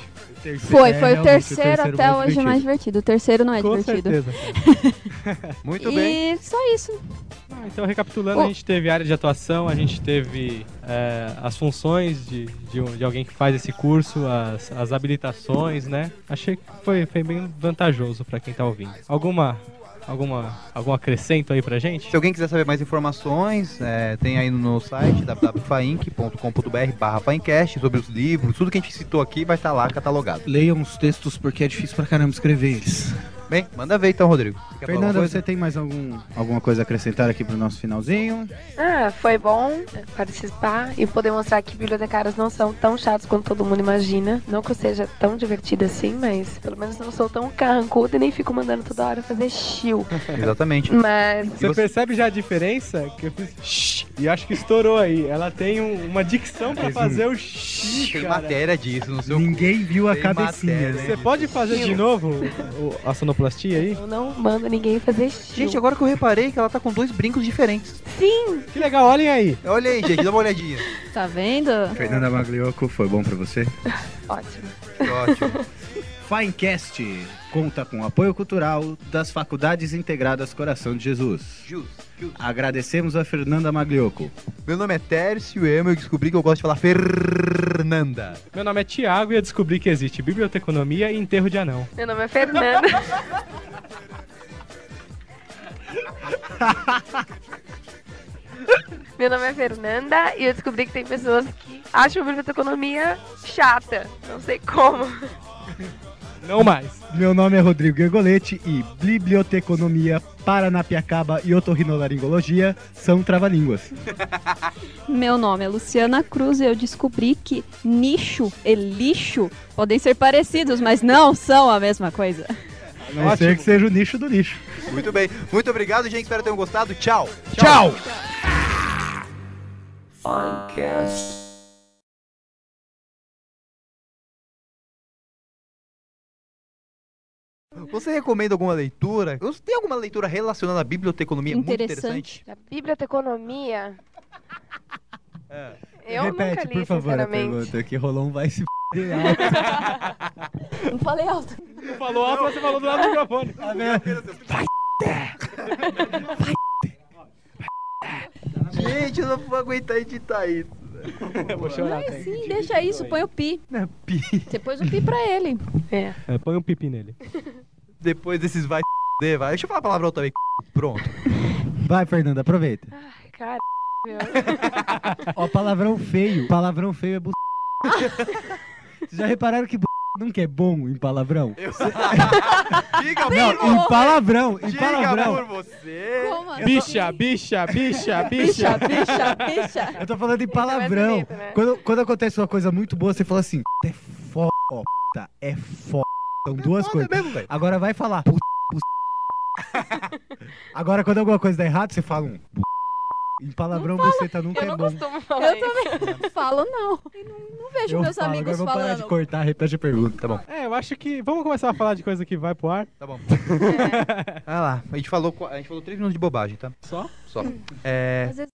Speaker 7: Foi, foi
Speaker 6: É, realmente,
Speaker 7: o terceiro, até
Speaker 6: mais
Speaker 7: hoje
Speaker 6: divertido.
Speaker 7: mais divertido. O terceiro não é
Speaker 4: com
Speaker 7: divertido.
Speaker 4: certeza.
Speaker 3: Muito
Speaker 7: e
Speaker 3: bem.
Speaker 7: só isso.
Speaker 4: Ah, Então, recapitulando, a
Speaker 7: Oh.
Speaker 4: gente teve área de atuação, a gente teve é, as funções de, de, um- de alguém que faz esse curso, as, as habilitações, né? Achei que foi, foi bem vantajoso pra quem tá ouvindo. Alguma, alguma, algum acrescento aí pra gente?
Speaker 3: Se alguém quiser saber mais informações, é, tem aí no site www.fainc.com.br barra Faincast sobre os livros, tudo que a gente citou aqui vai estar lá catalogado.
Speaker 6: Leiam os textos porque é difícil pra caramba escrever eles.
Speaker 3: Bem, manda ver então, Rodrigo. Quer falar alguma
Speaker 6: Fernanda,
Speaker 3: coisa?
Speaker 6: você tem mais algum, alguma coisa a acrescentar aqui pro nosso finalzinho?
Speaker 5: Ah, foi bom participar e poder mostrar que bibliotecários não são tão chatos quanto todo mundo imagina. Não que eu seja tão divertida assim, mas pelo menos não sou tão carrancuda e nem fico mandando toda hora fazer chill.
Speaker 6: tá-
Speaker 3: Exatamente.
Speaker 5: Mas
Speaker 4: Você, percebe já a diferença? Que eu fiz... Shhh, E acho que estourou aí. Ela tem um- uma dicção pra fazer o xixi,
Speaker 3: Tem
Speaker 4: cara.
Speaker 3: matéria disso no seu
Speaker 6: Ninguém viu a
Speaker 3: Tem
Speaker 6: cabecinha. né?
Speaker 3: matéria.
Speaker 4: Você pode fazer de novo o- o- a sonoplastia aí?
Speaker 5: Eu não mando ninguém fazer xixi.
Speaker 15: Gente, agora que eu reparei que ela tá com dois brincos diferentes.
Speaker 5: Sim!
Speaker 4: Que legal, olhem aí.
Speaker 3: Olha aí, gente, dá uma
Speaker 6: (laughs)
Speaker 3: olhadinha.
Speaker 7: Tá vendo?
Speaker 6: Fernanda Maglioco, foi bom pra você?
Speaker 5: Ótimo.
Speaker 3: Ótimo.
Speaker 6: Finecast conta com o apoio cultural das Faculdades Integradas Coração de Jesus.
Speaker 3: Jus.
Speaker 6: Agradecemos a Fernanda Maglioco.
Speaker 3: Meu nome é Tércio Emo e eu descobri que eu gosto de falar Fernanda.
Speaker 4: Meu nome é Tiago e eu descobri que existe biblioteconomia e enterro de anão.
Speaker 5: Meu nome é (laughs) Fernanda. Meu nome é Fernanda e eu descobri que tem pessoas que acham a biblioteconomia chata. Não sei como.
Speaker 4: Não mais.
Speaker 6: Meu nome é Rodrigo Gergolete e Biblioteconomia, Paranapiacaba e Otorrinolaringologia são trava-línguas.
Speaker 7: Meu nome é Luciana Cruz e eu descobri que nicho e lixo podem ser parecidos, mas não são a mesma coisa.
Speaker 6: A não ser que seja o nicho do nicho.
Speaker 3: Muito bem. Muito obrigado, gente. Espero que tenham gostado. Tchau.
Speaker 6: Tchau!
Speaker 3: Você recomenda alguma leitura? Eu- Tem alguma leitura relacionada à
Speaker 16: É
Speaker 3: biblioteconomia
Speaker 7: Interessante.
Speaker 3: muito interessante?
Speaker 5: A biblioteconomia. Eu nunca
Speaker 6: É. Repete,
Speaker 5: li,
Speaker 6: por favor, a
Speaker 5: sinceramente.
Speaker 6: pergunta, que rolou um vai se
Speaker 7: Não falei alto.
Speaker 4: Falou alto, mas você falou do lado do microfone.
Speaker 3: Gente, eu não vou aguentar tá editar isso.
Speaker 4: Eu vou chorar. até.
Speaker 7: Sim, deixa isso, põe o pi. Você pôs o pi pra ele.
Speaker 5: É.
Speaker 4: É, põe um pipi nele.
Speaker 3: Depois desses vai se vai. Deixa eu falar a palavra também. Pronto.
Speaker 16: Vai, Fernanda,
Speaker 6: (laughs)
Speaker 16: aproveita.
Speaker 5: Ai, cara. meu.
Speaker 16: Ó, palavrão feio. Palavrão feio é bu... (laughs) Vocês já repararam que bu... nunca é bom em palavrão?
Speaker 3: (laughs) Diga,
Speaker 16: Não, em palavrão, em
Speaker 3: diga por
Speaker 16: palavrão.
Speaker 3: você.
Speaker 7: Como assim?
Speaker 4: Bicha, bicha, bicha,
Speaker 7: bicha,
Speaker 4: bicha.
Speaker 7: bicha, bicha.
Speaker 16: Eu tô falando em
Speaker 5: Então é
Speaker 16: palavrão.
Speaker 5: bonito, né?
Speaker 16: Quando, quando acontece uma coisa muito boa, você fala assim, é foda, puta, é foda. São
Speaker 6: É
Speaker 16: duas coisas.
Speaker 3: mesmo, velho.
Speaker 16: Agora vai falar. "Pu- pu- Agora, quando alguma coisa dá errado, você fala um. "Pu-". Em palavrão, você tá nunca
Speaker 5: Eu
Speaker 16: é
Speaker 5: não
Speaker 16: bom.
Speaker 5: costumo falar
Speaker 7: Eu
Speaker 5: isso.
Speaker 7: também (laughs) não falo, não. Eu não, não vejo
Speaker 16: Eu
Speaker 7: meus
Speaker 16: falo,
Speaker 7: amigos
Speaker 16: agora eu vou parar de
Speaker 7: falando.
Speaker 16: cortar, repete a pergunta. Tá bom.
Speaker 4: É, eu acho que. Vamos começar a falar de coisa que vai pro ar.
Speaker 3: Tá bom. Ah lá, a gente falou, qu- a gente falou três minutos de bobagem, tá?
Speaker 4: Só?
Speaker 3: Só. É,
Speaker 7: Às vezes